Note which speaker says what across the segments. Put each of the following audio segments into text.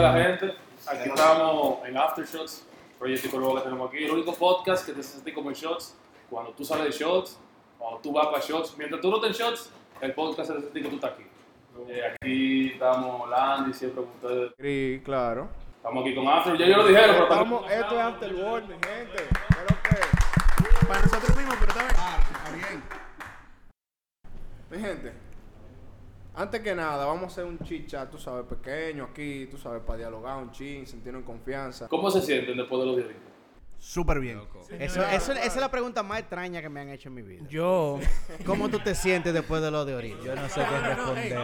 Speaker 1: la gente. Aquí estamos en Aftershots, Proyecto y Corvo que tenemos aquí. El único podcast que te sentí como en Shots. Cuando tú sales de Shots, cuando tú vas para Shots, mientras tú no estés en Shots, el podcast se siente que tú estás aquí. Eh, aquí estamos Landy, siempre con ustedes.
Speaker 2: Cri, claro.
Speaker 1: Estamos aquí con After, ya yo lo dijeron, pero
Speaker 2: Estamos,
Speaker 1: estamos-
Speaker 2: esto es After World, mi gente. Espero que.
Speaker 3: Para nosotros mismos, pero también. Ah, bien.
Speaker 2: Mi gente, antes que nada, vamos a hacer un chicha, tú sabes, pequeño aquí, tú sabes, para dialogar un chin, sentirnos en confianza.
Speaker 1: ¿Cómo se sienten después de los 10 días?
Speaker 3: Súper bien. Eso, eso- esa es la pregunta más extraña que me han hecho en mi vida.
Speaker 4: Yo,
Speaker 3: ¿Cómo tú te sientes después de lo de Oribe?
Speaker 4: yo no sé qué responder.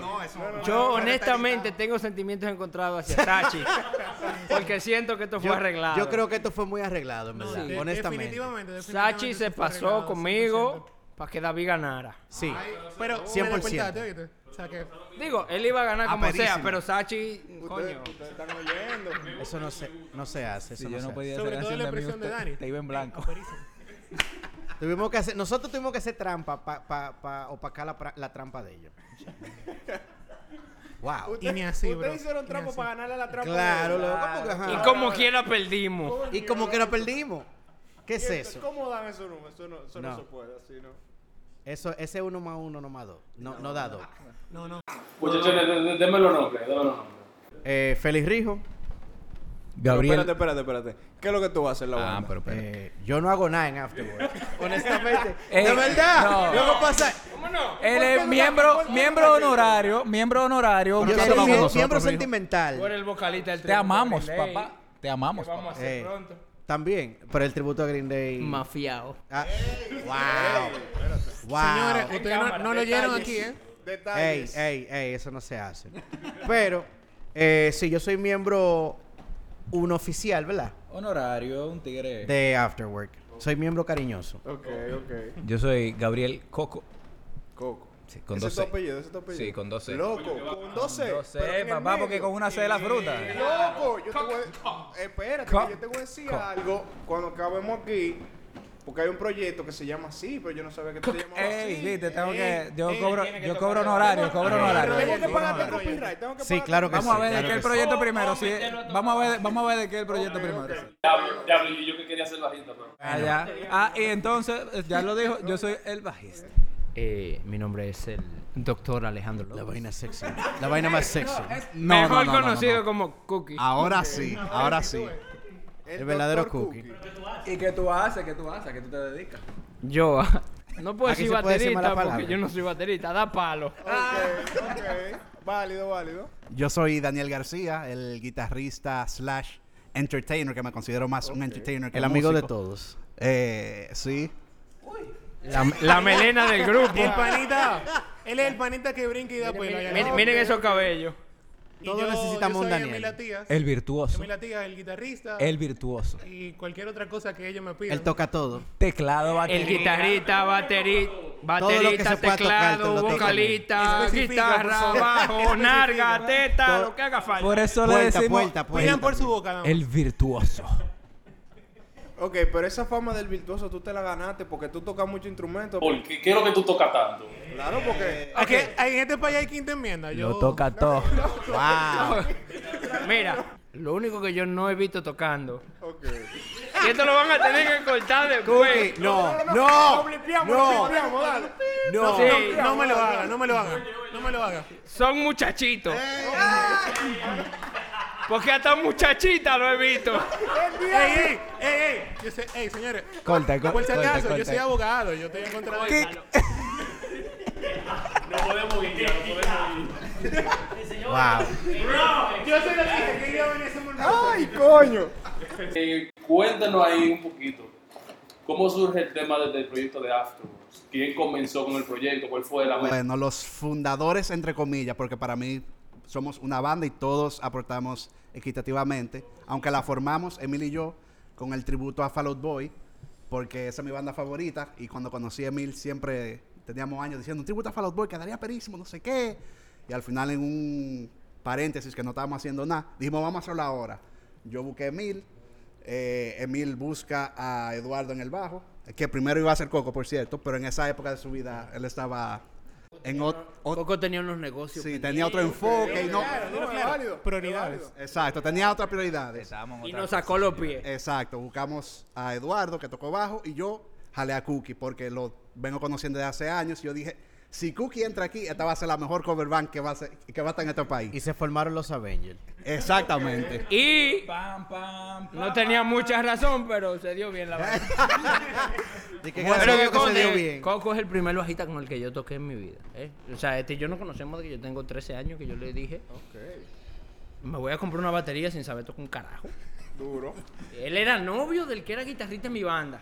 Speaker 3: no, eso
Speaker 4: Yo honestamente tengo sentimientos encontrados hacia Tachi, porque siento que esto fue arreglado.
Speaker 3: Yo creo que esto fue muy arreglado, en verdad.
Speaker 5: De-
Speaker 3: honestamente.
Speaker 5: Definitivamente, definitivamente
Speaker 4: Sachi
Speaker 5: estoy
Speaker 4: se pasó
Speaker 5: arreglado,
Speaker 4: conmigo para que David ganara.
Speaker 3: Sí.
Speaker 5: 100%. Pero
Speaker 3: 100%.
Speaker 5: 100%. ¿oíste? O sea que
Speaker 4: Digo, él iba a ganar como
Speaker 3: Aperísimo.
Speaker 4: sea, pero Sachi,
Speaker 2: Ustedes,
Speaker 4: coño.
Speaker 2: ustedes están oyendo.
Speaker 3: Eso no se, no se hace. Eso
Speaker 6: Si
Speaker 3: no
Speaker 6: yo
Speaker 3: se
Speaker 6: no podía hacer
Speaker 5: sobre todo
Speaker 6: canción
Speaker 5: la
Speaker 6: de amigos,
Speaker 5: impresión de
Speaker 6: te-
Speaker 5: Dani.
Speaker 6: Te iba en blanco.
Speaker 5: Aperísimo.
Speaker 3: hace. Tuvimos que hacer, nosotros tuvimos que hacer trampa para pa, pa opacar la, pra- la trampa de ellos. wow.
Speaker 5: Y ni así, bro.
Speaker 2: Ustedes hicieron
Speaker 5: Ni
Speaker 2: trampo
Speaker 5: así.
Speaker 2: para ganarle a la trampa.
Speaker 3: Claro,
Speaker 2: de-
Speaker 3: loco, porque ajá.
Speaker 4: Y como quiera perdimos.
Speaker 3: Y como que lo perdimos. ¿Qué es eso?
Speaker 2: ¿Cómo dan esos números? Eso no, eso no
Speaker 3: No.
Speaker 2: se puede, así no.
Speaker 3: Eso, ese uno más uno no más dos. No, no da dos.
Speaker 5: No, no.
Speaker 1: Muchachos, dé- dé- denme los nombres, denme los nombres.
Speaker 3: Eh, Félix Rijo.
Speaker 6: Gabriel.
Speaker 2: Pero espérate, espérate, espérate. ¿Qué es lo que tú vas a hacer la
Speaker 6: ah,
Speaker 2: banda?
Speaker 6: pero espera.
Speaker 3: Eh, yo no hago nada en Afterworld. Honestamente.
Speaker 6: Eh,
Speaker 3: de verdad.
Speaker 6: no.
Speaker 3: Lo que pasa.
Speaker 6: Él es miembro, miembro honorario, miembro honorario.
Speaker 3: Yo
Speaker 6: porque
Speaker 3: soy
Speaker 6: solo
Speaker 3: mie-
Speaker 6: vamos nosotros,
Speaker 3: miembro
Speaker 6: mijo.
Speaker 3: sentimental.
Speaker 4: Por el vocalista del
Speaker 6: Te amamos,
Speaker 4: Green Day,
Speaker 6: papá. Te
Speaker 4: que
Speaker 6: amamos,
Speaker 4: vamos a
Speaker 6: papá.
Speaker 4: hacer
Speaker 3: Eh.
Speaker 4: pronto?
Speaker 3: También. Por el tributo a Green Day.
Speaker 4: Mafiado.
Speaker 3: Ah, wow. Wow.
Speaker 5: Señores, ustedes no,
Speaker 4: cámara,
Speaker 5: no lo oyeron
Speaker 2: Detalles.
Speaker 5: aquí, ¿eh?
Speaker 3: Ey,
Speaker 2: Detalles.
Speaker 3: ey, ey, eso no se hace. Pero, eh, sí, yo soy miembro un oficial, ¿verdad?
Speaker 6: Honorario, un tigre.
Speaker 3: De Afterwork. Soy miembro cariñoso.
Speaker 2: Ok, ok.
Speaker 6: Yo soy Gabriel Coco.
Speaker 2: Coco.
Speaker 6: Sí, con
Speaker 2: ese es tu
Speaker 6: 12.
Speaker 2: apellido, ese es tu apellido.
Speaker 6: Sí, con 12.
Speaker 2: Loco, con 12.
Speaker 6: No
Speaker 2: pero
Speaker 6: sé,
Speaker 2: en el
Speaker 6: papá, porque
Speaker 2: medio.
Speaker 6: con una C de la fruta.
Speaker 2: Loco, yo te voy a... Espérate,
Speaker 6: Cock.
Speaker 2: que yo te voy a decir
Speaker 6: Cock.
Speaker 2: algo cuando acabemos aquí, porque hay un proyecto que se llama así, pero yo no sabía que te llamaba así.
Speaker 6: Ey, viste, tengo
Speaker 2: Eh,
Speaker 6: que.
Speaker 5: ey,
Speaker 6: Yo cobro,
Speaker 5: tiene que
Speaker 6: yo
Speaker 5: tocar
Speaker 6: cobro
Speaker 5: el-
Speaker 6: honorario, cobro
Speaker 5: Tengo
Speaker 6: honorario.
Speaker 2: Tengo que
Speaker 5: Royalty,
Speaker 2: pagarte
Speaker 5: royalty.
Speaker 2: copyright, tengo que
Speaker 3: Sí,
Speaker 2: pagarte-
Speaker 3: claro que
Speaker 6: Vamos a
Speaker 3: sí,
Speaker 6: ver de
Speaker 3: claro
Speaker 6: qué
Speaker 3: que
Speaker 6: el
Speaker 3: sí.
Speaker 6: proyecto primero. sí. Vamos a ver, vamos a ver de qué el proyecto primero. sí.
Speaker 1: Diablo, diablo, y yo que quería hacer bajista, pero.
Speaker 6: Ah, ya. Ah, y entonces, eh, ya lo dijo, yo soy el bajista.
Speaker 4: Eh, mi nombre es el doctor Alejandro
Speaker 3: La
Speaker 4: López.
Speaker 3: vaina sexy. La vaina más sexy.
Speaker 4: Mejor conocido como Cookie.
Speaker 3: Ahora sí, ahora sí.
Speaker 2: El,
Speaker 3: verdadero
Speaker 2: Dr.
Speaker 3: cookie.
Speaker 6: ¿Y qué tú haces? ¿Qué tú haces? ¿A qué tú te dedicas?
Speaker 4: Yo no puedo
Speaker 3: Aquí
Speaker 4: decir
Speaker 3: se puede decir mala
Speaker 4: baterista porque
Speaker 3: palabra.
Speaker 4: yo no soy baterista, da palo.
Speaker 2: Ok, ok. Válido, válido.
Speaker 7: Yo soy Daniel García, el guitarrista slash entertainer, que me considero más un entertainer que
Speaker 3: El
Speaker 7: un
Speaker 3: amigo de
Speaker 7: músico.
Speaker 3: todos.
Speaker 7: Eh, sí.
Speaker 4: La, la melena del grupo.
Speaker 5: El panita. Él es el panita que brinca y da pelo. allá
Speaker 4: Miren,
Speaker 5: abajo.
Speaker 4: miren esos cabellos.
Speaker 5: Y
Speaker 3: Todos
Speaker 5: yo-
Speaker 3: necesitamos un
Speaker 5: Yo soy
Speaker 3: Daniel.
Speaker 5: Emil Atías.
Speaker 6: El virtuoso.
Speaker 5: Emil Atías, el guitarrista.
Speaker 6: El virtuoso.
Speaker 5: Y cualquier otra cosa que ellos me pidan.
Speaker 3: Él toca todo.
Speaker 6: Teclado,
Speaker 4: El
Speaker 6: batería.
Speaker 4: guitarrista, bateri- baterista,
Speaker 3: se pueda tocar, te
Speaker 4: teclado,
Speaker 3: lo tocan.
Speaker 4: vocalista,
Speaker 5: Especifica,
Speaker 4: guitarra,
Speaker 5: por favor.
Speaker 4: bajo,
Speaker 5: Especifica.
Speaker 4: narga, teta, lo que haga
Speaker 6: Por
Speaker 4: falta.
Speaker 6: eso le
Speaker 3: Puerta,
Speaker 6: decimos
Speaker 3: puerta,
Speaker 5: Pidan por
Speaker 3: puerta.
Speaker 5: su boca, dama.
Speaker 6: el virtuoso.
Speaker 2: Ok, pero esa fama del virtuoso tú te la ganaste porque tú tocas muchos instrumentos.
Speaker 1: ¿Por qué? ¿Qué es lo que tú tocas tanto?
Speaker 2: Claro, porque...
Speaker 5: Aquí- En este país hay quinta enmienda. Yo
Speaker 6: Lo toca todo.
Speaker 3: Wow.
Speaker 4: Mira, lo único que yo no he visto tocando.
Speaker 2: Ok.
Speaker 4: Y esto lo van a tener Ah, que cortar después.
Speaker 3: No,
Speaker 2: Lo
Speaker 3: no,
Speaker 2: blipeamos,
Speaker 3: No.
Speaker 2: lo blipeamos, dale.
Speaker 3: no.
Speaker 4: Sí,
Speaker 5: No me lo haga, no me lo haga. No me lo haga.
Speaker 4: son muchachitos. Porque hasta muchachita lo he visto.
Speaker 5: ¡Ey, ey! ¡Ey, ey! Yo sé, ey, señores.
Speaker 6: Corta, co-
Speaker 5: Por si
Speaker 6: corta,
Speaker 5: acaso, yo
Speaker 6: corta.
Speaker 5: soy abogado, yo estoy en contra de
Speaker 1: No podemos guiar, no podemos guiar.
Speaker 3: Wow.
Speaker 5: Yo soy la que quería venir a ese momento.
Speaker 2: Ay, coño.
Speaker 1: Eh, cuéntanos ahí un poquito, ¿cómo surge el tema de- del proyecto de Afterworks? ¿Quién comenzó con el proyecto? ¿Cuál fue la meta?
Speaker 7: Bueno, los fundadores, entre comillas, porque para mí somos una banda y todos aportamos equitativamente, aunque la formamos, Emil y yo, con el tributo a Fall Out Boy, porque esa es mi banda favorita y cuando conocí a Emil siempre teníamos años diciendo, un tributo a Fall Out Boy, quedaría perísimo, no sé qué. Y al final en un paréntesis que no estábamos haciendo nada, dijimos, vamos a hacerlo ahora. Yo busqué a Emil, eh, Emil busca a Eduardo en el bajo, que primero iba a ser Coco, por cierto, pero en esa época de su vida él estaba en ot- ot-
Speaker 4: Coco tenía unos negocios.
Speaker 7: sí,
Speaker 4: pendientes.
Speaker 7: tenía otro enfoque y no.
Speaker 2: Claro, no, es válido, es
Speaker 5: Prioridades.
Speaker 2: válido.
Speaker 7: Exacto, tenía otras prioridades.
Speaker 6: Estábamos en
Speaker 4: Y
Speaker 6: otra
Speaker 4: nos
Speaker 6: cosa.
Speaker 4: sacó los pies.
Speaker 7: Exacto, buscamos a Eduardo que tocó bajo y yo jalé a Cookie porque lo vengo conociendo desde hace años. Y yo dije, si Cookie entra aquí, esta va a ser la mejor cover band que va a, ser- que va a estar en este
Speaker 3: Y
Speaker 7: país.
Speaker 3: se formaron los Avengers.
Speaker 7: Exactamente.
Speaker 4: Y
Speaker 6: Pam, pam, pam.
Speaker 4: no tenía mucha razón, pero se dio bien la verdad.
Speaker 3: Y que
Speaker 7: Bueno,
Speaker 3: gracias a Dios que se
Speaker 4: Conde,
Speaker 3: dio bien.
Speaker 4: Coco es el primer bajista con el que yo toqué en mi vida. ¿eh? O sea, este y yo nos conocemos de que yo tengo 13 años, que yo le dije,
Speaker 2: Ok,
Speaker 4: me voy a comprar una batería sin saber tocar un carajo.
Speaker 2: duro.
Speaker 4: Él era novio del que era guitarrista en mi banda.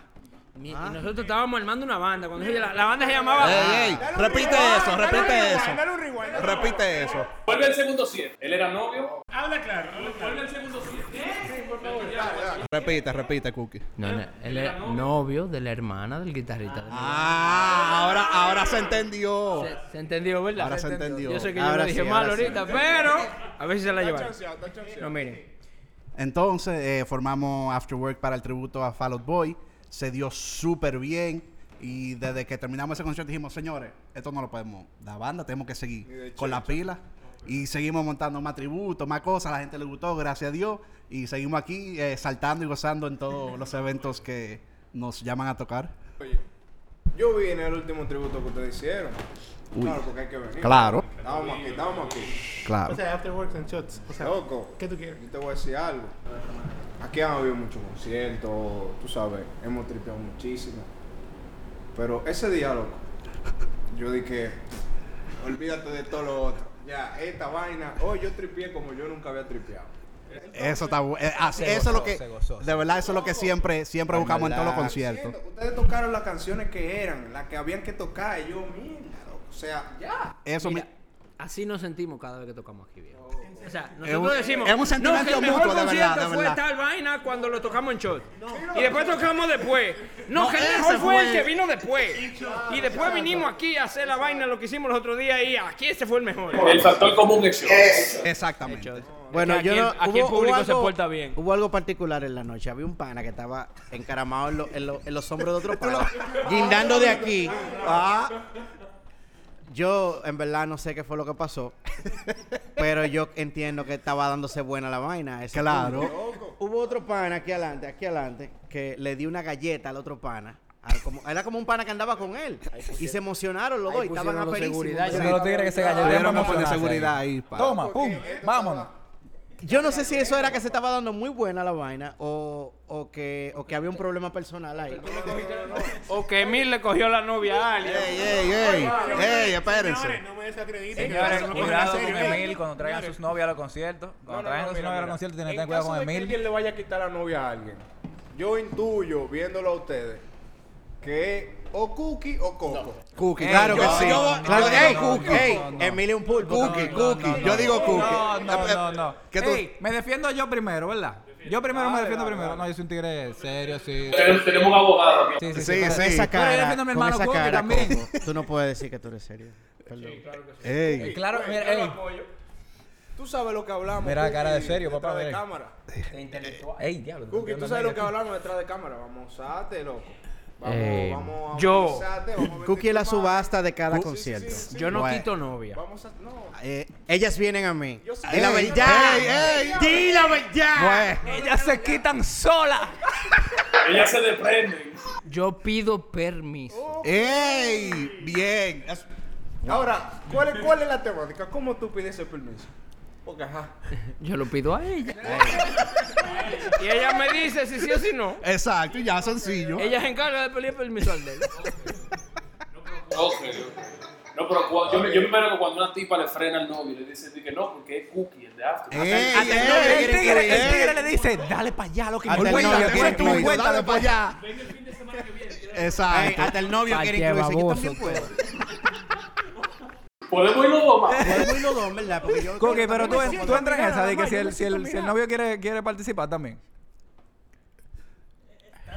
Speaker 4: Mi-
Speaker 7: Ah.
Speaker 4: Y nosotros estábamos armando una banda. Cuando la, la banda se llamaba...
Speaker 7: Ey, ey, repite eso, repite eso.
Speaker 5: Dale un rewind. dale un rewind.
Speaker 7: Repite eso.
Speaker 1: Vuelve el segundo 7. Él era novio.
Speaker 5: Habla claro. habla claro.
Speaker 1: Vuelve el segundo 7.
Speaker 7: Repite, repite, Cookie.
Speaker 4: No, no, él era novio de la hermana del guitarrista. de mi
Speaker 7: Ah, ahora, ahora se entendió.
Speaker 4: banda. se, se entendió, ¿verdad?
Speaker 7: Ahora se entendió.
Speaker 4: Yo sé que
Speaker 7: Ahora
Speaker 4: yo lo dije
Speaker 7: sí,
Speaker 4: mal
Speaker 7: ahora sí.
Speaker 4: ahorita, pero a ver si se la
Speaker 2: Está
Speaker 4: llevaron.
Speaker 2: chanceado, está chanceado.
Speaker 4: No, miren.
Speaker 7: Entonces eh, formamos After Work para el tributo a Fall Out Boy. Se dio súper bien. Y desde que terminamos ese concierto dijimos, señores, esto no lo podemos dar banda, tenemos que
Speaker 2: Ni de
Speaker 7: seguir con la pila. Y seguimos montando más tributos, más cosas. La gente le gustó, gracias a Dios. Y seguimos aquí eh, saltando y gozando en todos los eventos que nos llaman a tocar.
Speaker 2: Oye, yo vine al último tributo que ustedes hicieron. Claro, porque hay que venir.
Speaker 7: Claro,
Speaker 2: Estábamos aquí, estábamos aquí.
Speaker 7: claro.
Speaker 5: O sea, after works and shots. O sea,
Speaker 2: Loco,
Speaker 5: ¿qué tú quieres?
Speaker 2: yo te voy a decir algo. Aquí han habido muchos conciertos, tú sabes, hemos tripeado muchísimo. Pero ese diálogo, yo dije, olvídate de todo lo otro. Ya, esta vaina, hoy yo tripié como yo nunca había tripeado.
Speaker 7: Eso está bu- eh, así-
Speaker 6: Se
Speaker 7: eso es lo
Speaker 6: gozó,
Speaker 7: que,
Speaker 6: se gozó, se
Speaker 7: de verdad, eso es lo que siempre, siempre
Speaker 6: En
Speaker 7: buscamos en todos los
Speaker 6: verdad.
Speaker 7: conciertos.
Speaker 2: Siento, Ustedes tocaron las canciones que eran, las que habían que tocar, y yo, mierda, loco, o sea, ya.
Speaker 7: Eso mi-
Speaker 4: Mira, así nos sentimos cada vez que tocamos aquí, viejo. O sea, nosotros
Speaker 7: un-
Speaker 4: decimos,
Speaker 7: es un sentimiento
Speaker 4: no, que el mejor
Speaker 7: mutuo, de verdad,
Speaker 4: concierto
Speaker 7: de
Speaker 4: fue
Speaker 7: verdad".
Speaker 4: tal vaina cuando lo tocamos en shot. y después tocamos después. No,
Speaker 7: No,
Speaker 4: que el
Speaker 7: ese
Speaker 4: mejor fue el
Speaker 7: fue-
Speaker 4: que vino después. y después vinimos aquí a hacer la vaina, lo que hicimos los otros días, y aquí ese fue el mejor.
Speaker 1: El factor común es shot.
Speaker 7: exactamente.
Speaker 3: Bueno,
Speaker 4: Es que
Speaker 3: yo no-
Speaker 4: aquí, aquí el
Speaker 3: hubo-
Speaker 4: público
Speaker 3: hubo
Speaker 4: se
Speaker 3: algo-
Speaker 4: porta bien.
Speaker 3: Hubo algo particular en la noche. Había un pana que estaba encaramado en, lo- en lo- en los hombros de otro pana, guindando de aquí. Ah. Yo, en verdad, no sé qué fue lo que pasó, pero yo entiendo que estaba dándose buena la vaina. a ese
Speaker 7: Claro.
Speaker 3: punto. Hubo otro pana aquí adelante, aquí adelante, que le dio una galleta al otro pana. Al como- era como un pana que andaba con él. Y se emocionaron los
Speaker 4: ahí
Speaker 3: dos y estaban
Speaker 4: pusieron los
Speaker 3: aperísimos.
Speaker 4: seguridad,
Speaker 3: Sí.
Speaker 6: Yo no lo tigre que se cayó.
Speaker 7: Tuvieron que poner seguridad ahí, pa.
Speaker 6: Toma, pum, vámonos.
Speaker 3: Yo no sé si eso era que se estaba dando muy buena la vaina o, o que, o que había un problema personal ahí.
Speaker 4: O que Emil le cogió la novia a alguien.
Speaker 7: Ey, ey, ey, ey, espérense.
Speaker 5: Señores, no me desacrediten.
Speaker 6: Señores,
Speaker 5: Oigan,
Speaker 6: cuidado
Speaker 5: en
Speaker 6: con
Speaker 5: serio,
Speaker 6: Emil cuando traigan sus novias a los conciertos. Cuando traigan sus
Speaker 2: mira,
Speaker 6: novias a los
Speaker 2: mira.
Speaker 6: conciertos, tienen que tener
Speaker 2: En
Speaker 6: cuidado
Speaker 2: caso
Speaker 6: con
Speaker 2: de que
Speaker 6: Emil.
Speaker 2: alguien le vaya a quitar la novia a alguien. Yo intuyo, viéndolo a ustedes, que es o Cookie o Coco.
Speaker 7: Cookie,
Speaker 6: Ey,
Speaker 7: claro
Speaker 6: yo-
Speaker 7: que sí.
Speaker 6: yo-
Speaker 7: Claro que
Speaker 6: no,
Speaker 7: ey,
Speaker 6: no,
Speaker 7: Cookie.
Speaker 6: no,
Speaker 7: ey,
Speaker 6: no, no.
Speaker 7: Emilio un pulpo. Cookie, cookie. Yo digo cookie.
Speaker 6: No, no,
Speaker 7: Eh, eh,
Speaker 6: no, no.
Speaker 7: que tú-
Speaker 6: Ey, me defiendo yo primero, ¿verdad? Yo primero me defiendo primero. No, yo soy un tigre serio, sí.
Speaker 1: Tenemos, tenemos un abogado aquí.
Speaker 6: Sí, sí,
Speaker 7: Sí,
Speaker 6: sí. pero-
Speaker 7: sí.
Speaker 3: Esa
Speaker 7: Pero
Speaker 6: yo
Speaker 3: cara,
Speaker 6: defiendo a mi
Speaker 3: con
Speaker 6: hermano
Speaker 3: esa
Speaker 6: Coco
Speaker 3: cara,
Speaker 6: también.
Speaker 3: Coco, tú no puedes decir que tú eres serio. Perdón.
Speaker 6: Eh,
Speaker 7: Ey.
Speaker 6: Claro, mira, ey,
Speaker 2: Tú sabes lo que hablamos.
Speaker 6: Mira la cara de
Speaker 2: Cookie,
Speaker 6: serio,
Speaker 2: detrás
Speaker 6: papá,
Speaker 2: de
Speaker 6: ve.
Speaker 2: cámara.
Speaker 6: ey, diablo.
Speaker 2: Cookie, tú sabes lo que hablamos detrás de cámara. Vamos a usarte, loco. Vamos, vamos a utilizarte, vamos a vestirte
Speaker 3: Eh, Cookie es la
Speaker 2: mal.
Speaker 3: subasta de cada
Speaker 7: Sí, sí,
Speaker 3: concierto.
Speaker 2: sí, sí.
Speaker 4: Yo no
Speaker 7: Bueno.
Speaker 4: quito novia.
Speaker 2: Vamos a. No.
Speaker 3: Eh, ellas vienen a mí.
Speaker 2: Yo sí-
Speaker 3: Di la
Speaker 7: Ey,
Speaker 3: verdad.
Speaker 7: ey, ey.
Speaker 3: Di la
Speaker 7: Pues.
Speaker 3: verdad.
Speaker 6: Ellas se quitan sola.
Speaker 1: Ellas se desprenden.
Speaker 4: Yo pido permiso.
Speaker 7: Ey, bien. Es-
Speaker 2: Ahora, ¿cuál es, ¿cuál es la temática? ¿Cómo tú pides ese permiso? Porque, ajá.
Speaker 4: Yo lo pido a ella. y ella me dice si sí o si no.
Speaker 7: Exacto, ya sencillo.
Speaker 4: Ella se encarga de pedir permiso al de él.
Speaker 1: Ok. No, pero cua- yo, me- yo me imagino que cuando una tipa le frena al novio, le dice que no, porque es cookie, el de after.
Speaker 7: Ey,
Speaker 3: hasta el
Speaker 7: ey,
Speaker 3: novio
Speaker 7: ey,
Speaker 6: El
Speaker 3: quiere
Speaker 6: tigre,
Speaker 3: incluir.
Speaker 6: el tigre le dice, dale para allá, lo que
Speaker 3: Hasta el
Speaker 7: Cuéntate,
Speaker 3: novio quiere
Speaker 7: cuéntate,
Speaker 3: incluir.
Speaker 7: cuéntate para allá.
Speaker 3: Ay,
Speaker 7: Exacto.
Speaker 3: hasta el novio quiere
Speaker 4: Ay, qué
Speaker 3: incluirse.
Speaker 4: baboso
Speaker 3: Yo
Speaker 4: pues.
Speaker 3: también puedo.
Speaker 1: Podemos irnos dos más.
Speaker 3: Yo voy los dos, ¿verdad? Porque yo-
Speaker 6: Coque, pero tú,
Speaker 3: yo-
Speaker 6: tú entras en esa de que
Speaker 3: Mamá,
Speaker 6: si
Speaker 3: yo
Speaker 6: el,
Speaker 3: me
Speaker 6: si el,
Speaker 3: siento
Speaker 6: si el
Speaker 3: mirada.
Speaker 6: novio quiere, quiere participar también.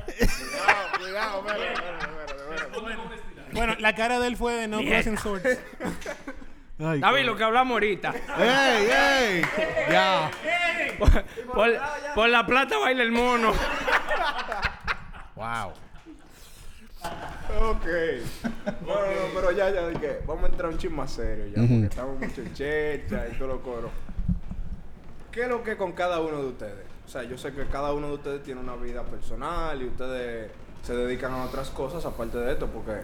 Speaker 2: Cuidado, espérate, espérate, espérate, espérate.
Speaker 5: Bueno, la cara de él fue de no crossing swords.
Speaker 4: David, lo que hablamos ahorita.
Speaker 7: Ey, ey. Ya.
Speaker 4: Por, por la plata baila el mono.
Speaker 3: Wow.
Speaker 2: Ok. Bueno, no, pero ya, ya, dije, vamos a entrar un chisme más serio ya, porque estamos mucho en chercha y todo lo coro. ¿Qué es lo que con cada uno de ustedes? O sea, yo sé que cada uno de ustedes tiene una vida personal y ustedes se dedican a otras cosas aparte de esto, porque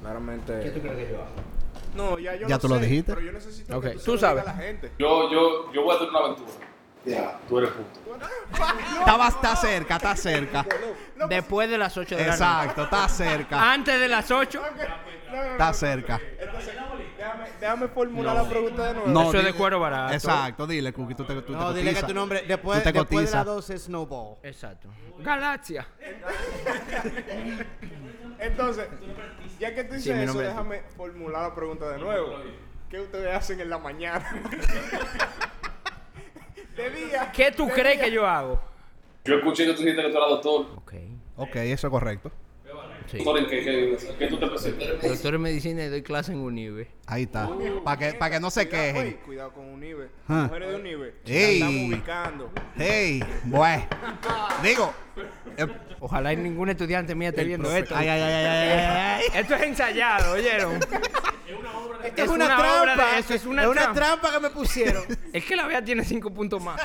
Speaker 2: claramente... ¿Qué tú crees que yo hago? No, ya yo
Speaker 7: ¿Ya
Speaker 2: no
Speaker 7: tú lo
Speaker 2: sé,
Speaker 7: dijiste?
Speaker 2: Pero yo necesito
Speaker 4: Ok.
Speaker 2: que tú,
Speaker 4: Tú
Speaker 2: se lo digas
Speaker 4: sabes.
Speaker 2: a la gente.
Speaker 1: Yo, yo, yo voy a tener una aventura. Tú eres puto.
Speaker 7: Estaba, está cerca, está cerca.
Speaker 4: Después de las 8 de la noche.
Speaker 7: Exacto, está cerca.
Speaker 4: Antes de las 8.
Speaker 7: Está cerca.
Speaker 2: Déjame, déjame formular la pregunta de nuevo.
Speaker 7: No,
Speaker 4: Eso es de
Speaker 7: dile-
Speaker 4: cuero barato.
Speaker 7: Exacto, dile, Cookie, tú te, tú
Speaker 3: No,
Speaker 7: te
Speaker 3: dile que
Speaker 7: cotizas.
Speaker 3: tu nombre.
Speaker 7: Tú
Speaker 3: Después,
Speaker 7: te
Speaker 3: después de
Speaker 7: cotizas.
Speaker 3: las 12, Snowball.
Speaker 4: Exacto. Galaxia.
Speaker 2: Entonces, ya que tú dices
Speaker 4: mi
Speaker 2: eso,
Speaker 4: nombre es-
Speaker 2: déjame formular la pregunta de nuevo. ¿Qué ustedes hacen en la mañana? de día.
Speaker 4: ¿Qué tú crees que yo hago?
Speaker 1: Yo escuché que tú dijiste que tú eras doctor.
Speaker 4: Ok.
Speaker 7: Ok, eso es correcto.
Speaker 4: Sí.
Speaker 1: Doctor, ¿en qué, qué, qué tú te presentas?
Speaker 4: Doctor de medicina y doy clase en Unive.
Speaker 7: Ahí está. Para que, pa' que no se
Speaker 2: Cuidado,
Speaker 7: quejen.
Speaker 2: ey, cuidado con Unive.
Speaker 7: Ah.
Speaker 2: Mujeres de Unive. la
Speaker 7: Ey.
Speaker 2: Estamos ubicando.
Speaker 7: Hey, bueno. Digo. eh,
Speaker 4: Ojalá y ningún estudiante mía esté viendo
Speaker 7: profe-
Speaker 4: esto.
Speaker 7: Ay, ay, ay, ay, ay, ay, ay.
Speaker 4: Esto es ensayado, ¿oyeron? Esto es una obra de- eso es una
Speaker 3: es una
Speaker 4: trampa.
Speaker 3: trampa que me pusieron.
Speaker 4: Es que la vea tiene cinco puntos más.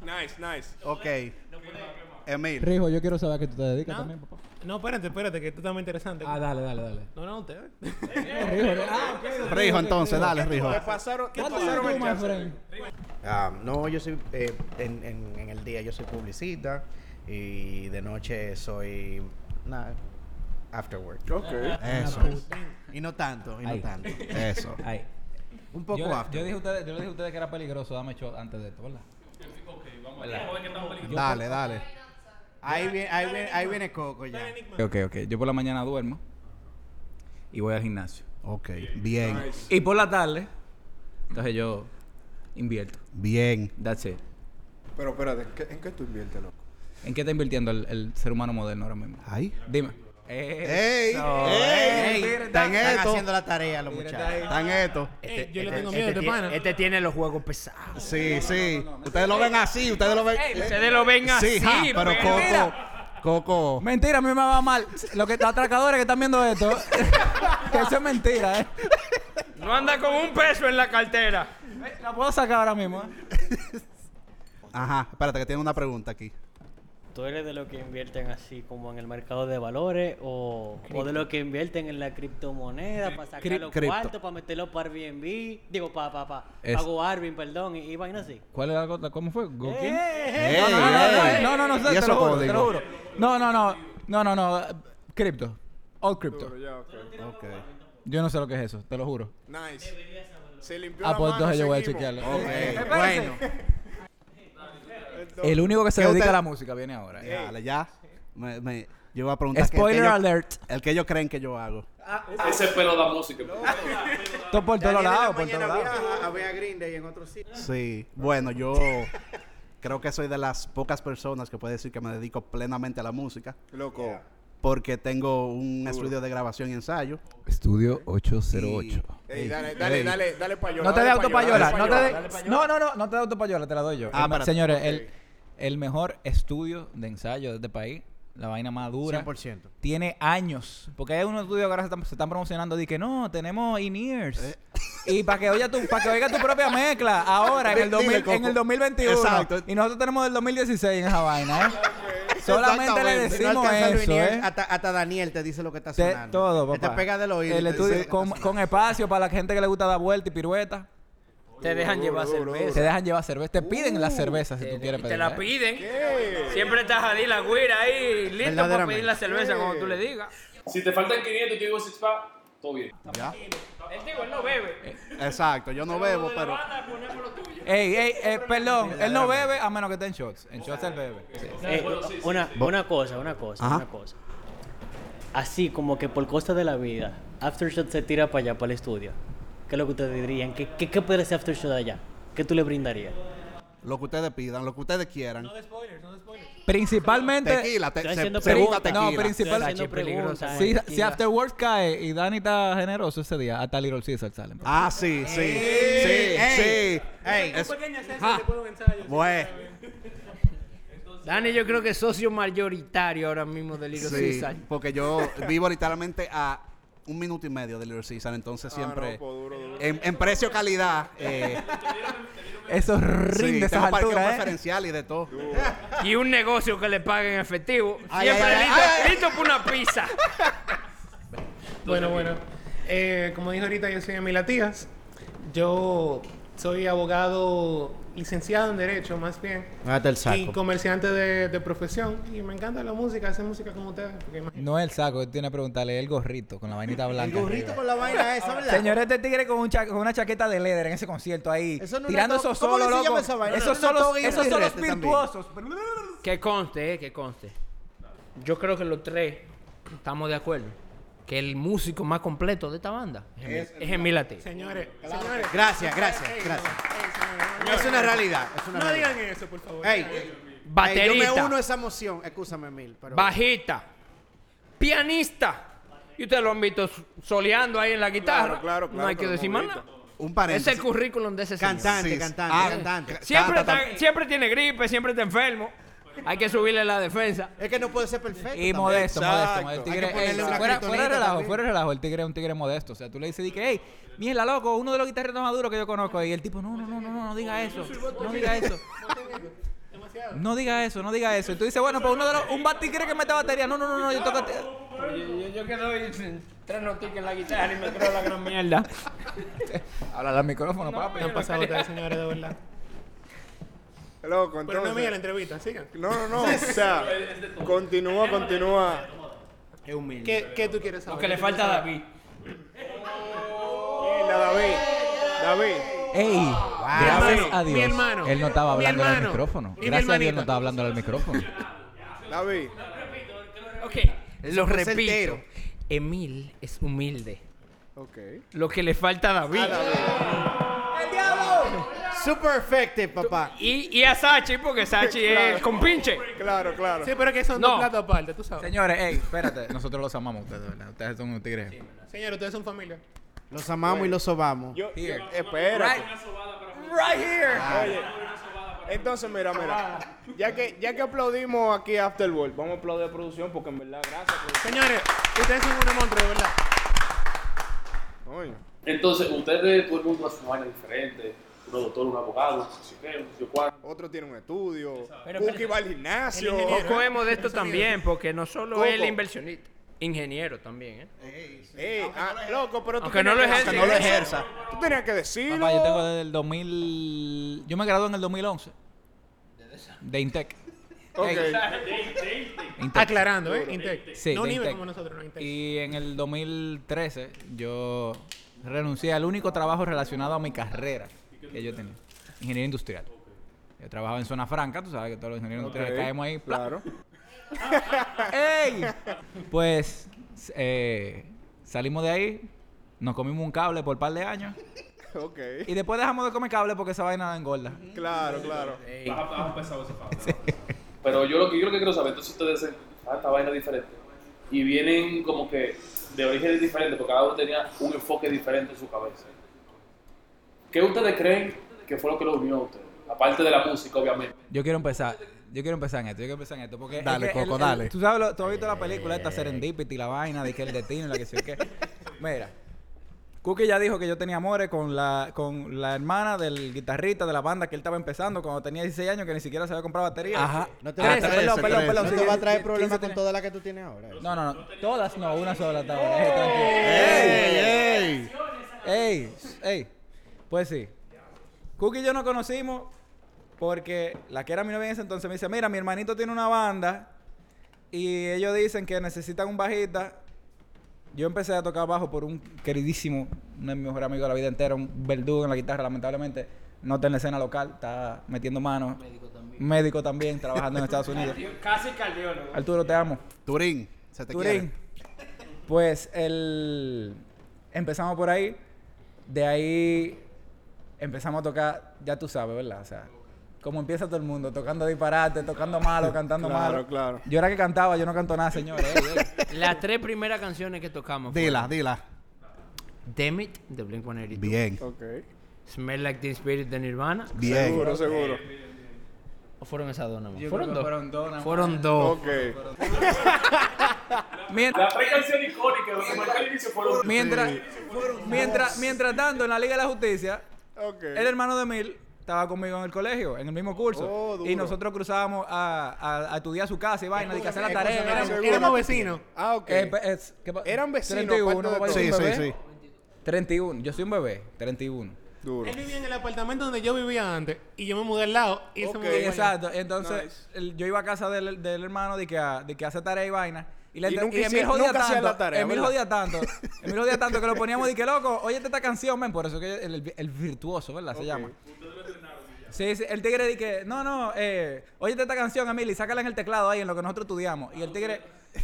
Speaker 2: Nice, nice.
Speaker 7: Ok. Emil.
Speaker 6: Rijo, yo quiero saber a qué tú te dedicas también, papá.
Speaker 5: No, espérate, espérate, que esto está muy interesante.
Speaker 6: Ah, dale, dale, dale.
Speaker 5: No, no, usted.
Speaker 6: Rijo, ah, ok, ok,
Speaker 7: Rijo,
Speaker 6: ok,
Speaker 7: entonces,
Speaker 6: Rijo.
Speaker 7: dale, Rijo.
Speaker 2: Te pasaron, te
Speaker 6: ¿Cuánto
Speaker 2: pasaron
Speaker 6: eres
Speaker 2: el
Speaker 6: tú, my
Speaker 2: chance.
Speaker 6: friend?
Speaker 3: Ah, no, yo soy. eh, en, en- en el día yo soy publicista. Y de noche soy. Nada. After work.
Speaker 2: Ok.
Speaker 7: Eso,
Speaker 3: Y no tanto, y no
Speaker 6: Ahí.
Speaker 3: tanto.
Speaker 7: eso.
Speaker 6: Ay.
Speaker 3: Un poco
Speaker 6: yo,
Speaker 3: after.
Speaker 6: yo dije a ustedes, yo le dije a ustedes que era peligroso, dame shot antes de esto, ¿verdad?
Speaker 7: Dale, dale.
Speaker 3: ahí, viene, ahí, viene, ahí viene Coco ya.
Speaker 6: Ok, ok. Yo por la mañana duermo y voy al gimnasio.
Speaker 7: Ok, bien,
Speaker 6: Y por la tarde, entonces yo invierto.
Speaker 7: bien.
Speaker 6: That's it.
Speaker 2: Pero espérate, ¿en qué, en qué tú inviertes, loco?
Speaker 6: ¿En qué está invirtiendo el, el ser humano moderno ahora mismo?
Speaker 7: Ahí.
Speaker 6: Dime. Eh,
Speaker 7: ¡Ey!
Speaker 6: no,
Speaker 7: ¡Ey!
Speaker 6: ey,
Speaker 7: ¡Ey!
Speaker 3: Están
Speaker 7: ¡Están
Speaker 3: haciendo
Speaker 7: esto!
Speaker 3: la tarea los
Speaker 6: Mira,
Speaker 3: muchachos.
Speaker 6: está ahí.
Speaker 7: ¡Están esto!
Speaker 5: Yo le tengo miedo a este
Speaker 4: tiene,
Speaker 5: pana.
Speaker 4: este tiene los juegos pesados.
Speaker 7: Sí, sí. Ustedes lo ven así, ustedes lo ven.
Speaker 4: Ustedes lo ven así,
Speaker 7: Sí, ja, pero
Speaker 4: pero
Speaker 7: Coco.
Speaker 4: mira.
Speaker 7: Coco.
Speaker 6: Mentira, a mí me va mal. Lo que, los atracadores que están viendo esto, que eso es mentira, ¿eh?
Speaker 4: No anda con un peso en la cartera.
Speaker 6: Eh, La puedo sacar ahora mismo, ¿eh?
Speaker 7: Ajá, espérate, que tiene una pregunta aquí.
Speaker 8: ¿Tú eres de los que invierten así como en el mercado de valores o, o de los que invierten en la criptomoneda para sacar
Speaker 6: Cri-
Speaker 8: los
Speaker 6: cripto.
Speaker 8: cuartos, para meterlos para Airbnb? Digo, para pa, pa,
Speaker 6: Es-
Speaker 8: pa GoArbin, perdón, y, y vainas así.
Speaker 6: ¿Cuál era la cosa? ¿Cómo fue? ¿Go quién?
Speaker 8: ¡Eh, eh!
Speaker 7: ¡Ey!
Speaker 6: No, no, no, no,
Speaker 7: ey.
Speaker 6: no, no, no,
Speaker 7: ¿Y
Speaker 6: te,
Speaker 7: eso
Speaker 6: lo juro,
Speaker 7: código?
Speaker 6: te lo juro. No, no, no, no, no, no, eh, cripto. All cripto.
Speaker 2: Pero ya, ok.
Speaker 7: Ok.
Speaker 6: Yo no sé lo que es eso, te lo juro.
Speaker 2: Nice. Se limpió
Speaker 6: Ah,
Speaker 2: la
Speaker 6: pues
Speaker 2: mano,
Speaker 6: entonces yo voy a
Speaker 2: seguimos.
Speaker 6: chequearlo.
Speaker 7: Ok.
Speaker 3: Bueno,
Speaker 6: El único que se
Speaker 7: ¿Qué
Speaker 6: dedica
Speaker 7: usted-
Speaker 6: a la música viene ahora. ¿eh?
Speaker 7: Dale, ya. Me, me, yo voy a preguntar. que-
Speaker 6: Spoiler
Speaker 7: que yo-
Speaker 6: alert.
Speaker 7: El que ellos creen que yo hago.
Speaker 2: Ah,
Speaker 1: Ese pelo da música.
Speaker 6: Todo por todos lados, por todos
Speaker 2: mañana
Speaker 6: lados.
Speaker 3: a ver a Green Day en otro sitio.
Speaker 7: Sí. Bueno, yo creo que soy de las pocas personas que puede decir que me dedico plenamente a la música.
Speaker 2: Loco.
Speaker 7: Porque tengo un estudio de grabación y ensayo.
Speaker 6: Estudio
Speaker 7: y-
Speaker 6: 808.
Speaker 2: Ey, dale, dale, dale, dale pa' llorar.
Speaker 6: No te dé
Speaker 2: dale
Speaker 6: auto para llorar. No, te
Speaker 2: dale
Speaker 6: dé- no, no, no, no te dé auto para llorar, te la doy yo.
Speaker 7: Ah,
Speaker 6: El ma-
Speaker 7: espérate.
Speaker 6: señores, el, el mejor estudio de ensayo de este país, la vaina más dura,
Speaker 3: 100%.
Speaker 6: tiene años. Porque hay unos estudios que ahora se están, se están promocionando de que no, tenemos in-ears.
Speaker 7: Eh.
Speaker 6: Y para que, oiga tu, para que oiga tu propia mezcla ahora, en
Speaker 7: Di-
Speaker 6: el, 2000
Speaker 7: dile, Coco.
Speaker 6: en el 2021.
Speaker 7: Exacto.
Speaker 6: Y nosotros tenemos del 2016 en esa vaina, ¿eh? Solamente le
Speaker 7: Exactamente.
Speaker 3: No
Speaker 6: decimos
Speaker 3: alcanza el
Speaker 6: eso,
Speaker 3: vinil,
Speaker 6: ¿eh?
Speaker 3: hasta, hasta Daniel te dice lo que está
Speaker 6: Te-
Speaker 3: sonando.
Speaker 6: todo,
Speaker 3: Él
Speaker 6: papá.
Speaker 3: Te pega del oído. y
Speaker 6: El
Speaker 3: te dice
Speaker 6: estudio
Speaker 3: lo que
Speaker 6: con,
Speaker 3: está
Speaker 6: con espacio para la gente que le gusta dar vuelta y pirueta.
Speaker 4: Te dejan llevar cerveza.
Speaker 6: Te dejan llevar cerveza. Te piden la cerveza si tú quieres
Speaker 4: Y
Speaker 6: pedir.
Speaker 4: te la piden. Siempre estás ahí la güira ahí, listo para
Speaker 3: Verdaderamente.
Speaker 4: pedir la cerveza cuando tú le digas.
Speaker 1: Si te faltan 500 y yo digo six pack, todo bien.
Speaker 7: ¿Ya?
Speaker 4: Él digo, él no bebe.
Speaker 7: Exacto, yo no bebo, pero.
Speaker 6: Ey, ey, eh, perdón. Él no bebe a menos que esté en shots. En shots él bebe. Sí.
Speaker 8: Eh, una, una cosa, una cosa,
Speaker 7: Ajá.
Speaker 8: una cosa. Así como que por costa de la vida, Aftershot se tira para allá, para el estudio. ¿Qué es lo que ustedes dirían? ¿Qué, qué, qué puede ser Aftershot allá? ¿Qué tú le brindarías?
Speaker 7: Lo que ustedes pidan, lo que ustedes quieran.
Speaker 6: Principalmente.
Speaker 7: Tequila, te,
Speaker 8: Estoy
Speaker 7: se-
Speaker 8: haciendo
Speaker 7: segunda
Speaker 8: preguntas.
Speaker 7: tequila.
Speaker 6: No, principal-
Speaker 8: Estoy haciendo preguntas.
Speaker 6: Si,
Speaker 8: Tequila.
Speaker 6: si Afterwards cae y Dani está generoso ese día, hasta Little Caesar salen.
Speaker 7: Ah, sí, sí. sí, sí. Es-
Speaker 5: Un pequeño ascenso después de un ensayo.
Speaker 7: Bueno.
Speaker 4: Dani, yo creo que es socio mayoritario ahora mismo de Little
Speaker 7: Sí,
Speaker 4: Caesar.
Speaker 7: porque yo vivo literalmente a un minuto y medio de Little Caesar, entonces siempre en, en precio calidad eh,
Speaker 6: Eso
Speaker 7: sí,
Speaker 6: rinde
Speaker 7: tengo
Speaker 6: esas
Speaker 7: parqueo
Speaker 6: alturas, ¿eh?
Speaker 7: preferencial y de todo.
Speaker 4: Y un negocio que le paguen en efectivo.
Speaker 7: Ay,
Speaker 4: Siempre
Speaker 7: ay, ay,
Speaker 4: listo,
Speaker 7: ay, ay.
Speaker 4: listo para una pizza.
Speaker 5: Bueno, bueno. Eh, como dije ahorita, yo soy Emilia Tías. Yo soy abogado licenciado en Derecho, más bien.
Speaker 3: Hágate el
Speaker 5: Y
Speaker 3: saco.
Speaker 5: comerciante de, de profesión. Y me encanta la música, hacer música como ustedes. porque imagínate.
Speaker 6: No el saco, tiene que preguntarle el gorrito con la vainita blanca. arriba.
Speaker 3: la vaina esa,
Speaker 6: Señores, este tigre con, un cha- con una chaqueta de leather en ese concierto ahí.
Speaker 3: Eso no es
Speaker 6: tirando
Speaker 3: una to-
Speaker 6: esos
Speaker 3: ¿cómo que
Speaker 6: solos,
Speaker 3: se llama
Speaker 6: loco.
Speaker 3: esa vaina?
Speaker 6: Esos
Speaker 3: No es una
Speaker 6: solos,
Speaker 3: toga y un
Speaker 6: esos solos
Speaker 3: birrete también.
Speaker 6: virtuosos.
Speaker 4: Que conste, eh, que conste. Yo creo que los tres estamos de acuerdo. Que el músico más completo de esta banda es Emil- es Emil Latín.
Speaker 5: Señores, señores.
Speaker 3: Gracias, gracias, gracias. Es una realidad, es una
Speaker 5: No
Speaker 3: realidad.
Speaker 5: digan eso, por favor.
Speaker 3: Ey, ey, yo me
Speaker 4: Baterista.
Speaker 3: uno a esa emoción. Escúchame, Mil. Pero...
Speaker 4: bajita, pianista. Y ustedes lo han visto soleando ahí en la guitarra.
Speaker 2: Claro, claro, claro,
Speaker 4: No hay que
Speaker 2: pero
Speaker 4: decir más nada.
Speaker 7: Un
Speaker 4: Es el
Speaker 7: paréntesis.
Speaker 4: currículum de ese señor.
Speaker 3: Cantante,
Speaker 7: Sí, sí.
Speaker 3: cantante,
Speaker 7: Ah,
Speaker 3: cantante.
Speaker 4: Siempre,
Speaker 7: Ta, ta, ta.
Speaker 4: está- siempre tiene gripe, siempre está enfermo. Hay que subirle la defensa.
Speaker 3: Es que no puede ser perfecto.
Speaker 6: Y
Speaker 3: también.
Speaker 6: modesto, modesto,
Speaker 2: Exacto.
Speaker 6: modesto. El
Speaker 2: Hay
Speaker 6: tigre,
Speaker 3: que ponerle
Speaker 6: ey,
Speaker 3: una
Speaker 6: fuera,
Speaker 3: criptonita
Speaker 6: fuera de relajo,
Speaker 3: también.
Speaker 6: fuera de relajo. El tigre es un tigre modesto. O sea, tú le dices, di que, hey, mierda, loco, uno de los guitarristas más duros que yo conozco. Y el tipo, no, no, no, no, no, no diga eso. No diga eso. No diga eso, no diga eso. Y tú dices, bueno, pues uno de los, un bat tigre que mete batería. No, no, no, no, yo toco. ti-
Speaker 4: Yo, que doy tres noticas en la guitarra y me creo la gran mierda.
Speaker 6: Háblale al micrófono, papi.
Speaker 5: Me han pasado ustedes, señores, de verdad.
Speaker 2: Loco,
Speaker 5: Pero no es mía la
Speaker 2: entonces.
Speaker 5: entrevista, sigan.
Speaker 2: No, no, no. O sea, continúa, continúa.
Speaker 3: Es humilde.
Speaker 5: ¿Qué, qué tú quieres saber?
Speaker 4: Porque le falta a David.
Speaker 2: Mira, David. David.
Speaker 6: Ey, gracias
Speaker 5: hermano,
Speaker 6: a
Speaker 5: mi
Speaker 6: Dios.
Speaker 5: hermano,
Speaker 6: él no estaba
Speaker 5: mi
Speaker 6: hablando al
Speaker 5: hermano,
Speaker 6: micrófono.
Speaker 5: y mi
Speaker 6: Gracias a Dios
Speaker 5: hermanita.
Speaker 6: no estaba hablando al micrófono.
Speaker 2: David.
Speaker 4: Ok, lo
Speaker 3: fue
Speaker 4: repito.
Speaker 3: certero.
Speaker 4: Emil es humilde.
Speaker 2: Ok.
Speaker 4: Lo que le falta a David.
Speaker 3: Super effective, papá.
Speaker 4: Y, y a Sachi, porque Sachi es compinche.
Speaker 2: Claro, claro.
Speaker 5: Sí, pero que son
Speaker 4: No.
Speaker 5: dos platos aparte, tú sabes.
Speaker 6: Señores, ey, espérate. Nosotros los amamos ustedes, de ¿verdad? Ustedes son unos tigres.
Speaker 5: Señores, ustedes son familia.
Speaker 3: Los amamos y los sobamos.
Speaker 2: Yo, yo-
Speaker 6: Here.
Speaker 2: espérate.
Speaker 6: Right here.
Speaker 2: Oye, entonces mira, mira.
Speaker 5: Ah.
Speaker 2: Ya que, ya que aplaudimos aquí a Afterworld, vamos a aplaudir a producción porque en verdad, gracias. producción.
Speaker 5: Señores, ustedes son unos monstruos, de verdad.
Speaker 2: Coño.
Speaker 1: Entonces, ustedes, todo el mundo hace una vaina diferente. Un doctor, un abogado, no sé qué, no sé cuánto.
Speaker 2: Otro tiene un estudio. Cookie va al gimnasio.
Speaker 4: Coco es modesto también, porque no solo
Speaker 2: Coco.
Speaker 4: es el inversionista, ingeniero también, ¿eh?
Speaker 2: Ey, ah, loco, pero tú
Speaker 4: Aunque no
Speaker 2: tenías
Speaker 4: lo
Speaker 2: que-
Speaker 4: ejerza.
Speaker 2: aunque no lo ejerza. Tú tenías que decirlo.
Speaker 6: Papá, yo tengo desde el 2000. Yo me gradué en el 2011. De Intec. Ey,
Speaker 2: Ok.
Speaker 6: Intec.
Speaker 5: Aclarando, ¿eh? Intec.
Speaker 6: Sí,
Speaker 5: no
Speaker 6: de
Speaker 5: nivel
Speaker 6: Intec.
Speaker 5: como nosotros, no Intec.
Speaker 6: Y en el 2013 yo renuncié al único trabajo relacionado a mi carrera que yo tenía. Ingeniería industrial. Yo trabajaba en Zona Franca, tú sabes que todos los ingenieros
Speaker 2: Ok,
Speaker 6: industriales caemos ahí. ¡pla!
Speaker 2: Claro.
Speaker 6: ¡Ey! Pues eh, salimos de ahí, nos comimos un cable por un par de años
Speaker 2: Ok.
Speaker 6: y después dejamos de comer cable porque esa vaina engorda.
Speaker 2: Claro, claro.
Speaker 1: Baja, baja pesado ese papo, ¿no? Pero yo lo que yo lo que quiero saber, entonces ustedes dicen, ah, esta vaina es diferente. Y vienen como que de orígenes diferentes, porque cada uno tenía un enfoque diferente en su cabeza. ¿Qué ustedes creen que fue lo que los unió a ustedes? Aparte de la música, obviamente.
Speaker 6: Yo quiero empezar. Yo quiero empezar en esto, yo quiero empezar en esto. Porque es
Speaker 7: Dale,
Speaker 6: que el-
Speaker 7: Coco,
Speaker 6: el-
Speaker 7: dale.
Speaker 6: tú, sabes lo- tú has visto la película esta Serendipity, la vaina de que el destino, la que sé yo qué. Mira, Cookie ya dijo que yo tenía amores con la, con la hermana del guitarrista de la banda que él estaba empezando cuando tenía 16 años, que ni siquiera sabía comprar batería.
Speaker 7: Ajá.
Speaker 3: No te,
Speaker 7: Ah,
Speaker 3: va, a
Speaker 7: trece,
Speaker 3: perdón, perdón,
Speaker 7: trece.
Speaker 3: perdón,
Speaker 6: Sí,
Speaker 3: no te va a traer
Speaker 6: sí,
Speaker 3: problemas
Speaker 6: quince
Speaker 3: con
Speaker 6: tenés.
Speaker 3: todas las que tú tienes ahora.
Speaker 6: No, no, no. Todas no, una sola hasta ahora. Eh, tranquilo.
Speaker 7: Oh. ¡Ey, ey!
Speaker 6: Ey, ey. Pues sí. Cookie y yo nos conocimos porque la que era mi novia en ese entonces me dice, mira, mi hermanito tiene una banda y ellos dicen que necesitan un bajista. Yo empecé a tocar bajo por un queridísimo, uno de mis mejores amigos de la vida entera, un verdugo en la guitarra, lamentablemente. No está en la escena local, está metiendo manos. Médico también. trabajando en Estados Unidos.
Speaker 4: Casi cardiólogo.
Speaker 6: Arturo, te amo.
Speaker 7: Turín, se te
Speaker 6: Turín.
Speaker 7: quiere.
Speaker 6: Pues el empezamos por ahí. De ahí empezamos a tocar, ya tú sabes, ¿verdad? O sea, como empieza todo el mundo, tocando disparate, tocando malo, cantando
Speaker 2: Claro,
Speaker 6: malo.
Speaker 2: claro.
Speaker 6: Yo era que cantaba, yo no canto nada, señores. Ey, ey.
Speaker 4: Las tres primeras canciones que tocamos fueron
Speaker 7: Dila, dila.
Speaker 4: Damn It, de Blink-182.
Speaker 7: Bien,
Speaker 2: Ok.
Speaker 4: Smell Like Teen Spirit, de Nirvana.
Speaker 7: bien.
Speaker 2: Seguro, seguro.
Speaker 4: ¿O fueron esas dos nomás?
Speaker 6: Yo
Speaker 4: ¿Fueron
Speaker 6: creo que
Speaker 4: dos?
Speaker 6: fueron dos nomás.
Speaker 4: Fueron dos.
Speaker 2: Ok.
Speaker 6: Mientras,
Speaker 1: Las tres canciones icónicas, lo que marcó el inicio fueron.
Speaker 6: mientras, mientras, mientras tanto, en la Liga de la Justicia,
Speaker 2: Ok.
Speaker 6: el hermano de Mil estaba conmigo en el colegio, en el mismo curso.
Speaker 2: Oh, duro.
Speaker 6: y nosotros cruzábamos a, a, a estudiar a su casa y vaina, y que hacer la tarea.
Speaker 5: Éramos-
Speaker 6: Éramos-
Speaker 5: Éramos vecinos.
Speaker 2: Ah, ok.
Speaker 6: Eh, pe- es- ¿qué pa-
Speaker 2: Eran vecinos,
Speaker 6: 31,
Speaker 2: aparte de
Speaker 6: papá,
Speaker 2: todo.
Speaker 6: yo soy
Speaker 7: Sí,
Speaker 6: pues, un
Speaker 7: sí,
Speaker 6: bebé.
Speaker 7: sí.
Speaker 6: 31, yo soy un bebé, 31.
Speaker 2: Duro.
Speaker 5: Él vivía en el apartamento donde yo vivía antes y yo me mudé al lado y él
Speaker 2: Ok,
Speaker 5: se mudó. igual.
Speaker 6: Exacto, entonces el- yo iba a casa del, del hermano de que, a- de que hace tarea y vaina. Y, le
Speaker 2: Y
Speaker 6: entre-
Speaker 2: nunca
Speaker 6: y Emil
Speaker 2: hicieron-
Speaker 6: jodía
Speaker 2: nunca hacían
Speaker 6: tanto.
Speaker 2: la tarea,
Speaker 6: Emil
Speaker 2: ¿verdad?
Speaker 6: jodía tanto. Emil jodía tanto que lo poníamos y que loco, oye esta canción, men, por eso que el, el- el virtuoso, ¿verdad? Se llama. Sí, sí, el tigre di que, no, no, eh, oye esta canción, Emil, y sácala en el teclado ahí, en lo que nosotros estudiamos. Y el tigre,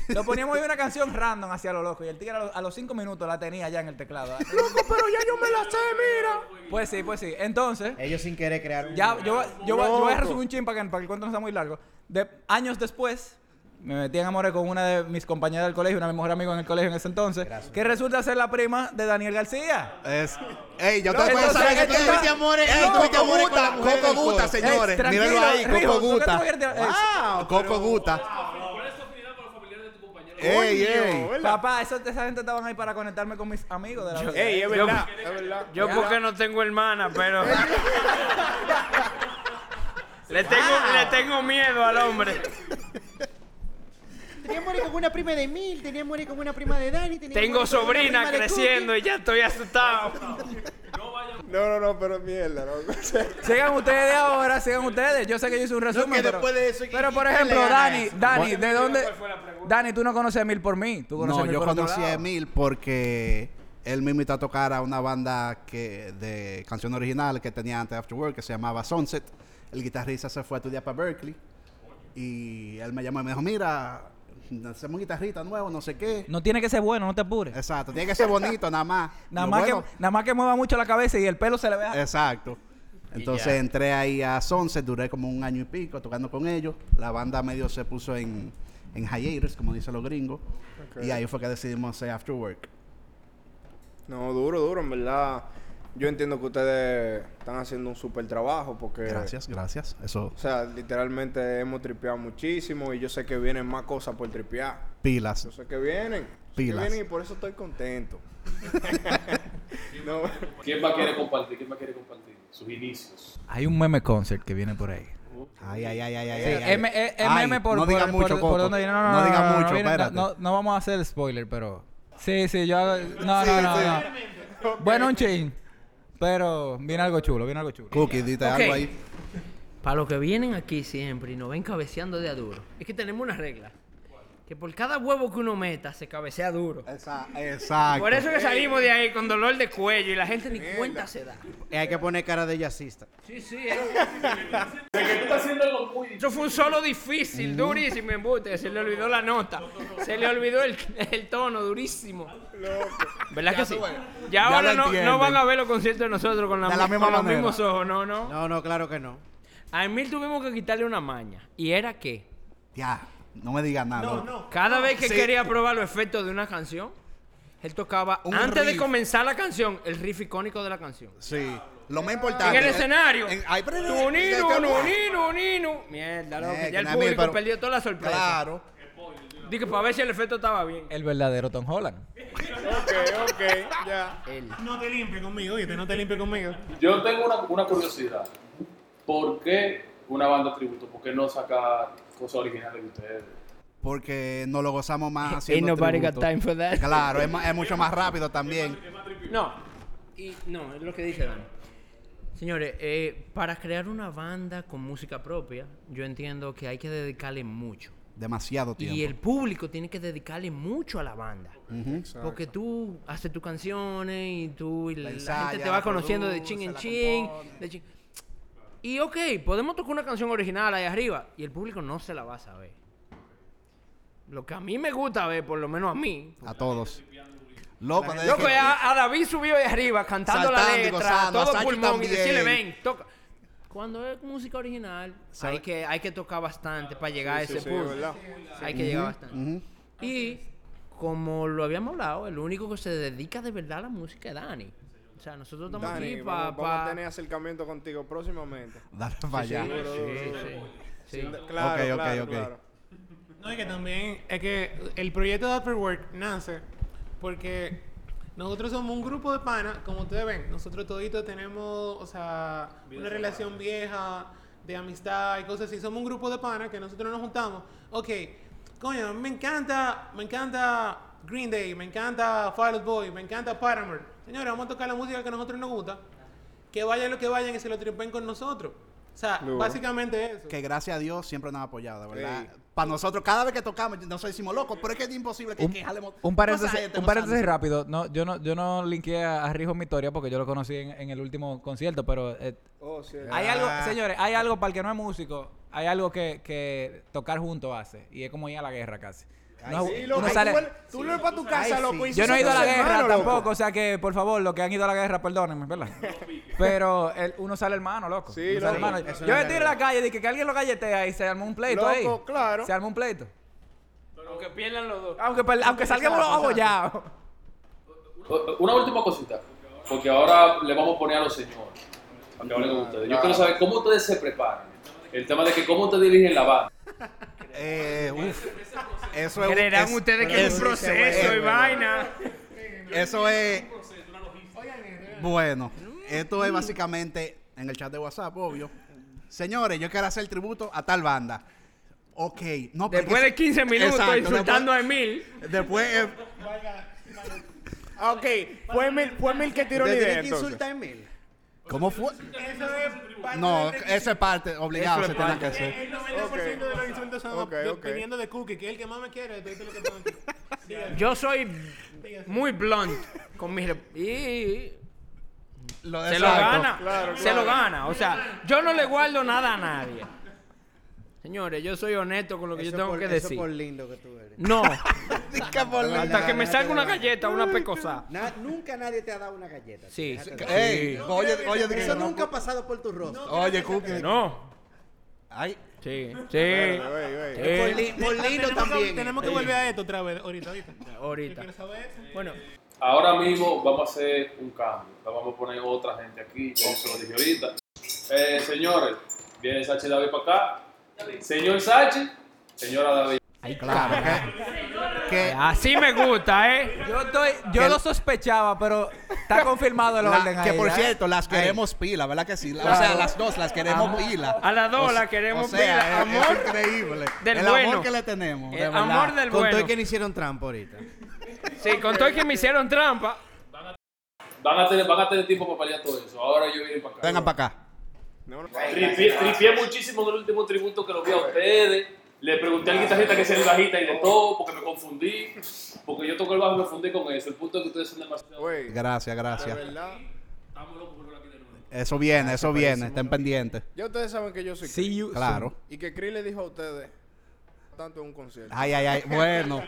Speaker 6: lo poníamos ahí una canción random hacia lo loco. Y el tigre a, lo- a los cinco minutos la tenía ya en el teclado. ¿eh? Loco, pero ya yo me la sé, mira. Pues sí, pues sí. Entonces.
Speaker 3: Ellos sin querer crearon.
Speaker 6: Ya, yo, voy- yo voy- yo voy a
Speaker 2: Loco.
Speaker 6: resumir un chin para que, para que el cuento no sea muy largo. De, años después, me metí en amores con una de mis compañeras del colegio, una de mis mejores amigos en el colegio en ese entonces, que resulta ser la prima de Daniel García.
Speaker 7: Es... Ey, yo te
Speaker 6: Entonces,
Speaker 7: puedo saber que tú
Speaker 6: es que
Speaker 7: tuviste
Speaker 6: está-
Speaker 7: amores.
Speaker 6: no,
Speaker 7: Ey, tuviste
Speaker 6: Coco
Speaker 7: amores con
Speaker 6: Guta,
Speaker 7: la mujer
Speaker 6: Coco
Speaker 7: Coco Guta,
Speaker 6: Ey,
Speaker 7: señores.
Speaker 6: tranquilo,
Speaker 7: Mírenlo ahí,
Speaker 6: Rijo,
Speaker 7: Coco
Speaker 6: ¿tú qué te
Speaker 7: Guta.
Speaker 6: vas a quedar- Ey,
Speaker 7: Coco Guta.
Speaker 1: ¿Cuál es tu afinidad con los familiares de tu compañero?
Speaker 7: Ey, ey.
Speaker 6: Papá, eso- esa gente estaban ahí para conectarme con mis amigos de la
Speaker 2: Ey, es verdad. Es verdad.
Speaker 4: Yo porque no tengo hermana, pero... le, tengo, le tengo miedo al hombre.
Speaker 9: Tenía morir con una prima de Mil, tenía morir con una prima de Dani. tenía
Speaker 4: Tengo
Speaker 9: morir con una
Speaker 4: sobrina
Speaker 9: prima de
Speaker 4: creciendo y ya estoy asustado.
Speaker 2: No, no, no, pero mierda, loco.
Speaker 6: Sigan ustedes de ahora, sigan ustedes. Yo sé que yo hice un resumen.
Speaker 7: que
Speaker 6: pero,
Speaker 7: después de eso, ¿quién-
Speaker 6: pero, por
Speaker 7: quién le
Speaker 6: ejemplo,
Speaker 7: gana
Speaker 6: Dani,
Speaker 7: eso?
Speaker 6: Dani, ¿de dónde? Dani, tú no conoces a Emil por mí. Tú conoces a
Speaker 7: No,
Speaker 6: Emil
Speaker 7: yo
Speaker 6: por otro
Speaker 7: conocí a
Speaker 6: lado.
Speaker 7: Emil porque él me invitó a tocar a una banda que, de canción original que tenía antes de After Work que se llamaba Sunset. El guitarrista se fue a estudiar para Berkeley y él me llamó y me dijo, mira, hacemos un guitarrista nuevo, no sé qué.
Speaker 6: No tiene que ser bueno, no te apures.
Speaker 7: Exacto, tiene que ser bonito nada más.
Speaker 6: Nada
Speaker 7: Yo,
Speaker 6: más,
Speaker 7: bueno,
Speaker 6: que, nada más que mueva mucho la cabeza y el pelo se le vea.
Speaker 7: Exacto. Entonces entré ahí a Sunset, duré como un año y pico tocando con ellos. La banda medio se puso en, en hiatus, como dicen los gringos. Y ahí fue que decidimos hacer After Work.
Speaker 2: No, duro, duro, en verdad. Yo entiendo que ustedes están haciendo un súper trabajo porque...
Speaker 7: Gracias, gracias. Eso,
Speaker 2: O sea, literalmente hemos tripeado muchísimo y yo sé que vienen más cosas por tripear.
Speaker 7: pilas.
Speaker 2: Yo sé que vienen. sé que
Speaker 7: Pilas.
Speaker 2: vienen y por eso estoy contento. no,
Speaker 1: ¿Quién va a querer compartir? ¿Quién va a querer compartir? Sus inicios.
Speaker 6: Hay un meme concert que viene por ahí.
Speaker 7: Ay, ay, ay, ay, ay. ay, ay.
Speaker 6: M eh,
Speaker 7: Ay,
Speaker 6: MM por,
Speaker 7: no
Speaker 6: por-
Speaker 7: diga
Speaker 6: por-
Speaker 7: mucho,
Speaker 6: por
Speaker 7: Coco.
Speaker 6: dónde viene. No, no,
Speaker 7: No
Speaker 6: no,
Speaker 7: diga
Speaker 6: no, no,
Speaker 7: mucho,
Speaker 6: no, no,
Speaker 7: espérate.
Speaker 6: No, no vamos a hacer el spoiler, pero. Sí, sí, yo hago. No, no, no, no. Bueno, un chin. Pero viene algo chulo, viene algo chulo.
Speaker 7: Cookie, dite
Speaker 4: Ok.
Speaker 7: algo ahí.
Speaker 4: Para los que vienen aquí siempre y nos ven cabeceando de a duro, es que tenemos una regla. Que por cada huevo que uno meta, se cabecea duro.
Speaker 7: exacto.
Speaker 4: Por eso que salimos de ahí con dolor de cuello y la gente ni cuenta se da.
Speaker 3: Y Eh, hay que poner cara de jazzista.
Speaker 4: Sí, sí. eh.
Speaker 1: O sea, que tú estás haciendo algo muy difícil.
Speaker 4: Eso fue un solo
Speaker 7: Mm.
Speaker 4: difícil, durísimo, embuste. Se le olvidó la nota. Se le olvidó el, el tono, durísimo. ¿Verdad que sí? Ya
Speaker 7: Ya
Speaker 4: ahora
Speaker 7: lo
Speaker 4: no, no
Speaker 7: entienden.
Speaker 4: van a ver los conciertos de nosotros con, la
Speaker 7: De
Speaker 4: mi-
Speaker 7: la misma
Speaker 4: con los
Speaker 7: manera.
Speaker 4: mismos ojos, no, no.
Speaker 3: No, no, claro que no.
Speaker 4: A Emil tuvimos que quitarle una maña. ¿Y era que
Speaker 7: Ya, no me digas nada.
Speaker 5: No, no.
Speaker 4: Cada vez que quería probar los efectos de una canción, él tocaba,
Speaker 7: Un
Speaker 4: antes de
Speaker 7: riff.
Speaker 4: comenzar la canción, el riff icónico de la canción.
Speaker 7: Sí. Lo más
Speaker 4: En
Speaker 7: importante.
Speaker 4: el escenario.
Speaker 7: En- ay, pero-
Speaker 4: Tunino, nunino, nino. Mierda, loco.
Speaker 7: Eh,
Speaker 4: Ya el
Speaker 7: nada, mira,
Speaker 4: público
Speaker 7: pero-
Speaker 4: perdió toda la sorpresa.
Speaker 7: Claro.
Speaker 4: Dije, para ver si el efecto estaba bien.
Speaker 6: El verdadero Tom Holland.
Speaker 2: ok, ok, ya.
Speaker 5: No te limpie conmigo, oye, no te limpie conmigo.
Speaker 1: Yo tengo una, una curiosidad. ¿Por qué una banda tributo? ¿Por qué no sacar cosas originales de ustedes?
Speaker 7: Porque nos lo gozamos más haciendo
Speaker 4: nobody got
Speaker 7: tributo.
Speaker 4: time for that.
Speaker 7: Claro, es, ma- es mucho más rápido también.
Speaker 4: No. Y no, es lo que dice Dani. Señores, eh, para crear una banda con música propia, yo entiendo que hay que dedicarle mucho.
Speaker 7: Demasiado tiempo.
Speaker 4: Y el público tiene que dedicarle mucho a la banda.
Speaker 7: Ujú.
Speaker 4: Porque tú haces tus canciones y tú y la,
Speaker 7: ensaya,
Speaker 4: gente te va
Speaker 7: la
Speaker 4: conociendo de
Speaker 7: produce,
Speaker 4: ching en
Speaker 7: la
Speaker 4: ching.
Speaker 7: compone.
Speaker 4: de chin- Y ok, podemos tocar una canción original ahí arriba y el público no se la va a saber. Lo que a mí me gusta ver, por lo menos a mí.
Speaker 7: A todos. Loco, desde
Speaker 4: Loco,
Speaker 7: que-
Speaker 4: a, a David subió de arriba cantando la
Speaker 7: Saltando y
Speaker 4: letra,
Speaker 7: gozando, a
Speaker 4: todo
Speaker 7: Sachi
Speaker 4: pulmón y decirle,
Speaker 7: también.
Speaker 4: ven, toca. Cuando es música original, hay
Speaker 7: ¿Sabe?
Speaker 4: que, hay que tocar bastante para llegar a ese
Speaker 2: sí,
Speaker 4: punto.
Speaker 2: ¿verdad?
Speaker 4: Hay que llegar bastante. Y como lo habíamos hablado, el único que se dedica de verdad a la música es Dani. O sea, nosotros estamos
Speaker 2: Dani,
Speaker 4: aquí
Speaker 2: vamos,
Speaker 4: para...
Speaker 2: vamos a tener acercamiento contigo próximamente.
Speaker 7: Dale para allá.
Speaker 2: Duro, duro, duro.
Speaker 4: Sí.
Speaker 5: Sí.
Speaker 2: Claro,
Speaker 7: Ok, ok,
Speaker 2: claro,
Speaker 7: ok.
Speaker 2: claro.
Speaker 5: No, y que también es que el proyecto de After Work nace porque nosotros somos un grupo de panas, como ustedes ven, nosotros toditos tenemos, o sea, una relación vieja de amistad y cosas así. Somos un grupo de panas que nosotros nos juntamos. Ok, coño, a mí me encanta, me encanta Green Day, me encanta Fall Out Boy, me encanta Paramore. Señores, vamos a tocar la música que a nosotros nos gusta. Que vayan lo que vayan y se lo tripen con nosotros. O sea,
Speaker 2: Duro.
Speaker 5: básicamente eso.
Speaker 7: Que gracias a Dios siempre nos ha apoyado, de ¿verdad?
Speaker 2: Sí.
Speaker 7: Para nosotros, cada vez que tocamos, nosotros decimos locos, pero es que es imposible que,
Speaker 6: Un,
Speaker 7: que jalemos.
Speaker 6: un paréntesis,
Speaker 7: Pasa este,
Speaker 6: un
Speaker 7: no
Speaker 6: paréntesis
Speaker 7: sale.
Speaker 6: rápido. No, yo no, yo no linké a, a Rijo en mi historia porque yo lo conocí en, en el último concierto, pero eh,
Speaker 2: Oh, sí.
Speaker 6: hay algo,
Speaker 7: Ah.
Speaker 6: señores, hay algo para el que no es músico, hay algo que, que tocar junto hace y es como ir a la guerra casi. No,
Speaker 2: Sí,
Speaker 6: uno
Speaker 2: loco, tú
Speaker 6: sale-
Speaker 2: vuel- Tú vuelves para tu casa, loco. y
Speaker 6: yo no he
Speaker 2: se-
Speaker 6: ido a la
Speaker 2: hermano,
Speaker 6: guerra
Speaker 2: loco.
Speaker 6: tampoco, o sea que por favor, los que han ido a la guerra, perdónenme, ¿verdad? Pero el- uno sale hermano, loco.
Speaker 2: Sí,
Speaker 6: Uno sale
Speaker 2: loco.
Speaker 6: hermano.
Speaker 2: Eso
Speaker 6: Yo
Speaker 2: no
Speaker 6: me
Speaker 2: es
Speaker 6: tiro a la calle, dije que alguien lo galletea y se armó un pleito
Speaker 2: Loco,
Speaker 6: ahí.
Speaker 2: claro.
Speaker 6: Se armó un pleito.
Speaker 1: Pero que pierdan los dos.
Speaker 6: Aunque, per- aunque salgamos los abollados.
Speaker 1: Una última cosita, porque ahora le vamos a poner a los señores, a que hablen con ustedes. Yo quiero saber cómo ustedes se preparan. El tema de que cómo ustedes dirigen la banda.
Speaker 7: Eh, uf. Eso es.
Speaker 4: Creerán
Speaker 7: es-
Speaker 4: ustedes que es un proceso y vaina.
Speaker 7: Eso es. Bueno, esto es básicamente en el chat de WhatsApp, obvio. Señores, yo quiero hacer tributo a tal banda. Ok, no pero
Speaker 4: Después
Speaker 7: que-
Speaker 4: de 15 minutos
Speaker 7: Exacto,
Speaker 4: insultando a Emil.
Speaker 7: Después, después eh,
Speaker 2: Ah, ok. Fue Emil, fue Emil que tiró la
Speaker 7: Ustedes
Speaker 2: idea.
Speaker 7: tienen que
Speaker 2: entonces.
Speaker 7: insultar ¿cómo fue?
Speaker 5: Eso es parte
Speaker 7: No,
Speaker 5: del
Speaker 7: eso es parte, obligado se tiene que
Speaker 5: El
Speaker 7: hacer.
Speaker 5: el 90% de los insultos son
Speaker 2: Ok, ok.
Speaker 5: dependiendo de Cookie, que es el que más me quiere. de todo lo que tengo aquí. Dígame.
Speaker 4: Yo soy muy blunt con mis... rep- Y
Speaker 7: Lo
Speaker 4: se lo
Speaker 7: exacto.
Speaker 4: gana. Se lo gana. O sea, yo no le guardo nada a nadie. Señores, yo soy honesto con lo que
Speaker 3: Eso
Speaker 4: yo tengo
Speaker 3: por-
Speaker 4: que
Speaker 3: eso
Speaker 4: decir.
Speaker 3: por lindo que tú eres.
Speaker 4: No,
Speaker 7: Dica por la-
Speaker 4: hasta que me salga una galleta o una pecosa.
Speaker 3: Na- nunca nadie te ha dado una galleta.
Speaker 4: Sí,
Speaker 3: Déjate
Speaker 4: sí,
Speaker 3: de-
Speaker 7: Ey, oye, oye, diga,
Speaker 3: Eso
Speaker 7: no,
Speaker 3: nunca ha pasado por tu rostro.
Speaker 7: Oye, Cookie.
Speaker 4: No.
Speaker 7: Ay,
Speaker 4: Sí, sí.
Speaker 2: Ey, ey.
Speaker 4: sí.
Speaker 3: Por, li- por lindo
Speaker 5: Tenemos que-
Speaker 3: también.
Speaker 5: Tenemos que volver a esto otra vez, ahorita, ahorita. Yo
Speaker 4: Ahorita.
Speaker 5: quiero saber.
Speaker 4: Bueno,
Speaker 1: Ahora mismo vamos a hacer un cambio. Vamos a poner otra gente aquí, como se lo dije ahorita. Eh, señores, viene Sachi David para acá. Señor Sachi, señora David.
Speaker 7: claro, que, que
Speaker 4: así me gusta, ¿eh?
Speaker 6: Yo estoy, yo
Speaker 7: Que-
Speaker 6: lo sospechaba, pero está confirmado el
Speaker 7: La-
Speaker 6: orden
Speaker 7: que
Speaker 6: ahí,
Speaker 7: por
Speaker 6: ¿eh?
Speaker 7: cierto, las
Speaker 6: Ahí.
Speaker 7: queremos pila, ¿verdad que sí? La- O sea, las dos las queremos pila.
Speaker 4: A las dos
Speaker 7: O
Speaker 4: las
Speaker 7: se-
Speaker 4: queremos
Speaker 7: o sea,
Speaker 4: pila.
Speaker 7: es- es
Speaker 4: Amor
Speaker 7: increíble.
Speaker 4: del
Speaker 7: el
Speaker 4: bueno.
Speaker 7: amor que le tenemos. de
Speaker 4: El
Speaker 7: verdad.
Speaker 4: amor del
Speaker 3: Con todo
Speaker 4: bueno.
Speaker 3: y que no hicieron trampa ahorita.
Speaker 4: Sí, con todo y que me hicieron trampa.
Speaker 1: Van a tener, van a tener tiempo para paliar todo eso. Ahora yo vine para acá.
Speaker 7: Vengan para acá.
Speaker 1: Tripié, tripié muchísimo en el último tributo que lo vi a ustedes. Le pregunté al guitarrista que es el bajista y de todo, porque me confundí. Porque yo toco el bajo y me confundí con eso. El punto es que ustedes son demasiado.
Speaker 2: Güey,
Speaker 7: Gracias,
Speaker 2: de
Speaker 7: gracias.
Speaker 2: verdad.
Speaker 1: Estamos locos por verlo aquí de nuevo.
Speaker 7: Eso viene, eso viene. Estén pendientes.
Speaker 2: Ya ustedes saben que yo soy
Speaker 6: See
Speaker 2: Chris.
Speaker 6: you
Speaker 7: Claro.
Speaker 2: Y que Chris le dijo a ustedes tanto en un concierto.
Speaker 7: Ay, ay, ay. Bueno,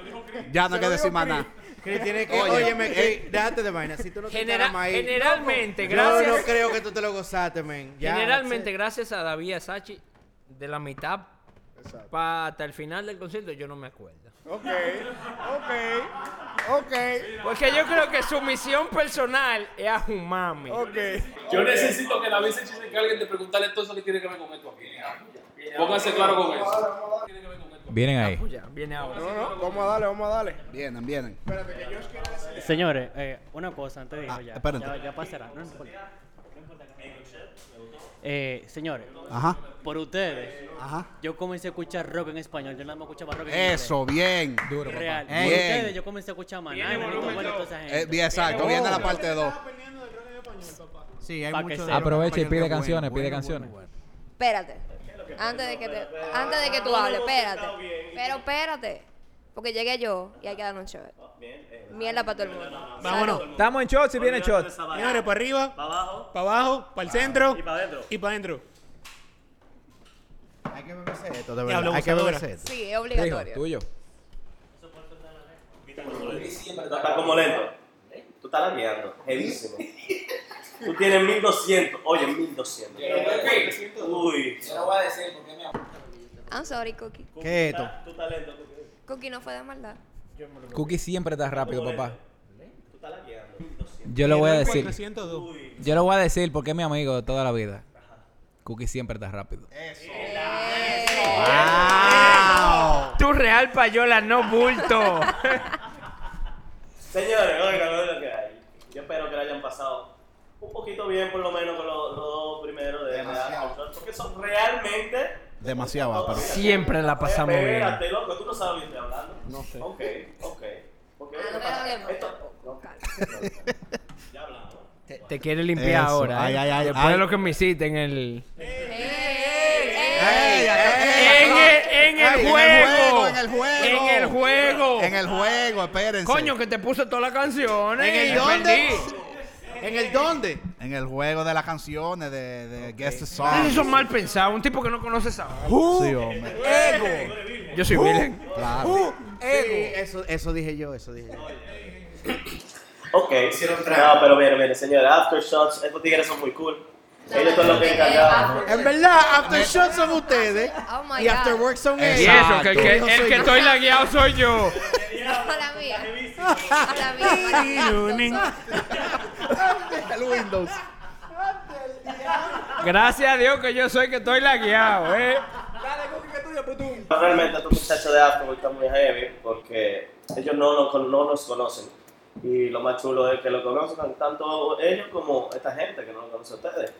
Speaker 7: ya no hay que decir más nada.
Speaker 3: Que tiene que,
Speaker 7: Oye,
Speaker 3: oye, óyeme, que- déjate de vaina. Si tú no te
Speaker 4: Genera-
Speaker 3: encaras ahí,
Speaker 4: generalmente,
Speaker 3: yo
Speaker 4: gracias.
Speaker 3: no creo que tú te lo gozaste, men. Ya,
Speaker 4: Generalmente,
Speaker 3: sí.
Speaker 4: gracias a David y a Sachi, de la mitad
Speaker 2: Exacto.
Speaker 4: pa- hasta el final del concierto, yo no me acuerdo.
Speaker 2: Ok, ok, ok,
Speaker 4: Porque yo creo que su misión personal es ajumarme.
Speaker 2: ok.
Speaker 1: Yo necesito que David se se encargue de preguntarle todo eso que tiene que ver con esto aquí. Pónganse claro con eso.
Speaker 6: Vienen ahí.
Speaker 4: Ah, pues Ya, viene ahora.
Speaker 2: No, no, vamos a darle, vamos a darle.
Speaker 7: Vienen, vienen.
Speaker 8: Señores, eh, una cosa antes de ir
Speaker 7: Ah,
Speaker 8: ya,
Speaker 7: espérate.
Speaker 8: ya. Ya pasará. No importa. Eh, señores,
Speaker 7: Ajá,
Speaker 8: por ustedes,
Speaker 7: ajá.
Speaker 8: yo comencé a escuchar rock en español. Yo nada más escuchaba rock en inglés.
Speaker 7: Eso, bien.
Speaker 6: Duro, papá.
Speaker 8: Real.
Speaker 7: Ey.
Speaker 8: Por ustedes, yo comencé a escuchar Maná, Benito Juárez, toda esa gente.
Speaker 7: Eh, bien, exacto. Viene la parte 2.
Speaker 3: Sí, hay
Speaker 8: Pa'
Speaker 3: mucho
Speaker 8: que
Speaker 3: de
Speaker 8: sepa.
Speaker 6: Aprovecha y
Speaker 3: lo que acompaña
Speaker 6: pide
Speaker 3: el bueno,
Speaker 6: canciones,
Speaker 3: bueno,
Speaker 6: pide
Speaker 3: bueno,
Speaker 6: canciones.
Speaker 3: bueno.
Speaker 10: Espérate. Antes de que te, antes de que tú hables, espérate. Pero espérate. Porque llegué yo y hay que dar un show. Mierda para todo el mundo.
Speaker 5: Vámonos.
Speaker 10: Salud.
Speaker 6: Estamos en shots y viene shots.
Speaker 5: Señores, para arriba, para abajo, para el centro y para adentro. Y para adentro.
Speaker 3: Hay que beberse esto, de
Speaker 5: Diablo,
Speaker 3: verdad. Hay que
Speaker 5: abusadora.
Speaker 3: beberse esto.
Speaker 10: Sí, es
Speaker 6: Rijo,
Speaker 10: obligatorio.
Speaker 6: tuyo.
Speaker 11: Está como lento. Tú estás lameando. Heavísimo. Tú tienes 1200. Oye, 1200. Uy.
Speaker 10: I'm sorry, Cookie.
Speaker 3: ¿Qué es esto?
Speaker 11: Tu talento.
Speaker 10: Cookie no fue de maldad.
Speaker 6: Cookie siempre está rápido, papá.
Speaker 11: Tú estás lameando. 1200.
Speaker 6: Yo lo voy a decir.
Speaker 5: 402.
Speaker 6: Yo lo voy a decir porque es mi amigo de toda la vida. Cookie siempre está rápido.
Speaker 10: Eh,
Speaker 4: Tu real payola no bulto.
Speaker 12: Señores, oigan, oigan lo que hay. Yo espero que lo hayan pasado un poquito bien, por lo menos, con los, los dos primeros de Real Control, porque son realmente.
Speaker 7: Demasiado, pero.
Speaker 4: Siempre la pasamos bien.
Speaker 12: Espérate, loco, tú no sabes bien hablando.
Speaker 7: No sé.
Speaker 12: Ok, ok. Porque
Speaker 13: Ah, no hablemos tampoco.
Speaker 12: Ya hablamos.
Speaker 4: Te, te quiere limpiar
Speaker 7: Eso,
Speaker 4: ahora.
Speaker 7: ay,
Speaker 4: ¿eh?
Speaker 7: ay, ay,
Speaker 4: Después
Speaker 7: ay.
Speaker 4: de lo que me hiciste en el.
Speaker 13: ¡Ey!
Speaker 4: En el, en el
Speaker 7: Ey, en el
Speaker 4: juego.
Speaker 7: juego, en el juego.
Speaker 4: En el juego.
Speaker 7: En el juego, espérense.
Speaker 4: Coño, que te puse todas las canciones.
Speaker 14: ¿En el
Speaker 4: y
Speaker 14: dónde?
Speaker 4: perdí.
Speaker 14: ¿En el dónde?
Speaker 7: En el juego de las canciones, de, de Guess the Song.
Speaker 4: Ustedes son mal pensados. Un tipo que no conoce esa.
Speaker 7: Sí, hombre.
Speaker 6: Ego.
Speaker 4: Yo soy Willen.
Speaker 7: Claro.
Speaker 3: eso, eso dije yo, eso dije yo.
Speaker 12: Ok. No, pero miren, miren, señores, Aftershots, estos tigres son muy cool. Ellos son los que encargados.
Speaker 13: En
Speaker 14: verdad, Aftershots son ustedes
Speaker 13: Oh my
Speaker 14: y
Speaker 13: God.
Speaker 14: Afterwork son
Speaker 4: Y
Speaker 14: ellos.
Speaker 4: eso, que el que, el que estoy lagueado soy yo.
Speaker 13: Hola mía. Hola mía. Hola mía.
Speaker 7: El Windows.
Speaker 4: Gracias a Dios que yo soy el que estoy lagueado, ¿eh?
Speaker 12: Realmente estos muchachos de Afterwork están muy heavy porque ellos no nos, con- no nos conocen. Y lo más chulo es que lo conozcan tanto ellos como esta gente que no lo conoce a ustedes.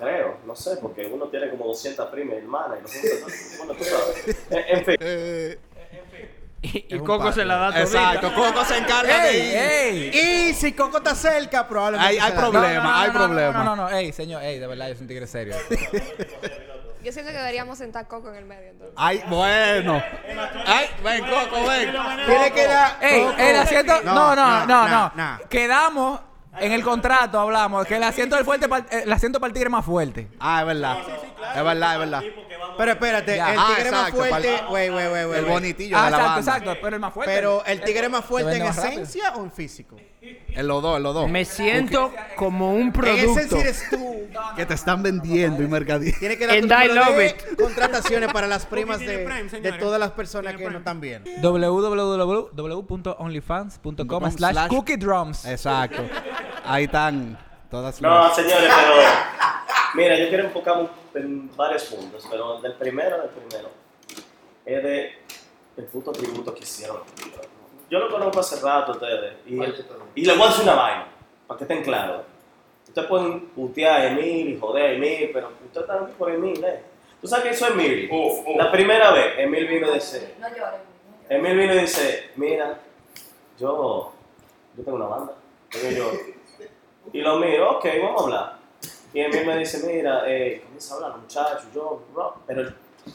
Speaker 12: Creo, no sé, porque uno tiene como 200 primas y hermanas y los juntos, ¿no? Bueno, tú sabes. En, en fin.
Speaker 7: Eh,
Speaker 4: Y, y Coco se la da todita.
Speaker 7: Exacto, Coco se encarga de ir.
Speaker 10: Y si Coco está cerca, probablemente.
Speaker 7: Hay, hay
Speaker 10: será.
Speaker 7: problema,
Speaker 6: No, no, no,
Speaker 7: hay
Speaker 6: no, no,
Speaker 7: problema.
Speaker 6: No, no, no, ey, señor, ey, de verdad, yo soy un tigre serio.
Speaker 13: Yo siento que deberíamos sentar Coco en el medio entonces.
Speaker 7: Ay, bueno. Ay, ven, Coco, ven.
Speaker 10: Tiene que dar.
Speaker 6: Ey, el asiento. No, no, no, no.
Speaker 3: nah, nah.
Speaker 6: Quedamos en el contrato, hablamos, que el asiento del fuerte, pal- el asiento para el tigre es más fuerte.
Speaker 7: Ah, es verdad. Es verdad, es verdad.
Speaker 3: Pero espérate,
Speaker 6: Ya.
Speaker 3: el
Speaker 7: Ah,
Speaker 3: tigre más
Speaker 7: exacto,
Speaker 3: fuerte.
Speaker 7: pal-
Speaker 3: Güey, güey, güey, güey,
Speaker 7: El
Speaker 3: güey.
Speaker 7: bonitillo
Speaker 6: ah,
Speaker 7: de la
Speaker 6: exacto,
Speaker 7: banda.
Speaker 6: exacto, pero el más fuerte.
Speaker 3: Pero el tigre más fuerte
Speaker 6: Se
Speaker 3: en
Speaker 6: vende más
Speaker 3: esencia o en físico?
Speaker 7: En los dos, en los dos.
Speaker 4: Me siento como un
Speaker 3: En
Speaker 4: producto.
Speaker 3: esencia eres tú.
Speaker 7: Que te están vendiendo y mercadillo.
Speaker 3: Tiene que dar
Speaker 4: And
Speaker 3: tu
Speaker 4: I
Speaker 3: número
Speaker 4: love
Speaker 3: de
Speaker 4: it.
Speaker 3: contrataciones para las primas
Speaker 5: Porque
Speaker 3: de,
Speaker 5: tiene Prime,
Speaker 3: de
Speaker 5: señores.
Speaker 3: todas las personas
Speaker 5: Tiene
Speaker 3: que
Speaker 5: Prime.
Speaker 3: no están viendo.
Speaker 6: www.onlyfans.com slash
Speaker 7: slash-
Speaker 6: cookie drums.
Speaker 7: Exacto. Ahí están todas
Speaker 12: No, señores, pero. Mira, yo quiero enfocarme en varios puntos, pero del primero, del primero. Es de. El puto tributo que hicieron. Yo lo conozco hace rato a ustedes. Y, y les voy a decir una vaina, para que estén claros. Ustedes pueden putear a Emil y joder a Emil, pero ustedes están aquí por Emil, ¿eh? ¿Tú sabes qué hizo Emil? La primera vez, Emil vino de ser.
Speaker 13: No llores.
Speaker 12: Emil vino y dice, mira, yo, yo tengo una banda. Digo yo, y lo miro, ok, vamos a hablar. Y Emil me dice, mira, eh, comienza a hablar, muchacho, yo, bro. Pero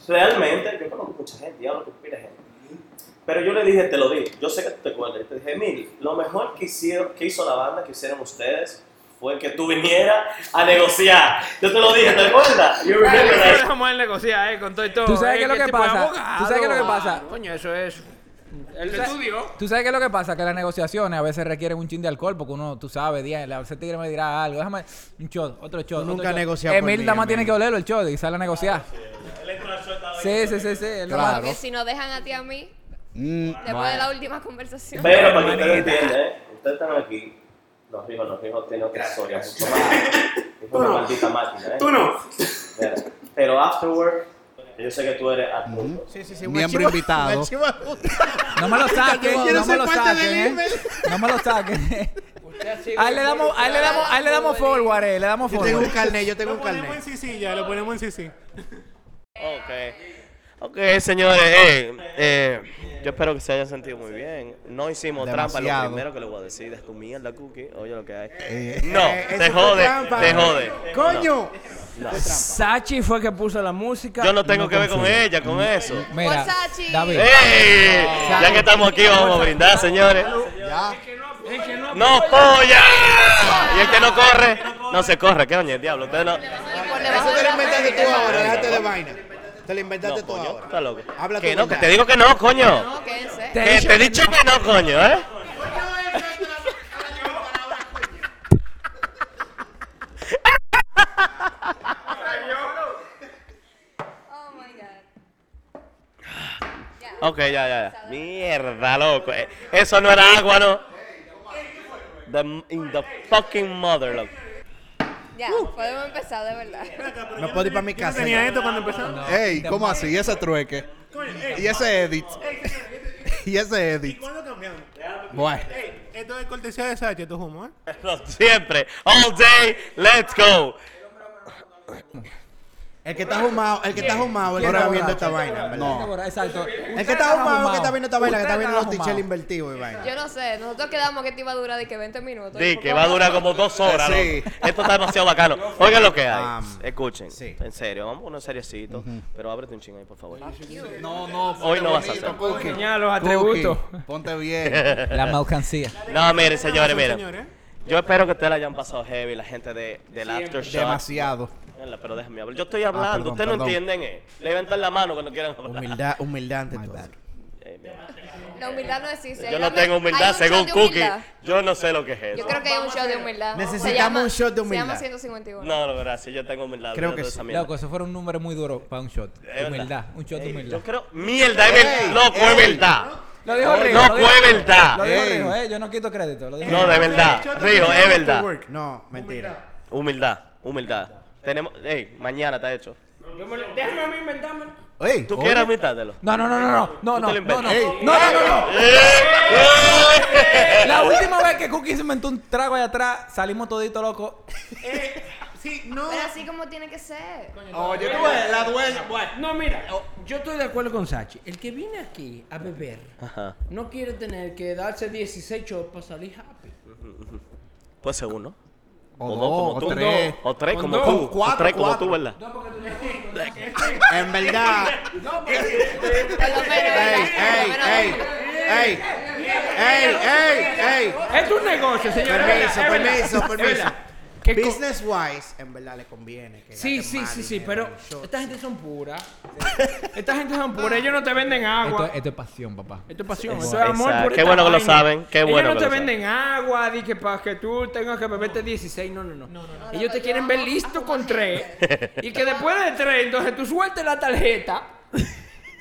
Speaker 12: realmente, yo conozco mucha gente, yo hablo con pila de gente. Pero yo le dije, te lo digo, yo sé que tú te acuerdas. Te dije, Emil, lo mejor que, hicieron, que hizo la banda, que hicieron ustedes, fue que tú vinieras a negociar. Yo te lo dije, ¿te acuerdas? You remember that.
Speaker 4: Vamos a negociar, eh, con todo y todo.
Speaker 6: ¿Tú sabes
Speaker 4: eh,
Speaker 6: qué es lo
Speaker 4: que
Speaker 6: que
Speaker 4: este tipo es
Speaker 6: pasa?
Speaker 4: abogado.
Speaker 6: ¿Tú sabes qué es lo que pasa?
Speaker 4: Coño, eso es. El
Speaker 6: sabes-
Speaker 4: estudio.
Speaker 6: ¿Tú sabes qué es lo que pasa? Que las negociaciones a veces requieren un chin de alcohol porque uno, tú sabes, día, a veces el tigre me dirá algo, déjame un shot, otro shot.
Speaker 3: nunca
Speaker 6: otro
Speaker 3: has
Speaker 6: shot.
Speaker 3: negociado por
Speaker 6: Emil
Speaker 3: mí,
Speaker 6: nada más
Speaker 3: Emil.
Speaker 6: tiene que olerlo el shot y sale a negociar. Sí, sí, sí, sí. él nada más-
Speaker 7: Claro.
Speaker 13: Porque si nos dejan a ti y a mí,
Speaker 3: Mm,
Speaker 13: después de la última conversación.
Speaker 12: Pero para que ustedes entiendan, ¿eh? ustedes están aquí. Los hijos, los hijos tienen otra historia mucho más. Es una maldita máquina, ¿eh? Tú no. Pero afterward, yo sé que tú eres adulto.
Speaker 3: Sí, sí, sí.
Speaker 7: un Miembro archivo- invitado. un archivo
Speaker 6: No me lo saquen,
Speaker 3: quiero
Speaker 6: no me
Speaker 3: ser
Speaker 6: lo
Speaker 3: parte
Speaker 6: saquen,
Speaker 3: del
Speaker 6: eh.
Speaker 3: email.
Speaker 6: No me lo saquen. Ahí le damos, ahí le damos, ahí le damos forward, eh, le damos
Speaker 3: Yo tengo un
Speaker 6: forward.
Speaker 3: carnet, yo tengo
Speaker 5: Lo
Speaker 3: un
Speaker 5: ponemos en
Speaker 3: carnet.
Speaker 5: CC ya, lo ponemos en CC.
Speaker 12: Ok. Ok, señores, eh, eh, yo espero que se hayan sentido muy bien. No hicimos trampa,
Speaker 7: Demasiado.
Speaker 12: lo primero que les voy a decir es tu mierda, cookie. Oye, lo que hay.
Speaker 7: Eh,
Speaker 12: No,
Speaker 3: Eh,
Speaker 12: te
Speaker 3: eso fue
Speaker 12: jode,
Speaker 3: trampa.
Speaker 12: te jode.
Speaker 3: ¡Coño!
Speaker 12: No,
Speaker 4: Sachi fue que puso la música.
Speaker 12: Yo no tengo que ver con
Speaker 6: confío.
Speaker 12: ella, con eso.
Speaker 6: Mira,
Speaker 13: Versace.
Speaker 6: David.
Speaker 12: ¡Ey! Ya que estamos aquí, vamos a brindar, señores. ¡No polla! Y el que no corre, no se corre, ¿qué coño el diablo? Usted no.
Speaker 13: Y por
Speaker 3: Eso
Speaker 13: debajo
Speaker 3: te
Speaker 13: de
Speaker 3: lo
Speaker 13: la
Speaker 3: inventaste tú
Speaker 13: frente.
Speaker 3: ahora, déjate de vaina. Te lo inventaste
Speaker 12: No,
Speaker 3: tú
Speaker 12: coño,
Speaker 3: ahora.
Speaker 12: está loco.
Speaker 3: Habla
Speaker 12: Que
Speaker 3: tu
Speaker 12: no, que
Speaker 3: verdad.
Speaker 12: te digo que no, coño.
Speaker 13: No, quédense.
Speaker 6: Te
Speaker 12: Que
Speaker 6: he dicho
Speaker 12: te he
Speaker 6: que
Speaker 12: dicho que no, coño, ¿eh?
Speaker 13: Oh my God.
Speaker 12: Ok, ya, ya, ya. Mierda, loco. Eh, Eso no era agua, ¿no? The, in the fucking mother, loco.
Speaker 10: Ya, podemos empezar de verdad.
Speaker 13: Me puedo ir para mi
Speaker 5: Yo no
Speaker 13: casa.
Speaker 5: tenía
Speaker 13: ya.
Speaker 5: esto cuando empezamos.
Speaker 7: Ey, ¿cómo así? ¿Y ese trueque? ¿Y ese edit? ¿Y ese edit?
Speaker 5: ¿Cuándo cambiamos?
Speaker 7: Bueno.
Speaker 5: Ey, esto es cortesía de Sacha, esto es humor.
Speaker 12: Siempre. All day. Let's go.
Speaker 13: El que está jumado, el que está jumado, el que
Speaker 6: ¿Quién
Speaker 13: está
Speaker 6: está
Speaker 13: viendo
Speaker 6: borracho?
Speaker 13: esta vaina.
Speaker 6: ¿Quién está borracho? Exacto.
Speaker 13: El que está jumado, el que está viendo esta vaina, que está
Speaker 6: Usted
Speaker 13: viendo
Speaker 6: está
Speaker 13: los tichel
Speaker 6: jumado.
Speaker 13: invertidos y vaina.
Speaker 10: Yo no sé, nosotros quedamos que te iba a durar de que 20 minutos.
Speaker 12: Di que va a durar como dos horas.
Speaker 10: Sí.
Speaker 12: loco. Esto está demasiado bacano. Oigan lo que hay.
Speaker 15: Um,
Speaker 12: Escuchen. En serio, vamos a uno seriecito. Pero ábrete un chingo ahí, por favor.
Speaker 7: No, no.
Speaker 12: Hoy no vas a hacer.
Speaker 6: Ya, los atributos.
Speaker 7: Ponte bien.
Speaker 6: La malcancía.
Speaker 12: No, miren, señores,
Speaker 5: Señores.
Speaker 12: miren. Yo espero que ustedes la hayan pasado heavy, la gente de, del
Speaker 7: Siempre.
Speaker 12: Aftershock.
Speaker 7: Demasiado.
Speaker 12: Mierda, Pero déjame hablar. Yo estoy hablando,
Speaker 13: perdón,
Speaker 12: ustedes no
Speaker 13: perdón.
Speaker 12: entienden, eh. Levantan la mano cuando quieran hablar.
Speaker 13: Humildad, humildad ante todo.
Speaker 12: Eh, mira,
Speaker 10: La humildad no existe.
Speaker 12: Yo
Speaker 10: Hay
Speaker 12: no
Speaker 10: una-
Speaker 12: tengo
Speaker 10: hay
Speaker 12: humildad,
Speaker 10: un
Speaker 12: según
Speaker 10: shot de
Speaker 12: Cookie.
Speaker 10: humildad.
Speaker 12: Yo no sé lo que es eso.
Speaker 10: Yo creo que hay un show de humildad.
Speaker 13: Necesitamos
Speaker 10: Se llama-
Speaker 13: un shot de
Speaker 10: Se llama
Speaker 6: humildad.
Speaker 10: 151.
Speaker 12: No, no, gracias. Yo tengo humildad.
Speaker 6: Creo
Speaker 12: olvídate
Speaker 6: que
Speaker 12: de
Speaker 6: sí.
Speaker 12: esa mierda.
Speaker 6: Loco, eso fue un número muy duro para un shot.
Speaker 12: verdad.
Speaker 6: Humildad. Un shot de
Speaker 12: Ey,
Speaker 6: humildad.
Speaker 12: yo creo- Mierda, es ver- loco, es verdad.
Speaker 6: Lo dijo
Speaker 12: No,
Speaker 6: Rijo.
Speaker 12: no
Speaker 6: lo dijo-
Speaker 12: fue verdad.
Speaker 6: Lo dijo
Speaker 12: Ey.
Speaker 6: Rijo, eh. Yo no quito crédito. Lo dijo
Speaker 12: No,
Speaker 6: Rijo.
Speaker 12: de verdad. Rijo, es verdad.
Speaker 13: No, mentira.
Speaker 12: Humildad, humildad. Tenemos, ey, mañana está hecho.
Speaker 4: Déjame a mí inventarme.
Speaker 12: Ey, ¿Tú quieres admitártelo?
Speaker 6: No, no, no, no, no, no,
Speaker 12: Tú
Speaker 6: no,
Speaker 12: te lo
Speaker 6: no, no,
Speaker 12: inventas.
Speaker 6: no, no, no, no. La última vez que Cookie se inventó un trago allá atrás, salimos todito loco.
Speaker 5: Sí, no.
Speaker 10: Pero así como tiene que ser.
Speaker 6: Oye, tú ves, la dueña.
Speaker 4: Bueno, No, mira, o- yo estoy de acuerdo con Sachi. El que viene aquí a beber
Speaker 12: Ajá.
Speaker 4: no quiere tener que darse 16 shots para salir happy.
Speaker 12: Puede ser uno.
Speaker 7: O
Speaker 12: dos,
Speaker 7: dos,
Speaker 12: como
Speaker 7: o
Speaker 12: tú.
Speaker 7: tres.
Speaker 12: O tres
Speaker 7: O
Speaker 12: como
Speaker 7: dos.
Speaker 12: tú.
Speaker 7: Cuatro,
Speaker 12: o tres como
Speaker 7: cuatro.
Speaker 12: tú, ¿verdad?
Speaker 13: En verdad. Ey, ey, ey, ey, ey, ey.
Speaker 4: Es un negocio, señores.
Speaker 13: Permiso,
Speaker 4: Es verdad,
Speaker 13: permiso,
Speaker 4: es
Speaker 13: permiso.
Speaker 4: verdad.
Speaker 13: Business wise, en verdad le conviene. que
Speaker 4: Sí,
Speaker 13: gasten
Speaker 4: sí,
Speaker 13: más
Speaker 4: sí, sí,
Speaker 13: dinero
Speaker 4: pero
Speaker 13: en shots.
Speaker 4: esta gente son pura. Esta gente son pura, ellos no te venden agua.
Speaker 6: Esto, esto es pasión, papá.
Speaker 4: Esto es pasión,
Speaker 6: Exacto.
Speaker 4: esto es amor. por
Speaker 12: Qué
Speaker 4: esta
Speaker 12: bueno que lo
Speaker 4: vaina.
Speaker 12: saben, qué bueno que
Speaker 4: Ellos no
Speaker 12: lo
Speaker 4: te
Speaker 12: saben.
Speaker 4: venden agua, di que para que tú tengas que beberte 16. No, no, no. Ellos te quieren ver listo con tres. Y que después de tres, entonces tú sueltes la tarjeta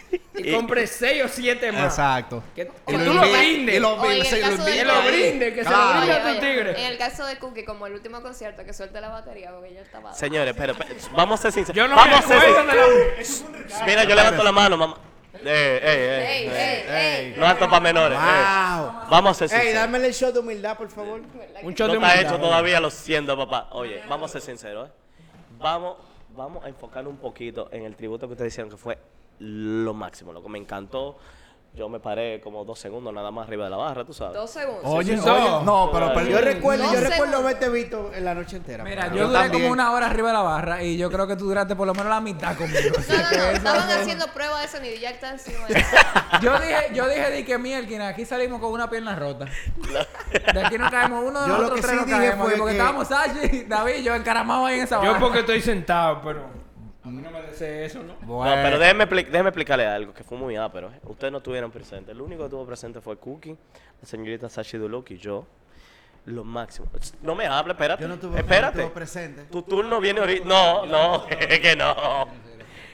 Speaker 4: y compres seis o siete más.
Speaker 7: Exacto.
Speaker 4: Que,
Speaker 7: Y
Speaker 4: que
Speaker 7: lo
Speaker 4: tú lo
Speaker 7: invi-
Speaker 4: brindes.
Speaker 7: y lo
Speaker 10: O en
Speaker 7: brindes,
Speaker 10: el
Speaker 7: y lo
Speaker 10: caso de-
Speaker 4: Que lo brinde, que se lo brinde a tu
Speaker 10: Oye,
Speaker 4: tigre.
Speaker 10: En el caso de Cookie, como el último concierto, que suelta la batería porque ella estaba.
Speaker 12: Señores, pero, pero, vamos a ser sinceros.
Speaker 4: Yo no
Speaker 12: vamos a
Speaker 4: me
Speaker 12: ser
Speaker 4: acuerdo de la-
Speaker 12: sinceros. Mira, yo levanto la mano, mamá. Ey, ey, ey.
Speaker 13: Ey,
Speaker 12: ey,
Speaker 13: ey, ey.
Speaker 12: No esto para menores. ey.
Speaker 13: Wow.
Speaker 12: Vamos a ser
Speaker 13: Ey,
Speaker 12: sinceros.
Speaker 13: dámele el shot de humildad, por favor. Un
Speaker 12: no está hecho todavía, lo siento, papá. Oye, vamos a ser sinceros. ¿eh? Vamos, vamos a enfocar un poquito en el tributo que ustedes hicieron, que fue lo máximo, lo que me encantó. Yo me paré como dos segundos nada más arriba de la barra, tú sabes.
Speaker 10: Dos segundos.
Speaker 7: Oye, oye, no, pero perdón.
Speaker 13: Yo recuerdo, yo
Speaker 10: No
Speaker 13: recuerdo verte visto en la noche entera.
Speaker 6: Mira,
Speaker 13: papá.
Speaker 6: yo duré como una hora arriba de la barra y yo creo que tú duraste por lo menos la mitad conmigo. Así
Speaker 10: No, no,
Speaker 6: que
Speaker 10: no,
Speaker 6: eso-
Speaker 10: estaban haciendo prueba de sonido y ya está encima.
Speaker 6: Yo dije, yo dije de que Mielkin, aquí salimos con una pierna rota. De aquí no caemos uno de
Speaker 13: Yo lo
Speaker 6: nosotros
Speaker 13: que sí
Speaker 6: tres no
Speaker 13: dije
Speaker 6: caemos.
Speaker 13: fue
Speaker 6: y porque
Speaker 13: que-
Speaker 6: estábamos Sachi, David, y yo encaramados ahí en esa barra.
Speaker 4: Yo porque estoy sentado, pero a mí no me desee eso, ¿no?
Speaker 12: No, pero déjeme, expli- déjeme explicarle algo que fue muy ápero. ¿eh? Ustedes no estuvieron presentes. El único que estuvo presente fue Cookie, la señorita Sachi Duluc y yo. Lo máximo. Ch, No me hable, espérate.
Speaker 13: Yo no tuve-
Speaker 12: espérate.
Speaker 13: no tuve presente.
Speaker 12: Tu turno viene ahorita. No, no, es que no.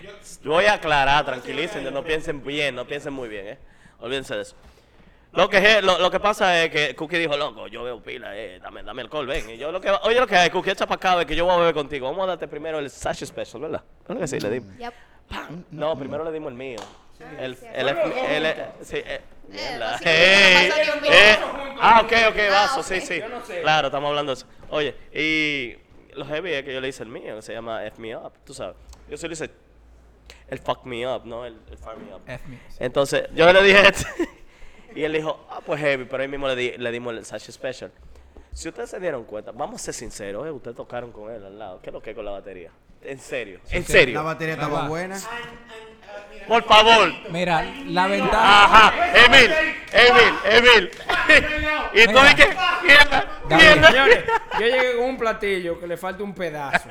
Speaker 12: Yo Voy a aclarar, tranquilícense, no piensen bien, no piensen muy bien, ¿eh? Olvídense de eso. Lo que, es- lo, lo que pasa es que Cookie dijo, loco, yo veo pila, eh, dame, dame alcohol, ven. Y yo lo que, oye, lo que hay, Cookie, echa para acá, ve, que yo voy a beber contigo. Vamos a darte primero el Sachi Special, ¿verdad? ¿Verdad que sí? Le dimos.
Speaker 10: Ya.
Speaker 12: No, primero le dimos el mío. El, el, el, el- sí, eh, mierda.
Speaker 4: vaso,
Speaker 12: Ey,
Speaker 4: vaso de un
Speaker 12: eh,
Speaker 4: vaso junto.
Speaker 12: Ah, ok, ok,
Speaker 4: Ah,
Speaker 12: vaso,
Speaker 4: ok.
Speaker 12: sí, sí.
Speaker 4: Yo no sé.
Speaker 12: Claro, estamos hablando de eso. Oye, y los heavy es que yo le hice el mío, que se llama F Me Up, tú sabes. Yo solo hice el Fuck Me Up, no el, el Fire Me Up.
Speaker 6: F me up, sí.
Speaker 12: Entonces, yo le dije esto. y él dijo, ah, pues heavy, pero ahí mismo le, di- le dimos el Sashi Special. Si ustedes se dieron cuenta, vamos a ser sinceros, eh, ustedes tocaron con él al lado. ¿Qué es lo que es con la batería? En serio, en serio.
Speaker 13: La batería estaba
Speaker 12: Papá.
Speaker 13: buena.
Speaker 12: Por favor.
Speaker 6: Mira, la ventaja.
Speaker 12: Ajá, Ah, Emil, Emil, Emil. y tú
Speaker 4: Mira.
Speaker 12: di que mierda,
Speaker 4: David,
Speaker 12: mierda.
Speaker 4: señores, yo llegué con un platillo que le falta un pedazo.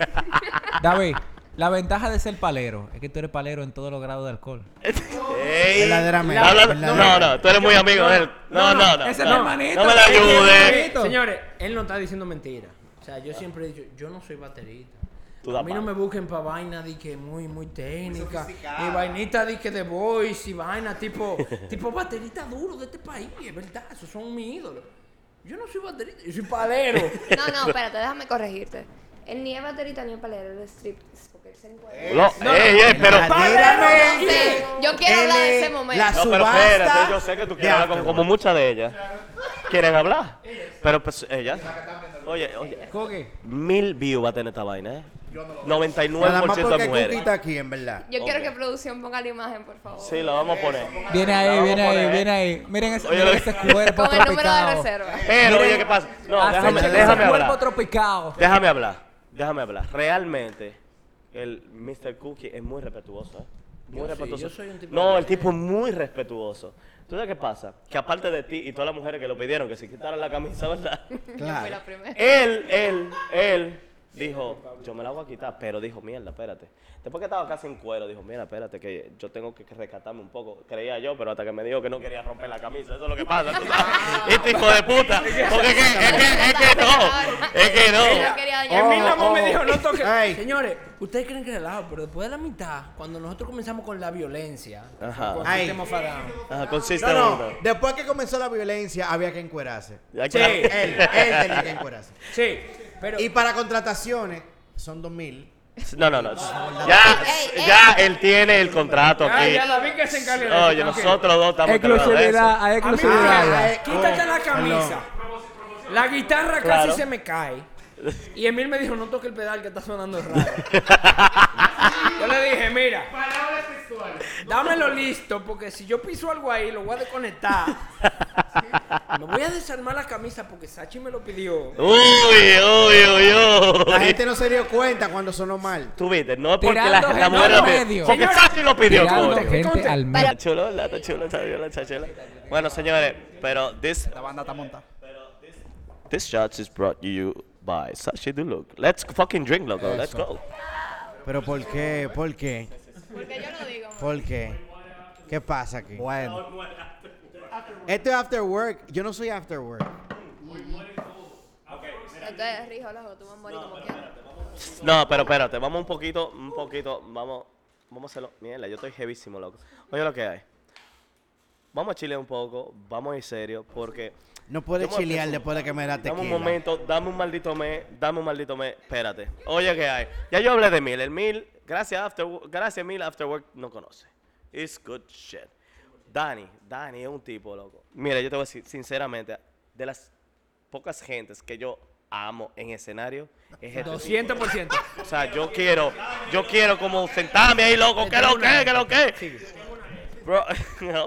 Speaker 6: David, la ventaja de ser palero es que tú eres palero en todos los grados de alcohol.
Speaker 12: Ey.
Speaker 6: Verdaderamente,
Speaker 12: No, no,
Speaker 6: verdaderamente.
Speaker 12: No, no, tú eres muy
Speaker 6: Yo-
Speaker 12: amigo
Speaker 6: yo-
Speaker 12: de él. No, no, no.
Speaker 6: ese es
Speaker 12: no,
Speaker 6: mi hermanito,
Speaker 12: No me la
Speaker 6: ese es mi
Speaker 12: ayudes.
Speaker 6: hermanito.
Speaker 4: Señores, él no está diciendo mentira. O sea, yo siempre he dicho, yo no soy baterista.
Speaker 12: Ah. Tú
Speaker 4: A
Speaker 12: da
Speaker 4: mí no
Speaker 12: palo.
Speaker 4: me busquen para vaina de que muy, muy técnica. Y vainita de que de voice y vaina tipo, tipo baterista duro de este país, es verdad. Esos son mis ídolos. Yo no soy baterista, yo soy palero.
Speaker 10: No, no, espérate, déjame corregirte. Él ni es baterista ni es palero, él es striptease. Porque él se encuentra.
Speaker 12: No, ey, ey, pero.
Speaker 10: Mírame. Yo quiero hablar de ese momento.
Speaker 12: no, pero espérate, yo sé que tú quieres hablar con- como muchas de ellas. Quieren hablar. Pero pues ellas. Oye, oye. Mil views va a tener esta vaina, ¿eh?
Speaker 3: Nada más
Speaker 12: 99%
Speaker 3: porque
Speaker 12: de
Speaker 3: Cookie
Speaker 12: mujeres.
Speaker 3: está aquí, en verdad.
Speaker 10: Yo quiero que producción ponga la imagen, por favor.
Speaker 12: Sí, la vamos a poner.
Speaker 6: Viene
Speaker 12: La
Speaker 6: ahí,
Speaker 12: vamos
Speaker 6: viene
Speaker 12: a poner,
Speaker 6: ahí,
Speaker 12: ¿eh?
Speaker 6: viene ahí. Miren ese,
Speaker 12: Oye,
Speaker 6: miren
Speaker 12: lo-
Speaker 6: ese cuerpo
Speaker 10: Con el número de
Speaker 6: tropicado.
Speaker 10: reserva.
Speaker 12: Pero,
Speaker 6: Miren-
Speaker 12: oye, ¿qué pasa? No,
Speaker 6: Ah,
Speaker 12: déjame,
Speaker 6: señores,
Speaker 12: déjame
Speaker 6: ese
Speaker 12: hablar.
Speaker 6: cuerpo tropicado.
Speaker 12: Déjame hablar. Déjame hablar. Realmente, el Mr. Cookie es muy respetuoso, ¿eh? Muy
Speaker 4: Yo sí,
Speaker 12: respetuoso.
Speaker 4: yo soy un tipo
Speaker 12: no,
Speaker 4: de-
Speaker 12: el tipo es muy respetuoso. ¿Tú sabes qué pasa? Que aparte de ti y todas las mujeres que lo pidieron, que se quitaran la camisa, ¿verdad?
Speaker 10: Claro. la primera.
Speaker 12: Él, él, él dijo, yo me la voy a quitar, pero dijo, mierda, espérate. Después que estaba casi en cuero, dijo, mira, espérate, que yo tengo que rescatarme un poco. Creía yo, pero hasta que me dijo que no quería romper la camisa. Eso es lo que pasa. ¿tú sabes? este hijo de puta. Porque es que, es que, es que no. Es que no.
Speaker 13: En mi
Speaker 12: Ojo,
Speaker 13: amor me
Speaker 12: ojo.
Speaker 13: dijo, no toques.
Speaker 12: Ey.
Speaker 13: Señores, ustedes creen que relajo, pero después de la mitad, cuando nosotros comenzamos con la violencia,
Speaker 12: Ajá.
Speaker 13: con
Speaker 3: Ay.
Speaker 13: System of a Down,
Speaker 12: Ajá, consiste
Speaker 3: No, no,
Speaker 12: en...
Speaker 3: después que comenzó la violencia, había que encuerarse.
Speaker 12: Ya
Speaker 3: Sí,
Speaker 12: que-
Speaker 3: él, él tenía que encuerarse.
Speaker 13: Sí, pero...
Speaker 3: Y para contrataciones, son 2.000.
Speaker 12: No, no, no. Ya, ya él tiene el contrato aquí.
Speaker 13: Ah, ya David que se encargue de
Speaker 12: Oye,
Speaker 13: eso, ok.
Speaker 12: nosotros dos estamos
Speaker 6: Exclusividad,
Speaker 12: enterados de
Speaker 6: hay
Speaker 12: eso.
Speaker 6: exclusividad.
Speaker 13: Ah, Quítate la camisa. La guitarra
Speaker 12: Claro.
Speaker 13: casi se me cae. Y Emil me dijo, no toque el pedal que está sonando raro. yo le dije, mira. Palabras textuales. Dámelo listo, porque si yo piso algo ahí, lo voy a desconectar. No voy a desarmar la camisa porque Sachi me lo pidió.
Speaker 12: Uy, uy, uy, uy.
Speaker 3: La gente no se dio cuenta cuando sonó mal.
Speaker 12: Tú viste, no es porque la,
Speaker 3: Tirando
Speaker 12: la
Speaker 3: gente
Speaker 12: mujer
Speaker 3: al
Speaker 12: lo pidió.
Speaker 3: medio.
Speaker 12: Porque
Speaker 3: Señores,
Speaker 12: Sachi lo pidió,
Speaker 6: tirando
Speaker 12: coño.
Speaker 6: gente Conte. al medio.
Speaker 12: Está chulo, ¿verdad? Está chulo, está chulo, está chulo. Bueno, señores, pero this... La
Speaker 7: banda está montada.
Speaker 12: This shot is brought to you by Sachi Duluk. Let's fucking drink, loco. Let's
Speaker 3: Eso.
Speaker 12: go.
Speaker 3: Pero ¿por qué? ¿Por qué?
Speaker 10: Porque yo lo digo.
Speaker 3: ¿Por qué? ¿Qué pasa aquí?
Speaker 7: Bueno.
Speaker 3: Esto es after work. Yo no soy after work.
Speaker 10: Entonces, Rijo, loco, tú vas a morir como quieras.
Speaker 12: No, pero espérate, vamos un poquito, un poquito, vamos, vamos a hacerlo. Mierda, yo estoy heavísimo, loco. Oye, lo que hay. Vamos a chilear un poco, vamos a ir serio, porque.
Speaker 3: No puedes
Speaker 12: Yo me voy a
Speaker 3: chilear
Speaker 12: hacer-
Speaker 3: después de que me da
Speaker 12: Dame un
Speaker 3: tequila.
Speaker 12: momento, dame un maldito mes, dame un maldito mes, espérate. Oye, ¿qué hay? Ya yo hablé de Mil, el Mil, gracias After, gracias Mil, After Work no conoce. It's good shit. Dani, Dani es un tipo, loco. Mira, yo te voy a decir, sinceramente, de las pocas gentes que yo amo en escenario, es este tipo.
Speaker 13: 200%.
Speaker 12: O sea, yo quiero, yo quiero como sentarme ahí, loco, que lo que, que lo que. Bro,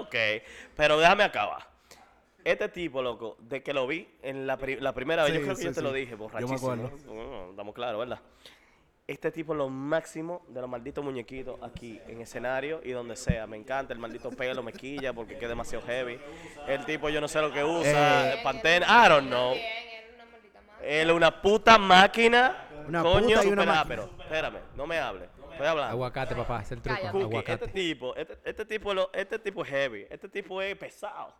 Speaker 12: ok, pero déjame acabar. Este tipo, loco, de que lo vi en la, pri- la primera vez, yo
Speaker 7: Sí,
Speaker 12: creo que
Speaker 7: sí,
Speaker 12: yo te
Speaker 7: sí.
Speaker 12: lo dije,
Speaker 7: Yo me
Speaker 12: borrachísimo.
Speaker 7: acuerdo.
Speaker 12: Mm, estamos claros, ¿verdad? Este tipo es lo máximo de los malditos muñequitos aquí en escenario y donde sea. Me encanta el maldito pelo, me quilla porque es demasiado heavy. El tipo yo no sé lo que usa,
Speaker 3: Eh.
Speaker 12: pantena, I don't know. Él es una puta máquina.
Speaker 6: Una
Speaker 12: coño,
Speaker 6: puta y una
Speaker 12: super
Speaker 6: máquina.
Speaker 12: ápero. Espérame, no me hable. Estoy hablando.
Speaker 6: Aguacate, papá, es el truco.
Speaker 12: Cookie,
Speaker 6: Aguacate.
Speaker 12: este tipo, este, este tipo, lo- este tipo es heavy, este tipo es pesado.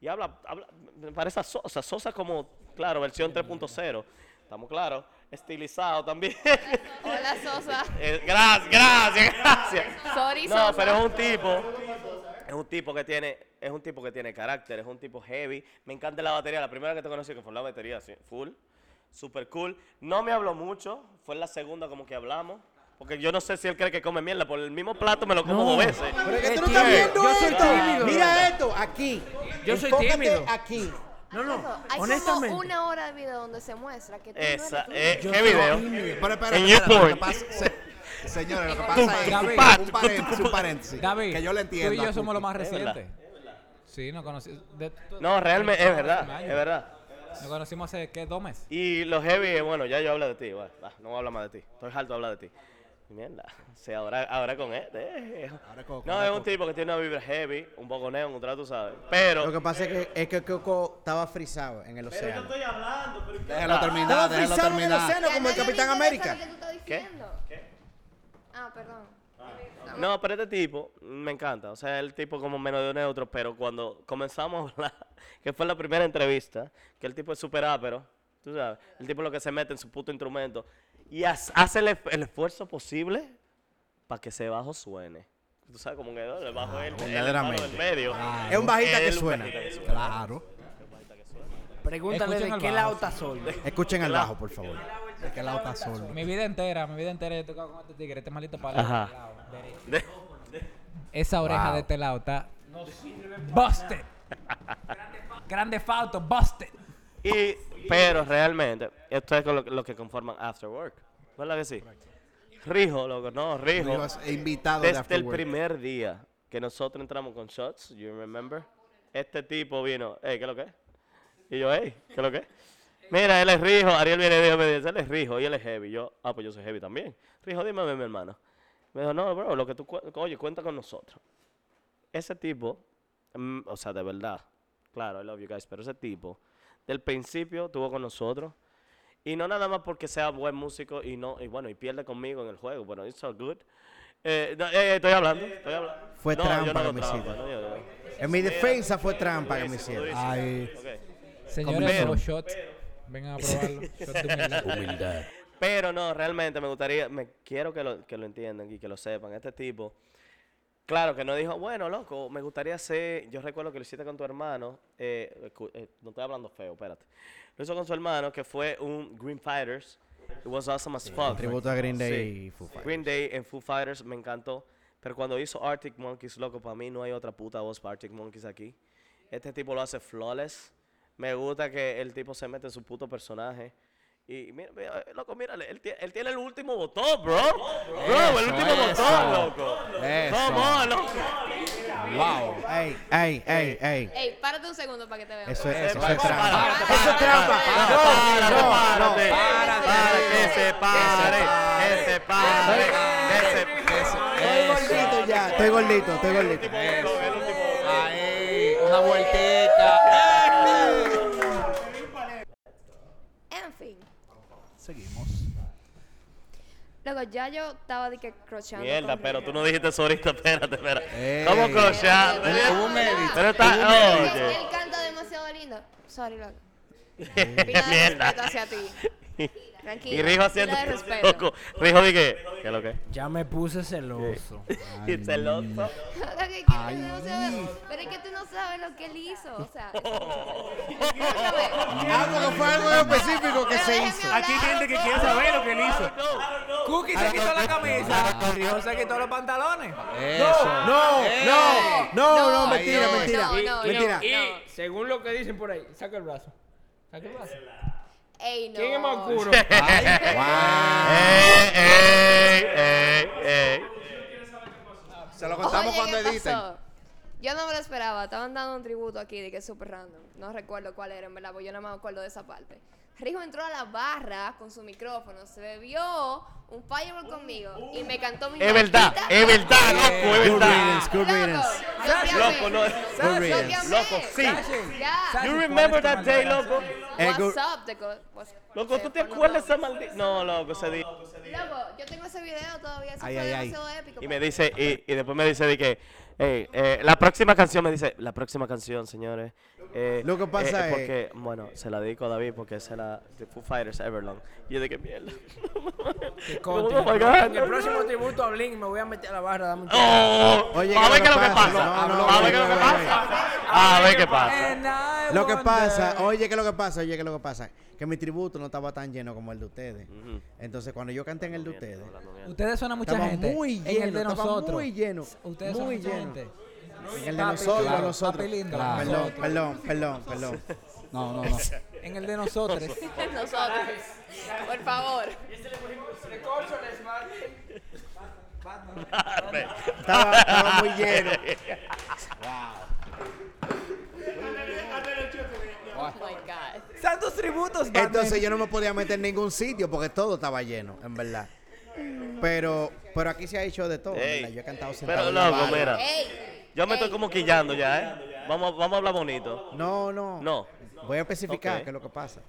Speaker 12: Y habla, habla me parece a Sosa, Sosa como, claro, versión 3.0. Estamos claros, estilizado también.
Speaker 10: Hola, Sosa.
Speaker 12: Eh, gracias, gracias, gracias.
Speaker 10: Sorry,
Speaker 12: No,
Speaker 10: Sosa.
Speaker 12: pero es un tipo, es un tipo que tiene, es un tipo que tiene carácter, es un tipo heavy. Me encanta la batería, la primera que te conocí que fue la batería, así, full, super cool. No me habló mucho, fue la segunda como que hablamos. Porque yo no sé si él cree que come mierda, por el mismo plato me lo como
Speaker 3: No.
Speaker 12: dos veces. Eh,
Speaker 3: Pero es que tú no estás viendo esto. Mira esto, aquí.
Speaker 12: Yo soy
Speaker 3: Enfócate
Speaker 12: tímido.
Speaker 3: Aquí.
Speaker 13: No,
Speaker 10: Loco, Hay
Speaker 3: honestamente.
Speaker 10: como una hora de video donde se muestra que tú no eres
Speaker 12: Esa,
Speaker 10: tú.
Speaker 12: eh,
Speaker 7: Yo
Speaker 12: ¿qué
Speaker 7: soy
Speaker 12: video?
Speaker 7: tímido. Pero espérate,
Speaker 12: en
Speaker 7: espérate,
Speaker 12: YouPorn.
Speaker 7: lo que pasa- se- Señores, lo que
Speaker 12: Tú,
Speaker 7: pasa es
Speaker 12: David,
Speaker 7: un
Speaker 12: tú,
Speaker 7: paréntesis,
Speaker 12: tú,
Speaker 7: un paréntesis.
Speaker 6: David,
Speaker 7: que yo le entiendo.
Speaker 6: Tú y yo somos lo más
Speaker 7: Es verdad.
Speaker 6: reciente. Sí, nos conocimos.
Speaker 12: No, realmente, es verdad, es verdad.
Speaker 6: Nos conocimos hace, ¿qué? Dos meses.
Speaker 12: Y los heavy, eh, bueno, ya yo hablo de ti, va, va, no voy a hablar más de ti. Estoy harto de hablar de ti. Mierda. O sea, ahora, ahora con él. eh. no,
Speaker 3: ahora
Speaker 12: es un tipo que tiene una vibra heavy, un poco neón, un trato, ¿sabes? Pero.
Speaker 3: Lo que pasa es que, es que Coco estaba frisado en el océano.
Speaker 12: estoy hablando, pero.
Speaker 7: Déjalo
Speaker 3: Estaba
Speaker 7: terminar, déjalo
Speaker 3: frisado en el
Speaker 7: terminar.
Speaker 3: océano como el Capitán América.
Speaker 12: ¿Qué?
Speaker 10: Ah, perdón.
Speaker 12: No, pero este tipo me encanta. O sea, el tipo como menos de neutro, pero cuando comenzamos a hablar, que fue la primera entrevista, que el tipo es súper ápero, tú sabes, el tipo es lo que se mete en su puto instrumento y has- hace el, esf- el esfuerzo posible para que ese bajo suene. Tú sabes, como que ¿no? el
Speaker 7: Ah,
Speaker 12: bajo es el, el hermano del
Speaker 3: verdaderamente.
Speaker 12: medio.
Speaker 3: Es un bajista que
Speaker 12: Es un
Speaker 3: suena.
Speaker 12: bajista que suena.
Speaker 7: Claro.
Speaker 13: Pregúntale
Speaker 3: Escuchen
Speaker 13: de
Speaker 3: al
Speaker 13: qué
Speaker 3: bajo.
Speaker 13: lado está sol.
Speaker 3: Escuchen al bajo, por favor.
Speaker 7: ¿De qué lado está solo?
Speaker 6: Mi vida entera, mi vida entera yo he tocado con este tigre, este maldito palo.
Speaker 7: Ajá.
Speaker 6: de lado, derecho.
Speaker 12: De-
Speaker 6: Esa oreja
Speaker 7: Wow.
Speaker 6: de este lado está
Speaker 13: No sirve para
Speaker 6: busted. Grande falto, busted.
Speaker 12: Y, pero realmente, esto es con lo, lo que conforman After Work. ¿Verdad que sí? Rijo, loco, no, Rijo.
Speaker 7: Rijo es e invitado de
Speaker 12: Desde
Speaker 7: After
Speaker 12: el
Speaker 7: Work.
Speaker 12: primer día que nosotros entramos con shots, you remember? Este tipo vino, hey, ¿qué es lo que es? Y yo, hey, ¿qué es lo que es? Mira, él es Rijo. Ariel viene y dijo, me dice, él es Rijo y él es heavy. Yo, ah, pues yo soy heavy también. Rijo, dime, mi hermano. Me dijo, no, bro, lo que tú, cu- oye, cuenta con nosotros. Ese tipo, mm, o sea, de verdad, claro, I love you guys, pero ese tipo, del principio tuvo con nosotros. Y no nada más porque sea buen músico y no, y bueno, y pierde conmigo en el juego, bueno, it's all good. Eh, no, eh, estoy hablando, estoy hablando.
Speaker 3: Fue
Speaker 12: No, yo no
Speaker 3: trampa
Speaker 12: hago
Speaker 3: que me
Speaker 12: trampa,
Speaker 3: hicieron.
Speaker 12: no, yo no.
Speaker 3: En mi
Speaker 12: Mira,
Speaker 3: defensa fue trampa que me hicieron.
Speaker 12: Ay.
Speaker 6: Señores,
Speaker 12: Pero-
Speaker 6: los shots. Vengan a probarlo. Shot de humildad.
Speaker 12: Pero no, realmente me gustaría, me quiero que lo, que lo entiendan y que lo sepan. Este tipo, claro que no dijo, bueno, loco, me gustaría hacer, yo recuerdo que lo hiciste con tu hermano, eh, escu- eh, no estoy hablando feo, espérate. Lo hizo con su hermano, que fue un Green Fighters. It was awesome as fuck.
Speaker 3: tributo a Green Day
Speaker 12: Sí,
Speaker 3: y Foo
Speaker 12: sí. Green Day en Foo Fighters me encantó. Pero cuando hizo Arctic Monkeys, loco, para mí no hay otra puta voz para Arctic Monkeys aquí. Este tipo lo hace flawless. Me gusta que el tipo se mete en su puto personaje. Y mira, mira, eh, loco, mírale, él, tie- él tiene el último botón, bro. Bro, el
Speaker 3: Eso,
Speaker 12: último
Speaker 3: eso.
Speaker 12: botón, loco.
Speaker 3: Eso.
Speaker 12: Come on, loco.
Speaker 3: Wow. Ey, ey, ey, ey.
Speaker 10: Ey, párate un segundo para que te vean.
Speaker 3: Eso es, eso
Speaker 12: Párate,
Speaker 3: es trampa.
Speaker 12: párate,
Speaker 3: Eso es trampa.
Speaker 12: párate,
Speaker 3: No, no, no.
Speaker 12: párate, párate, párate, que se pare, que se pare, que se- que se-
Speaker 3: Estoy gordito ya. Estoy gordito, estoy gordito.
Speaker 6: Ahí, una vueltita.
Speaker 10: En fin.
Speaker 7: Seguimos.
Speaker 10: Luego ya yo estaba de que crocheando.
Speaker 12: Mierda,
Speaker 10: con-
Speaker 12: pero tú no dijiste eso ahorita, espérate, espérate.
Speaker 7: Ey.
Speaker 12: ¿Cómo crochar?
Speaker 7: Hubo un mérito.
Speaker 12: Pero
Speaker 7: Hubo
Speaker 12: está,
Speaker 7: un
Speaker 10: Es que
Speaker 12: oye.
Speaker 10: Él canta demasiado lindo. Sorry, loco. Pila de
Speaker 12: Mierda.
Speaker 10: respeto hacia ti. Tranquilo.
Speaker 12: Y Rijo haciendo
Speaker 10: Pila de respeto.
Speaker 12: loco. Rijo dije, ¿qué es lo que?
Speaker 4: Ya me puse celoso.
Speaker 12: Y celoso.
Speaker 10: Loco, es que
Speaker 4: Ay.
Speaker 10: tú no sabes- Pero es que tú no sabes lo que él hizo. O sea,
Speaker 3: Ah, porque fue algo en específico que se hizo.
Speaker 13: Aquí hay gente que quiere saber lo que él hizo.
Speaker 6: Cookie se quitó la camisa. Rijo se quitó los pantalones.
Speaker 3: No, no, no, no, no, mentira,
Speaker 13: Ay, no,
Speaker 3: mentira.
Speaker 13: no,
Speaker 3: mentira.
Speaker 13: Y según lo que dicen por ahí, saca el brazo. Saca el brazo.
Speaker 10: Ey, no.
Speaker 13: ¿Quién es más oscuro?
Speaker 12: Ey, ey, ey, ey.
Speaker 2: Se lo
Speaker 10: Oye,
Speaker 2: contamos cuando
Speaker 10: ¿qué
Speaker 2: editen.
Speaker 10: pasó? Yo no me lo esperaba. Estaban dando un tributo aquí de que es súper random. No recuerdo cuál era, en verdad, porque yo no me acuerdo de esa parte. Rijo entró a la barra con su micrófono, se bebió un fireball conmigo y me cantó mi
Speaker 12: Es verdad,
Speaker 10: maldita-
Speaker 12: es verdad, loco, es
Speaker 3: Good
Speaker 12: verdad.
Speaker 3: riddance, good riddance.
Speaker 10: Yo te amé.
Speaker 12: Loco, no.
Speaker 3: Good
Speaker 10: Yo te
Speaker 3: riddance.
Speaker 10: amé.
Speaker 12: Loco, sí.
Speaker 10: Ya.
Speaker 12: You remember that day, loco?
Speaker 3: Eh,
Speaker 10: What's
Speaker 3: good-
Speaker 10: up, the good- what's-
Speaker 12: Loco, ¿tú te acuerdas de esa maldita? No, loco, ese día.
Speaker 10: Loco, yo tengo ese video todavía, eso
Speaker 12: Ay,
Speaker 10: fue
Speaker 12: ay, ay.
Speaker 10: demasiado épico.
Speaker 12: Y me dice, y, y después me dice de que, "Ey, eh, la próxima canción, me dice, la próxima canción, señores. eh,
Speaker 3: Lo que
Speaker 12: eh,
Speaker 3: pasa es-
Speaker 12: Porque, bueno, se la dedico a David porque es la de Foo Fighters Everlong. Y yo de que mierda.
Speaker 13: Contra.
Speaker 12: Oh my God.
Speaker 13: En el próximo tributo a Blink me voy a meter a la barra. Dame un
Speaker 12: Oh,
Speaker 3: Oye,
Speaker 12: vamos a ver
Speaker 3: ¿qué
Speaker 12: qué es
Speaker 3: es
Speaker 12: lo que pasa. Vamos a ver qué es lo que pasa.
Speaker 6: Ah,
Speaker 12: A ver qué pasa.
Speaker 13: pasa.
Speaker 3: Lo que pasa, oye, que lo que pasa, oye, que lo que pasa, que mi tributo no estaba tan lleno como el de ustedes. Entonces, cuando yo canté en el de ustedes,
Speaker 6: Ustedes son a mucha
Speaker 3: estaba
Speaker 6: gente.
Speaker 3: muy
Speaker 6: En
Speaker 3: lleno,
Speaker 6: el de
Speaker 3: estaba
Speaker 6: nosotros.
Speaker 3: muy lleno,
Speaker 6: Ustedes son
Speaker 3: muy
Speaker 6: mucha
Speaker 3: lleno.
Speaker 6: gente.
Speaker 3: En el de
Speaker 6: Papi,
Speaker 3: nosotros,
Speaker 6: claro,
Speaker 3: nosotros.
Speaker 6: papi lindo.
Speaker 3: Claro. Perdón,
Speaker 6: Nosotros.
Speaker 3: perdón, perdón, perdón.
Speaker 7: No, no, no.
Speaker 6: En el de nosotros.
Speaker 10: Nosotros. Por favor.
Speaker 3: Estaba, estaba muy lleno.
Speaker 10: Oh my God.
Speaker 6: Santos tributos, Batman.
Speaker 3: Entonces yo no me podía meter en ningún sitio porque todo estaba lleno, en verdad. Pero, pero aquí se ha hecho de todo. en
Speaker 12: Ey.
Speaker 3: verdad. Yo he cantado sentado
Speaker 12: Pero
Speaker 3: en la
Speaker 12: loco,
Speaker 3: barra.
Speaker 12: mira.
Speaker 10: Ey,
Speaker 12: Yo me estoy como quillando ya, ¿eh? Vamos, vamos a hablar bonito.
Speaker 3: No, no.
Speaker 12: No.
Speaker 3: Voy a especificar
Speaker 12: Ok.
Speaker 3: qué es lo que pasa.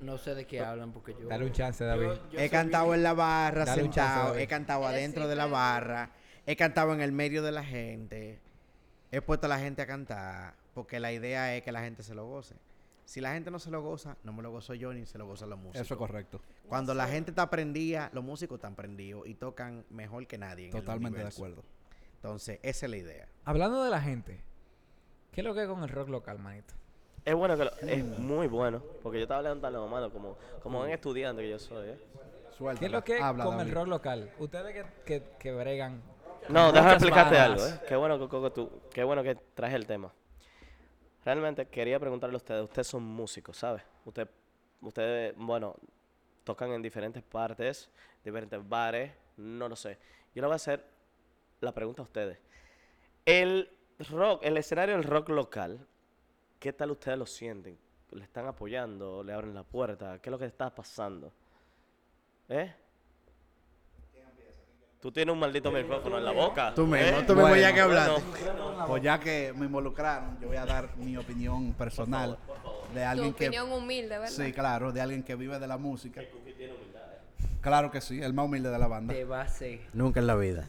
Speaker 4: No sé de qué hablan porque yo.
Speaker 6: Dale un chance, David.
Speaker 3: he cantado en la barra,
Speaker 6: Dale un chance,
Speaker 3: sentado,
Speaker 6: David.
Speaker 3: he cantado adentro de la barra, he cantado en el medio de la gente, he puesto a la gente a cantar, porque la idea es que la gente se lo goce. Si la gente no se lo goza, no me lo gozo yo ni se lo gozan los músicos.
Speaker 7: Eso es correcto.
Speaker 3: Cuando la gente está prendida, los músicos están prendidos y tocan mejor que nadie. en el
Speaker 7: Totalmente de
Speaker 3: universo.
Speaker 7: acuerdo.
Speaker 3: Entonces, esa es la idea.
Speaker 6: Hablando de la gente, ¿qué es lo que es con el rock local, manito?
Speaker 12: Es bueno que lo- es muy bueno. Porque yo estaba levantando la mano como, como un estudiante que yo soy, ¿eh?
Speaker 6: ¿Qué es lo que con el rock local? Ustedes que, que, que bregan.
Speaker 12: No,
Speaker 6: con
Speaker 12: déjame
Speaker 6: muchas
Speaker 12: explicarte
Speaker 6: bandas.
Speaker 12: algo, ¿eh? Qué bueno que, Coco, tú, qué bueno que traje el tema. Realmente quería preguntarle a ustedes, ustedes son músicos, ¿sabes? Ustedes, ustedes, bueno, tocan en diferentes partes, diferentes bares, no lo sé. Yo le voy a hacer la pregunta a ustedes. El rock, el escenario del rock local, ¿qué tal ustedes lo sienten? ¿Le están apoyando? ¿Le abren la puerta? ¿Qué es lo que está pasando? ¿Eh? Tú tienes un maldito micrófono en la boca.
Speaker 7: Tú mismo,
Speaker 12: ¿eh?
Speaker 7: tú mismo ya
Speaker 12: Bueno,
Speaker 7: que hablaste.
Speaker 12: bueno.
Speaker 7: Pues ya que me involucraron, yo voy a dar mi opinión personal de alguien
Speaker 10: tu
Speaker 7: que
Speaker 10: opinión humilde, ¿verdad?
Speaker 7: Sí, claro, de alguien que vive de la música. Claro que sí, el más humilde de la banda.
Speaker 4: Te va a seguir.
Speaker 3: Nunca en la vida.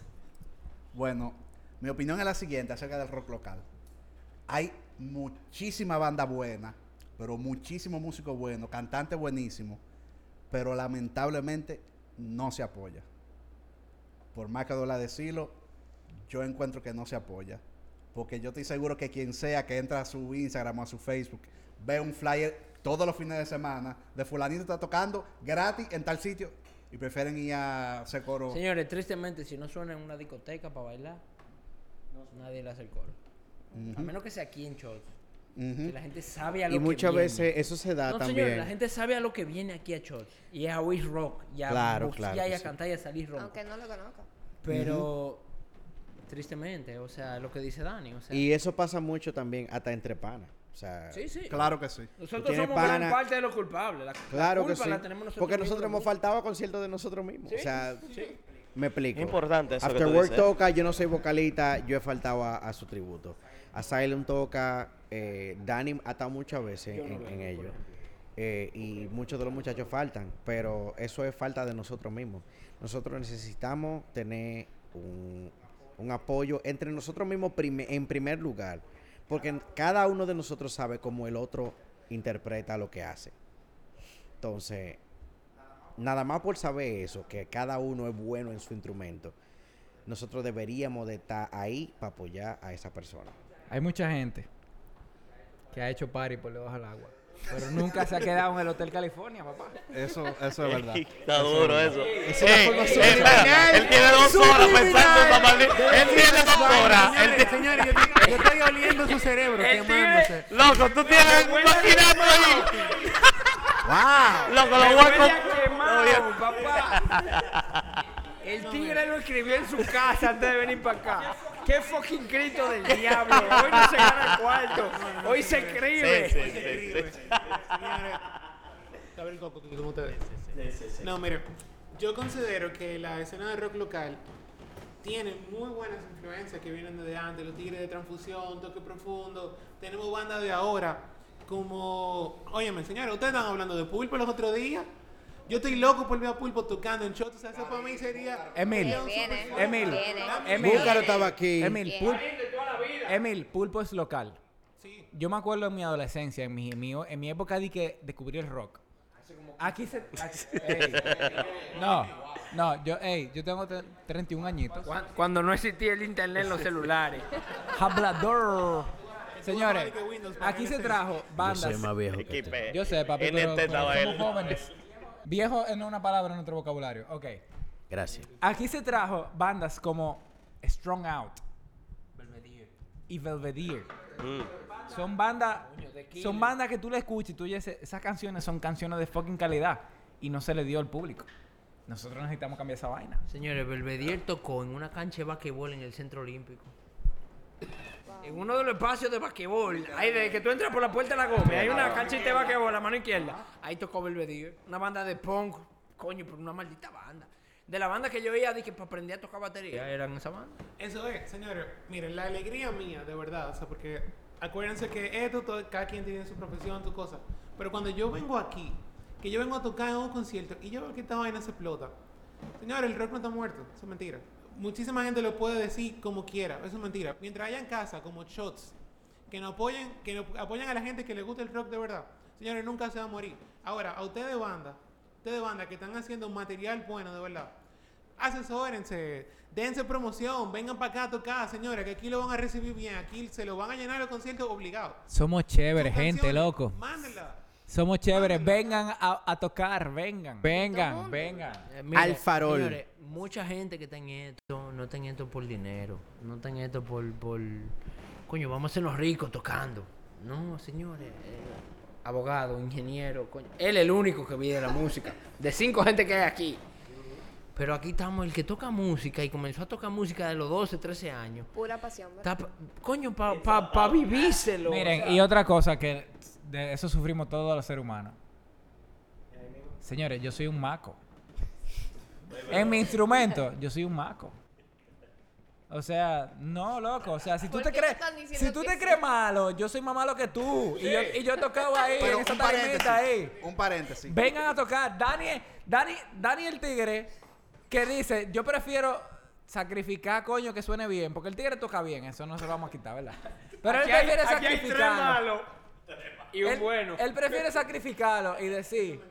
Speaker 7: Bueno, mi opinión es la siguiente acerca del rock local. Hay muchísima banda buena, pero muchísimo músico bueno, cantante buenísimo, pero lamentablemente no se apoya. Por más que duela decirlo, yo encuentro que no se apoya. Porque yo estoy seguro que quien sea que entra a su Instagram o a su Facebook ve un flyer todos los fines de semana de fulanito está tocando gratis en tal sitio y prefieren ir a hacer coro.
Speaker 4: Señores, tristemente, si no suena en una discoteca para bailar, no- nadie le hace el coro. A
Speaker 7: Ujú.
Speaker 4: menos que sea aquí en Chots.
Speaker 7: Ujú.
Speaker 4: Que la gente sabe a
Speaker 3: Y
Speaker 4: lo que
Speaker 3: muchas
Speaker 4: viene.
Speaker 3: veces eso se da
Speaker 4: no,
Speaker 3: también.
Speaker 4: Señores, la gente sabe a lo que viene aquí a Chots. Y es a oír rock. Y a
Speaker 3: Claro,
Speaker 4: bucear
Speaker 3: claro
Speaker 4: y
Speaker 3: que
Speaker 4: a
Speaker 3: sí.
Speaker 4: cantar y a salir rock.
Speaker 10: Aunque no lo conozca.
Speaker 4: Pero, tristemente, o sea, lo que dice Dani. O sea,
Speaker 3: Y eso pasa mucho también hasta entre panas. O sea,
Speaker 4: Sí, sí.
Speaker 3: Tú
Speaker 4: Nosotros
Speaker 3: tienes
Speaker 4: somos
Speaker 3: pana-
Speaker 4: gran parte de los culpables. La, la
Speaker 3: Claro que
Speaker 4: culpa
Speaker 3: sí.
Speaker 4: la tenemos nosotros
Speaker 3: Porque
Speaker 4: mismos.
Speaker 3: nosotros hemos faltado a conciertos de nosotros mismos. O sea,
Speaker 4: Sí.
Speaker 3: me explico.
Speaker 12: Importante eso que tú
Speaker 3: After Work
Speaker 12: dices, ¿eh?
Speaker 3: toca, yo no soy vocalista, yo he faltado a, a su tributo. A Silent toca, eh, Dani ha estado muchas veces
Speaker 4: Yo no
Speaker 3: en,
Speaker 4: vengo,
Speaker 3: en ello. Eh, y muchos de los muchachos faltan, pero eso es falta de nosotros mismos. Nosotros necesitamos tener un, un apoyo entre nosotros mismos prime- en primer lugar, porque en- cada uno de nosotros sabe cómo el otro interpreta lo que hace. Entonces, nada más por saber eso, que cada uno es bueno en su instrumento, nosotros deberíamos de estar ahí para apoyar a esa persona.
Speaker 6: Hay mucha gente que ha hecho party por debajo del agua. Pero nunca se ha quedado en el Hotel California, papá.
Speaker 7: Eso, eso es verdad.
Speaker 12: Está duro eso.
Speaker 6: Es
Speaker 12: Ey,
Speaker 6: una
Speaker 12: ey,
Speaker 6: forma
Speaker 12: espera,
Speaker 6: subliminal.
Speaker 12: él tiene dos horas
Speaker 6: Subliminal.
Speaker 12: pensando en esa maldita- Él tiene dos horas. Él
Speaker 5: Señores, señores, yo estoy- yo estoy oliendo su cerebro quemándose.
Speaker 12: Loco, tú tienes un maquinato ahí. Loco, lo voy a con-
Speaker 4: El tigre lo escribió en su casa antes de venir para acá. ¡Qué fucking grito del diablo! Hoy no se gana el cuarto. Hoy se escribe.
Speaker 5: Sí, sí, sí, sí. Señores, a ver, Coco, ¿cómo te ves? No, mire, yo considero que la escena de rock local tiene muy buenas influencias que vienen desde antes, los Tigres de Transfusión, Toque Profundo, tenemos bandas de ahora, como, óyeme, señores, ustedes estaban hablando de Pulpo los otros días, yo estoy loco por ver a Pulpo tocando en shots, o sea, eso para mí sería...
Speaker 6: Emil.
Speaker 5: sería un supersueño.
Speaker 6: Emil. Emil.
Speaker 3: Búcaro estaba aquí.
Speaker 6: Emil,
Speaker 3: Viene.
Speaker 6: Pul- Emil, Pulpo es local. Yo me acuerdo en mi adolescencia, en mi, en mi, en mi época de que descubrí el rock. Aquí se... aquí- ey. No, no, yo, ey, yo tengo tre- 31 añitos.
Speaker 4: Cuan- Cuando no existía el internet en los celulares.
Speaker 6: Hablador. Señores,
Speaker 4: Estuvo mal que Windows,
Speaker 6: aquí se trajo bandas.
Speaker 3: soy más viejo que
Speaker 12: Equipe. tú.
Speaker 6: Yo sé, papi,
Speaker 12: En
Speaker 6: pero,
Speaker 12: este
Speaker 6: pero
Speaker 12: estaba
Speaker 6: somos
Speaker 12: él.
Speaker 6: jóvenes. Viejo en una palabra en nuestro vocabulario. Ok.
Speaker 3: Gracias.
Speaker 6: Aquí se trajo bandas como Strong Out y Belvedere. Son bandas son bandas que tú le escuchas y tú dices, esas canciones son canciones de fucking calidad y no se le dio al público. Nosotros necesitamos cambiar esa vaina.
Speaker 4: Señores, Belvedere tocó en una cancha de basquetbol en el Centro Olímpico. En uno de los espacios de basquetbol, ahí desde que tú entras por la puerta de la Gómez, hay una canchita de basquetbol, la mano izquierda. Ahí tocó Belvedere, una banda de punk, coño, por una maldita banda. De la banda que yo iba, dije, para aprender a tocar batería, eran esa banda.
Speaker 5: Eso es, señores. Miren, la alegría mía, de verdad. O sea, porque acuérdense que esto, todo- cada quien tiene su profesión, su cosa. Pero cuando yo vengo aquí, que yo vengo a tocar en un concierto y yo veo que esta vaina se explota. Señores, el rock no está muerto. Eso es mentira. Muchísima gente lo puede decir como quiera. Eso es mentira. Mientras haya en casa, como shots, que nos apoyen, que nos apoyen a la gente que le gusta el rock de verdad. Señores, nunca se va a morir. Ahora, a ustedes de banda, ustedes de banda que están haciendo material bueno de verdad, asesórense, dense promoción, vengan para acá a tocar, señores, que aquí lo van a recibir bien, aquí se lo van a llenar los conciertos obligado.
Speaker 6: Somos chéveres, gente, loco.
Speaker 5: Mándenla.
Speaker 6: Somos chéveres. Vengan a, a tocar, vengan. Vengan, vengan.
Speaker 4: Eh, mire, señores, mucha gente que está en esto, no está en esto por dinero, no está en esto por, por... Coño, vamos a ser los ricos tocando. No, señores. eh, abogado, ingeniero, coño. Él es el único que vive de la música. De cinco gente que hay aquí. Pero aquí estamos, el que toca música y comenzó a tocar música de los 12, 13 años.
Speaker 10: Pura pasión. ¿verdad?
Speaker 4: Está pa- coño, para pa, pa vivírselo.
Speaker 6: Miren, y otra cosa que de eso sufrimos todos los seres humanos. Señores, yo soy un maco. En mi instrumento, yo soy un maco. O sea, no, loco. O sea, si tú
Speaker 9: ¿Por
Speaker 6: te
Speaker 9: qué
Speaker 6: crees,
Speaker 9: te están diciendo
Speaker 6: si tú
Speaker 9: que
Speaker 6: te
Speaker 9: sí?
Speaker 6: crees malo, yo soy más malo que tú. Y yo, y yo he tocado ahí,
Speaker 7: Pero
Speaker 6: en esa
Speaker 7: un paréntesis,
Speaker 6: tarimita ahí.
Speaker 7: Un paréntesis.
Speaker 6: Vengan a tocar. Dani, Dani, Dani el tigre que dice, yo prefiero sacrificar coño que suene bien, porque el tigre toca bien, eso no se lo vamos a quitar, ¿verdad? Pero
Speaker 9: Aquí
Speaker 6: él
Speaker 9: hay-
Speaker 6: prefiere
Speaker 9: aquí hay tres
Speaker 6: sacrificarlo.
Speaker 9: malos y un
Speaker 6: él,
Speaker 9: bueno.
Speaker 6: Él prefiere sacrificarlo y decir,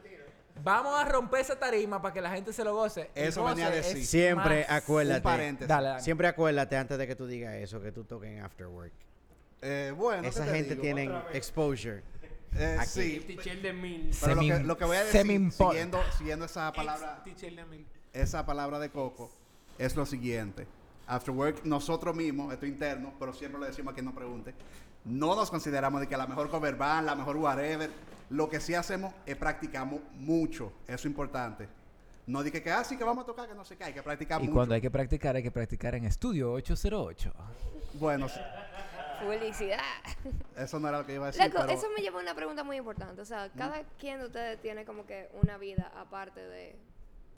Speaker 6: vamos a romper esa tarima para que la gente se lo goce. Y
Speaker 7: Eso venía a
Speaker 6: goce es
Speaker 7: decir.
Speaker 3: Siempre
Speaker 6: más- Dale,
Speaker 3: acuérdate.
Speaker 6: dale.
Speaker 3: Siempre acuérdate antes de que tú digas eso, que tú toques en After Work.
Speaker 7: Eh, bueno,
Speaker 3: Esa
Speaker 7: ¿qué te
Speaker 3: gente
Speaker 7: digo?
Speaker 3: tiene
Speaker 7: Otra vez.
Speaker 3: exposure.
Speaker 7: Eh,
Speaker 3: Aquí.
Speaker 7: sí.
Speaker 9: Teacher de mil.
Speaker 7: Pero lo
Speaker 3: Semi-
Speaker 7: que, lo que voy a decir,
Speaker 3: semi-import.
Speaker 7: siguiendo, siguiendo esa palabra,
Speaker 5: Teacher de mil.
Speaker 7: esa palabra de Coco, es lo siguiente. After work, nosotros mismos, esto interno, pero siempre le decimos a quien nos pregunte, no nos consideramos de que la mejor cover band, la mejor whatever. Lo que sí hacemos es practicamos mucho. Eso es importante. No dije que, ah, sí, que vamos a tocar, que no sé qué, hay que practicar
Speaker 6: Y
Speaker 7: mucho.
Speaker 6: cuando hay que practicar, hay que practicar en estudio 808.
Speaker 10: Eh,
Speaker 7: Bueno, sí,
Speaker 10: Publicidad.
Speaker 7: eso no era lo que iba a decir,
Speaker 10: Loco,
Speaker 7: pero
Speaker 10: eso me lleva a una pregunta muy importante. O sea, cada quien de ustedes tiene como que una vida aparte de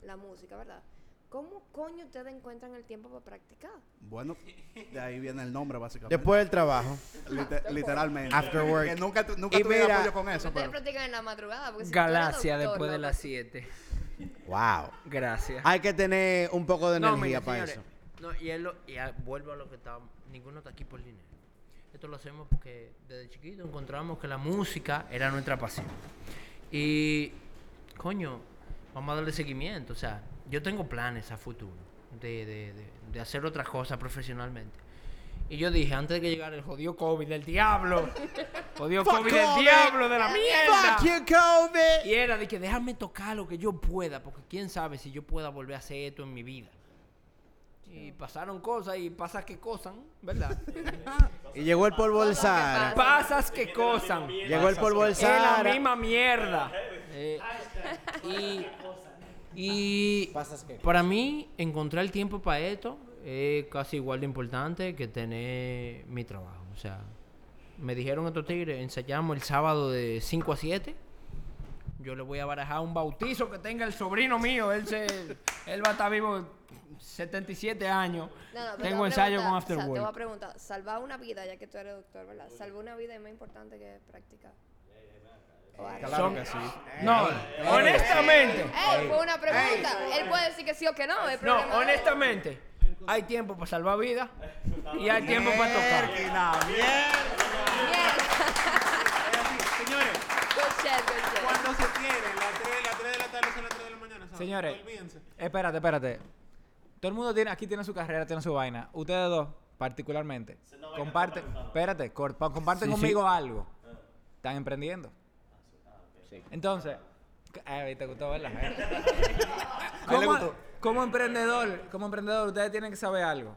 Speaker 10: la música, ¿verdad? ¿Cómo coño ustedes encuentran el tiempo para practicar?
Speaker 7: bueno, de ahí viene el nombre, básicamente.
Speaker 3: Después del trabajo.
Speaker 7: Liter- literalmente.
Speaker 3: After work.
Speaker 7: Que nunca, tu- nunca
Speaker 3: Y
Speaker 7: tuve
Speaker 3: mira-
Speaker 7: apoyo con eso,
Speaker 10: Ustedes
Speaker 7: pero...
Speaker 10: practican en la madrugada. Porque si tú eres
Speaker 9: Galaxia
Speaker 10: doctor,
Speaker 9: después de
Speaker 10: loco,
Speaker 9: las 7.
Speaker 3: Wow.
Speaker 9: Gracias.
Speaker 3: Hay que tener un poco de
Speaker 9: No,
Speaker 3: energía
Speaker 9: mire,
Speaker 3: para
Speaker 9: señores,
Speaker 3: eso.
Speaker 4: No, y, él lo- y a- vuelvo a lo que estábamos. Ninguno está aquí por dinero. Esto lo hacemos porque desde chiquito encontramos que la música era nuestra pasión. Y, coño, vamos a darle seguimiento. O sea, yo tengo planes a futuro de, de- de- de hacer otras cosas profesionalmente. Y yo dije, antes de que llegara el jodido COVID del diablo, jodido
Speaker 9: Fuck
Speaker 4: COVID del
Speaker 9: COVID.
Speaker 4: diablo de la mierda.
Speaker 9: Fuck
Speaker 4: Y era de que déjame tocar lo que yo pueda, porque quién sabe si yo pueda volver a hacer esto en mi vida. Y pasaron cosas y pasas que cosan, ¿verdad?
Speaker 3: Y llegó el polvo del Sahara.
Speaker 9: Pasas que cosan.
Speaker 3: Llegó el polvo del
Speaker 9: Es la
Speaker 3: Sahara.
Speaker 9: misma mierda.
Speaker 4: Eh, y y para mí, encontrar el tiempo para esto es casi igual de importante que tener mi trabajo. O sea, me dijeron estos tigres, ensayamos el sábado de 5 a 7. Yo le voy a barajar un bautizo que tenga el sobrino mío. Él, se, él va a estar vivo 77
Speaker 10: No,
Speaker 4: años.
Speaker 10: no, pero te
Speaker 9: Tengo
Speaker 10: voy a
Speaker 9: ensayo con
Speaker 10: preguntar,
Speaker 9: After
Speaker 10: o sea, Te voy a
Speaker 9: Work.
Speaker 10: preguntar, salvar una vida, ya que tú eres doctor, ¿verdad? Salvar una vida es más importante que practicar.
Speaker 9: Son-
Speaker 2: que sí. Eh,
Speaker 9: No,
Speaker 2: Ey,
Speaker 9: honestamente.
Speaker 10: ¡Ey! Eh, Fue una pregunta. Él puede decir que sí o que no. El
Speaker 4: No,
Speaker 10: problema de él.
Speaker 4: honestamente, hay tiempo para salvar vidas y hay tiempo para tocar.
Speaker 5: Señores,
Speaker 10: Good shit, good shit.
Speaker 5: cuando se tiene, las 3, las 3 de la tarde son las 3 de la mañana. ¿sabes?
Speaker 6: Señores,
Speaker 5: Olvídense.
Speaker 6: espérate, espérate. Todo el mundo tiene, aquí tiene su carrera, tiene su vaina. Ustedes dos, particularmente, comparten, espérate, cor- pa- comparten
Speaker 9: Sí, sí.
Speaker 6: conmigo algo. Están emprendiendo. Entonces, c- ay, te gustó verla. ¿eh?
Speaker 2: le
Speaker 6: como,
Speaker 2: gustó.
Speaker 6: como emprendedor, como emprendedor, ustedes tienen que saber algo.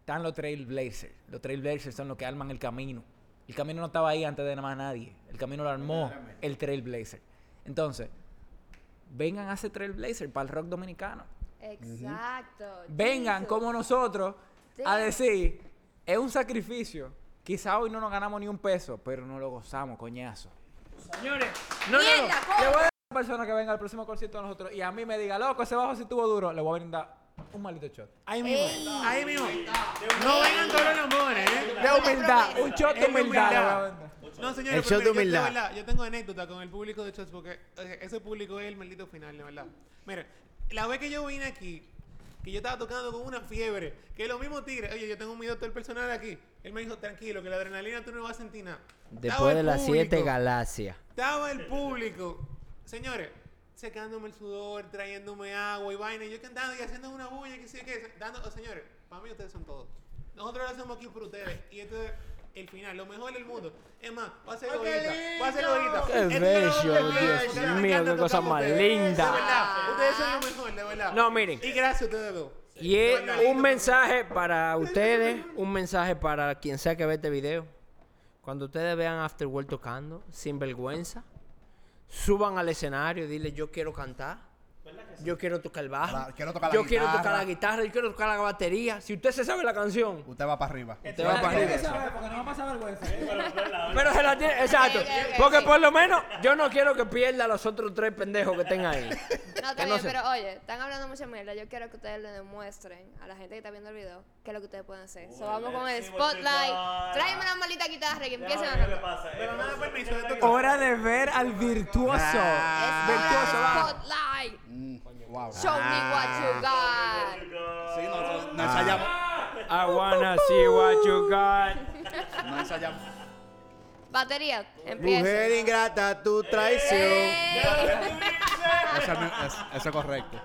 Speaker 6: Están los trailblazers. Los trailblazers son los que arman el camino. El camino no estaba ahí antes de nada más nadie. El camino lo armó el trailblazer. Entonces, vengan a hacer trailblazer para el rock dominicano.
Speaker 10: Exacto.
Speaker 6: Vengan
Speaker 10: Jesus.
Speaker 6: como nosotros a
Speaker 10: Sí.
Speaker 6: decir, es un sacrificio. Quizá hoy no nos ganamos ni un peso, pero no lo gozamos, coñazo.
Speaker 9: Señores,
Speaker 6: No, no, no.
Speaker 9: Mierda, coño.
Speaker 6: Le voy a dar a la persona que venga al próximo concierto de nosotros y a mí me diga, loco, ese bajo si estuvo duro, le voy a brindar un maldito shot.
Speaker 5: Ahí mismo,
Speaker 9: Eh.
Speaker 5: ahí mismo. No vengan todos los amores, ¿eh?
Speaker 6: De humildad, un shot de
Speaker 5: Es
Speaker 6: humildad, la verdad.
Speaker 5: No, señores, pero
Speaker 6: El shot de
Speaker 5: mira, yo-
Speaker 6: humildad.
Speaker 5: verdad, Yo, tengo anécdota con el público de shots porque eh, ese público es el maldito final, de verdad. Mira, la vez que yo vine aquí, que yo estaba tocando con una fiebre, que lo mismo tigre, oye, yo tengo mi doctor personal aquí. Él me dijo, tranquilo, que la adrenalina tú no vas a sentir nada. Estaba
Speaker 4: Después de
Speaker 5: el
Speaker 4: las
Speaker 5: público,
Speaker 4: 7, Galaxia.
Speaker 5: Estaba el público. Señores,
Speaker 13: secándome el sudor, trayéndome agua y vaina, y yo cantando y haciendo una bulla, que sí, que dando, oh, señores, para mí ustedes son todos. Nosotros lo hacemos aquí por ustedes. Y esto es el final, lo mejor del mundo. Es más, va a ser
Speaker 9: ¡Oh, qué
Speaker 13: ahorita, va a ser
Speaker 9: lindo!
Speaker 13: ahorita.
Speaker 4: Qué
Speaker 13: Esto
Speaker 4: bello,
Speaker 13: es lo mejor,
Speaker 4: Dios
Speaker 13: ustedes me encantan
Speaker 4: mío, qué
Speaker 13: tocar
Speaker 4: cosa
Speaker 13: con
Speaker 4: más
Speaker 13: ustedes.
Speaker 4: linda.
Speaker 13: De verdad, ustedes son lo mejor, de verdad.
Speaker 4: No, miren.
Speaker 13: Y gracias a ustedes dos.
Speaker 4: Y es un mensaje para ustedes, un mensaje para quien sea que ve este video. Cuando ustedes vean Afterworld tocando, sin vergüenza, suban al escenario y dile yo quiero cantar, yo quiero tocar el bajo,
Speaker 7: La- quiero tocar la
Speaker 4: yo quiero tocar
Speaker 7: guitarra".
Speaker 4: la guitarra, yo quiero tocar la batería. Si usted se sabe la canción,
Speaker 7: usted va para arriba.
Speaker 4: Usted va para
Speaker 7: Tiene que
Speaker 4: arriba.
Speaker 7: saber,
Speaker 6: porque no va a pasar vergüenza.
Speaker 4: Pero se la tiene, exacto. Porque por lo menos yo no quiero que pierda a los otros tres pendejos que estén ahí.
Speaker 10: No,
Speaker 4: Que
Speaker 10: está
Speaker 4: no
Speaker 10: bien,
Speaker 4: se-
Speaker 10: pero oye, están hablando mucha mierda. Yo quiero que ustedes le demuestren a la gente que está viendo el video qué es lo que ustedes pueden hacer. so, vamos con el spotlight. Tráeme una maldita guitarra y que empiecen a cantar.
Speaker 12: eh.
Speaker 13: Pero nada, permiso.
Speaker 6: Hora de ver al virtuoso. virtuoso, va.
Speaker 10: Spotlight.
Speaker 7: Wow.
Speaker 10: Show
Speaker 13: Ah.
Speaker 10: me what you got.
Speaker 7: Sí, no, no ensayamos.
Speaker 4: I wanna see what you got.
Speaker 7: No ensayamos.
Speaker 10: Batería, empieza.
Speaker 16: Mujer ingrata, tu traición.
Speaker 7: Eso es, mi- es- eso es correcto.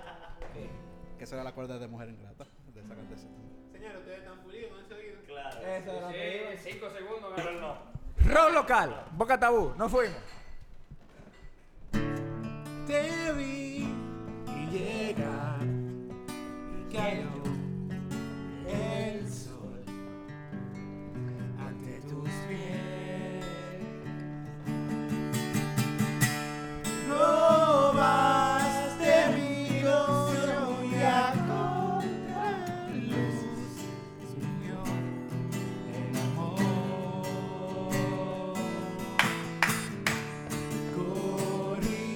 Speaker 7: Que será la cuerda de mujer ingrata. De esa
Speaker 13: Señores, ustedes están pulidos, no han seguido.
Speaker 5: Claro.
Speaker 6: Eso era
Speaker 4: Sí, cinco segundos,
Speaker 6: Rock local, Boca Tabú, no fuimos.
Speaker 13: Te vi y llega y cayó el sol ante tus pies. Robas de mi gozo y a contraluz surgió el amor. Corrí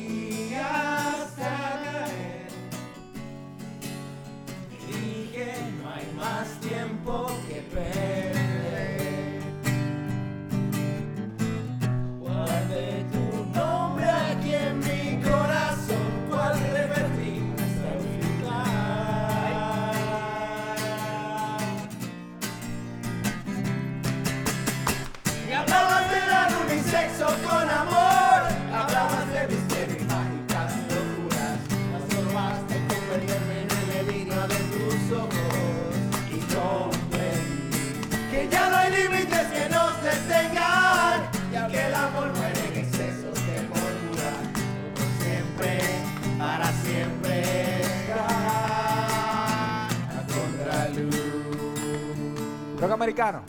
Speaker 13: hasta caer. Dije, no hay más tiempo que perder. Guardé tu nombre aquí en mi corazón, cual revertir hasta el final. Y hablabas de la luna y sexo con amor, hablabas de misterio y mágicas locuras, transformaste convertirme en el delirio de tus ojos y comprendí que ya no hay límites que nos detengan y que el amor muere en excesos de cordura, por siempre, para siempre estar a contraluz.
Speaker 6: Rock americano.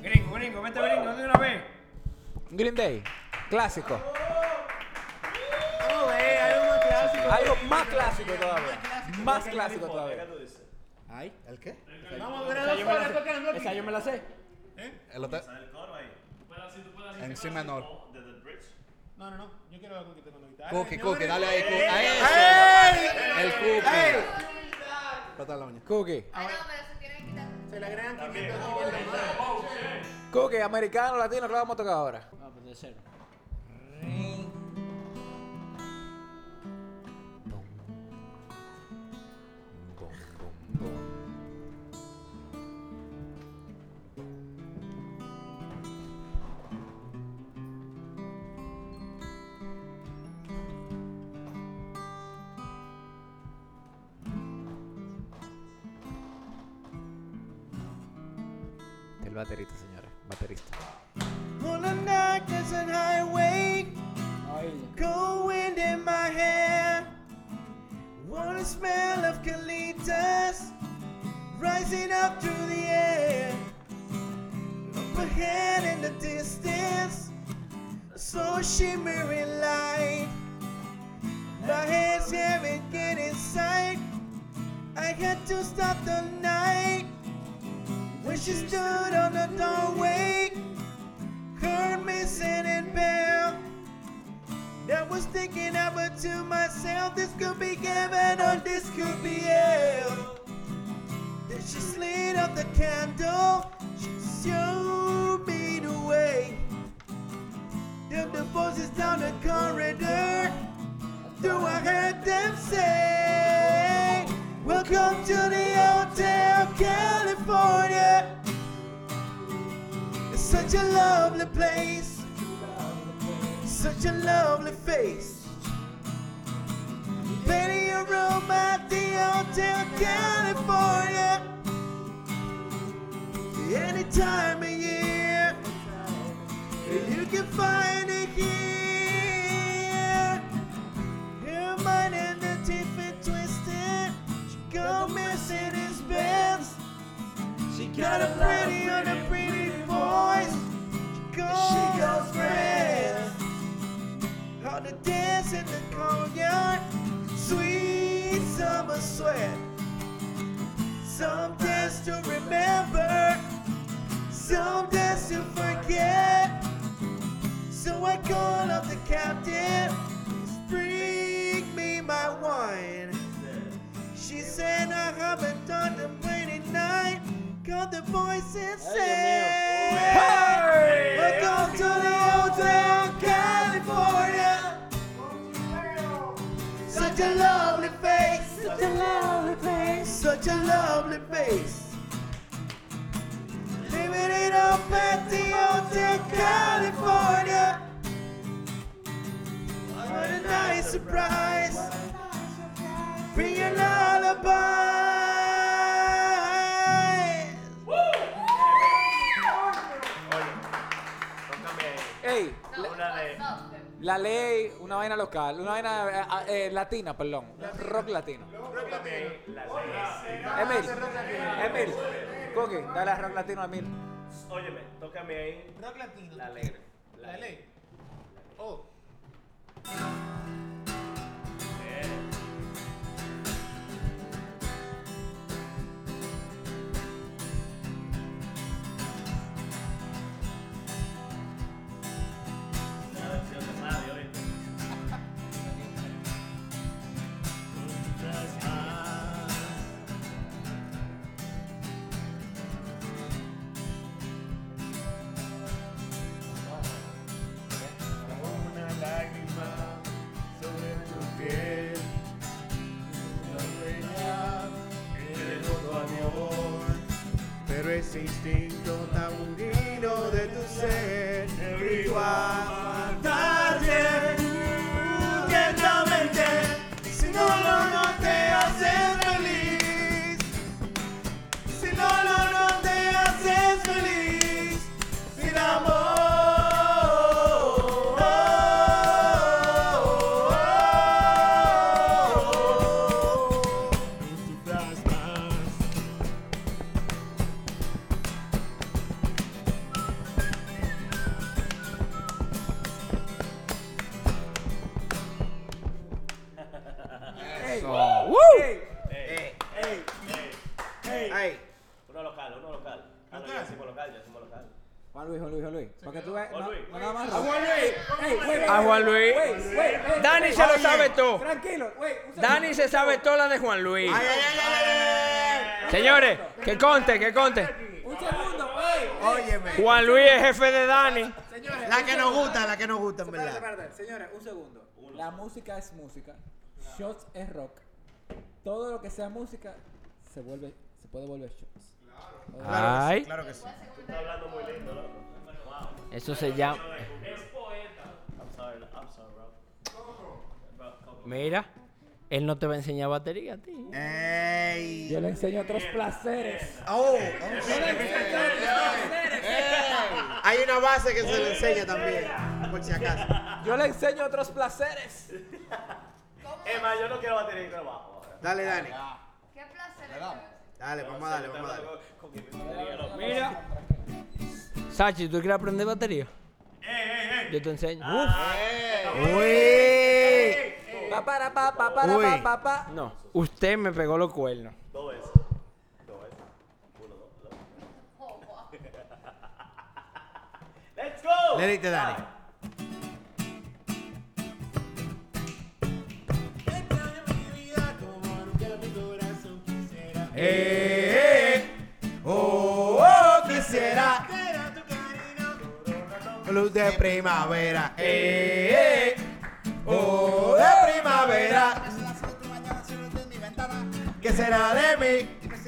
Speaker 4: Gringo, gringo, vete gringo de una vez.
Speaker 6: Green Day, clásico.
Speaker 13: algo más clásico.
Speaker 6: Algo más clásico todavía. Más clásico todavía.
Speaker 7: ¿Ay? ¿El qué?
Speaker 13: Vamos a durar dos horas ¿Eh? tocando aquí.
Speaker 4: Esa yo me la sé.
Speaker 7: El otro- en si menor.
Speaker 13: No, no, no. Yo quiero algo que te con la guitarra.
Speaker 7: Cookie,
Speaker 13: No,
Speaker 7: cookie,
Speaker 13: no,
Speaker 7: dale
Speaker 13: no.
Speaker 7: ahí, cookie. A
Speaker 13: ¡Ey!
Speaker 7: eso.
Speaker 13: ¡Ey!
Speaker 7: El cookie.
Speaker 13: ¡Ey!
Speaker 7: Corta la uña.
Speaker 6: Cookie.
Speaker 13: Se le agregan 500 500 más.
Speaker 6: Cookie, americano, latino, ¿qué vamos a tocar ahora?
Speaker 4: No, pues de cero.
Speaker 6: El baterista, señora. Baterista.
Speaker 9: On a darkness and I awake, cold wind in my hair. What a smell of colitas rising up through the air. Up ahead in the distance, I saw a shimmering light. My hands haven't get inside. I had to stop the night when she stood on the doorway her missing and bound. I was thinking I would to myself, this could be heaven or this could be hell. Then she slid up the candle, she showed me the way. Then the voices down the corridor, do I heard them say, Welcome to the Hotel California. It's such a lovely place, such a lovely face. Plenty of room at the Hotel California. Any time of year, you can find it here. Your mind and the tiffin twisted. She go Mercedes Benz. She got a pretty on a pretty voice. She goes, she goes friends. On the dance in the courtyard, sweet summer sweat. Some dance to remember, some dance to forget. So I call up the captain, bring me my wine. She said I haven't done a pretty night. Called the boys and said, Hey! We're going to the Hotel California. Such a lovely face, such a lovely face, such a lovely face. Living it up at the Hotel California. What a nice surprise. Bring your lullaby.
Speaker 6: Ey,
Speaker 12: Una de-
Speaker 6: la ley, una vaina local, una vaina eh, ah, eh, latina, perdón. Rock latino. Emil, Emil, Cookie, dale a rock latino a Emil.
Speaker 12: Óyeme, tócame ahí.
Speaker 3: Rock latino.
Speaker 12: La alegre.
Speaker 3: La ley. Oh. Una lágrima sobre tu piel, la huella que todo a mi amor, pero ese instinto taurino de tu ser me obligó a matarte. Tiernamente, si no lo no te haces feliz, si no lo no te haces feliz, sin amor.
Speaker 12: Eso.
Speaker 6: Ey,
Speaker 12: Ey, ey, ey. Uno local, uno local. Ah, no, ya hicimos local, ya hicimos local.
Speaker 6: Juan Luis, Juan Luis, Juan Luis. Porque tú ves.
Speaker 12: Juan
Speaker 6: no-
Speaker 12: Luis.
Speaker 6: no nada
Speaker 4: Ah,
Speaker 6: más Ah,
Speaker 12: A Juan Luis.
Speaker 6: Ey, ey, güey,
Speaker 4: A Juan Luis.
Speaker 6: güey, güey, güey,
Speaker 4: Dani se lo
Speaker 6: oye,
Speaker 4: sabe todo.
Speaker 6: Tranquilo, güey. un segundo.
Speaker 4: Dani se sabe toda la de Juan Luis. Señores, que conte, que conte.
Speaker 6: Un segundo, güey.
Speaker 9: Óyeme.
Speaker 4: Juan Luis es jefe de Dani.
Speaker 6: Señores,
Speaker 9: La
Speaker 6: un
Speaker 9: que nos
Speaker 6: segundo.
Speaker 9: gusta, la que nos gusta, en
Speaker 6: Espérate,
Speaker 9: verdad.
Speaker 6: espérate, Señores, un segundo. La música es música. Shots es rock. Todo lo que sea música se vuelve, se puede volver shots.
Speaker 4: Ay.
Speaker 9: Claro que sí.
Speaker 12: Está hablando muy lindo, loco. Bueno, wow.
Speaker 4: Eso se llama.
Speaker 12: Es poeta. I'm sorry, I'm sorry, bro. Bro, come on.
Speaker 4: Mira, él no te va a enseñar batería a ti.
Speaker 9: Ey.
Speaker 6: Yo le enseño otros placeres.
Speaker 9: Eh. Oh, hay una base que se le enseña también, por si acaso.
Speaker 6: Yo le enseño otros placeres.
Speaker 12: Es más, yo no quiero batería y quiero bajo ahora. Ah,
Speaker 9: Dale, Dani.
Speaker 13: Qué placer.
Speaker 9: Dale, vamos a darle, vamos a darle.
Speaker 12: Con mi batería, loco.
Speaker 4: Mira. Sachi, ¿tú quieres aprender batería? Yo te enseño.
Speaker 13: eh.
Speaker 6: Pa, para, pa, pa, para,
Speaker 4: Uy.
Speaker 6: pa, pa, pa.
Speaker 4: No, usted me pegó los cuernos.
Speaker 12: Dos veces. Dos veces. Uno, dos, dos. Let's go.
Speaker 9: Le diste, Dani.
Speaker 13: Eh.
Speaker 9: Eh, Oh, oh, quisiera luz de primavera. Eh, eh. oh, de primavera. ¿Qué será de mí? ¿Qué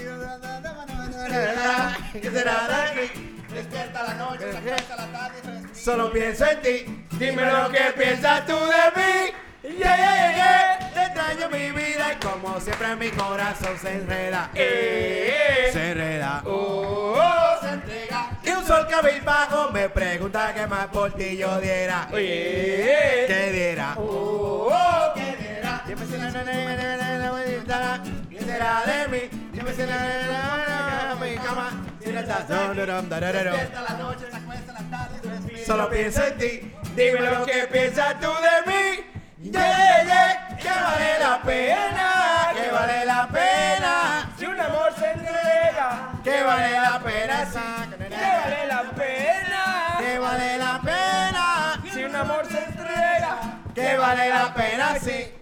Speaker 9: será de mí? Despierta la noche, despierta la tarde. Solo pienso en ti. Dime lo que piensas tú de mí. Yeah, yeah, yeah, yeah. Te extraño
Speaker 13: sueño, mi vida. Y como siempre, mi corazón se enreda.
Speaker 2: Eh, eh.
Speaker 13: Se enreda.
Speaker 2: Oh,
Speaker 13: oh, se entrega. Y un sol cabizbajo me pregunta qué más por ti yo diera.
Speaker 2: Oye.
Speaker 13: ¿Qué diera? Oh, oh, ¿qué diera? Dime si la- la- la- la- la- la- la- la- la- ¿Qué será de mí? Dime si la- la- la- la- la- la- mi cama. Si no estás, no, no, no, no, no, no. Solo pienso en ti. Dime lo que piensas tú de mí. Yeah, yeah, que vale la pena, que vale la pena. Si un amor se entrega, que vale la pena, sí, que vale la pena, que vale la pena. Si un amor se entrega, que vale la pena, sí,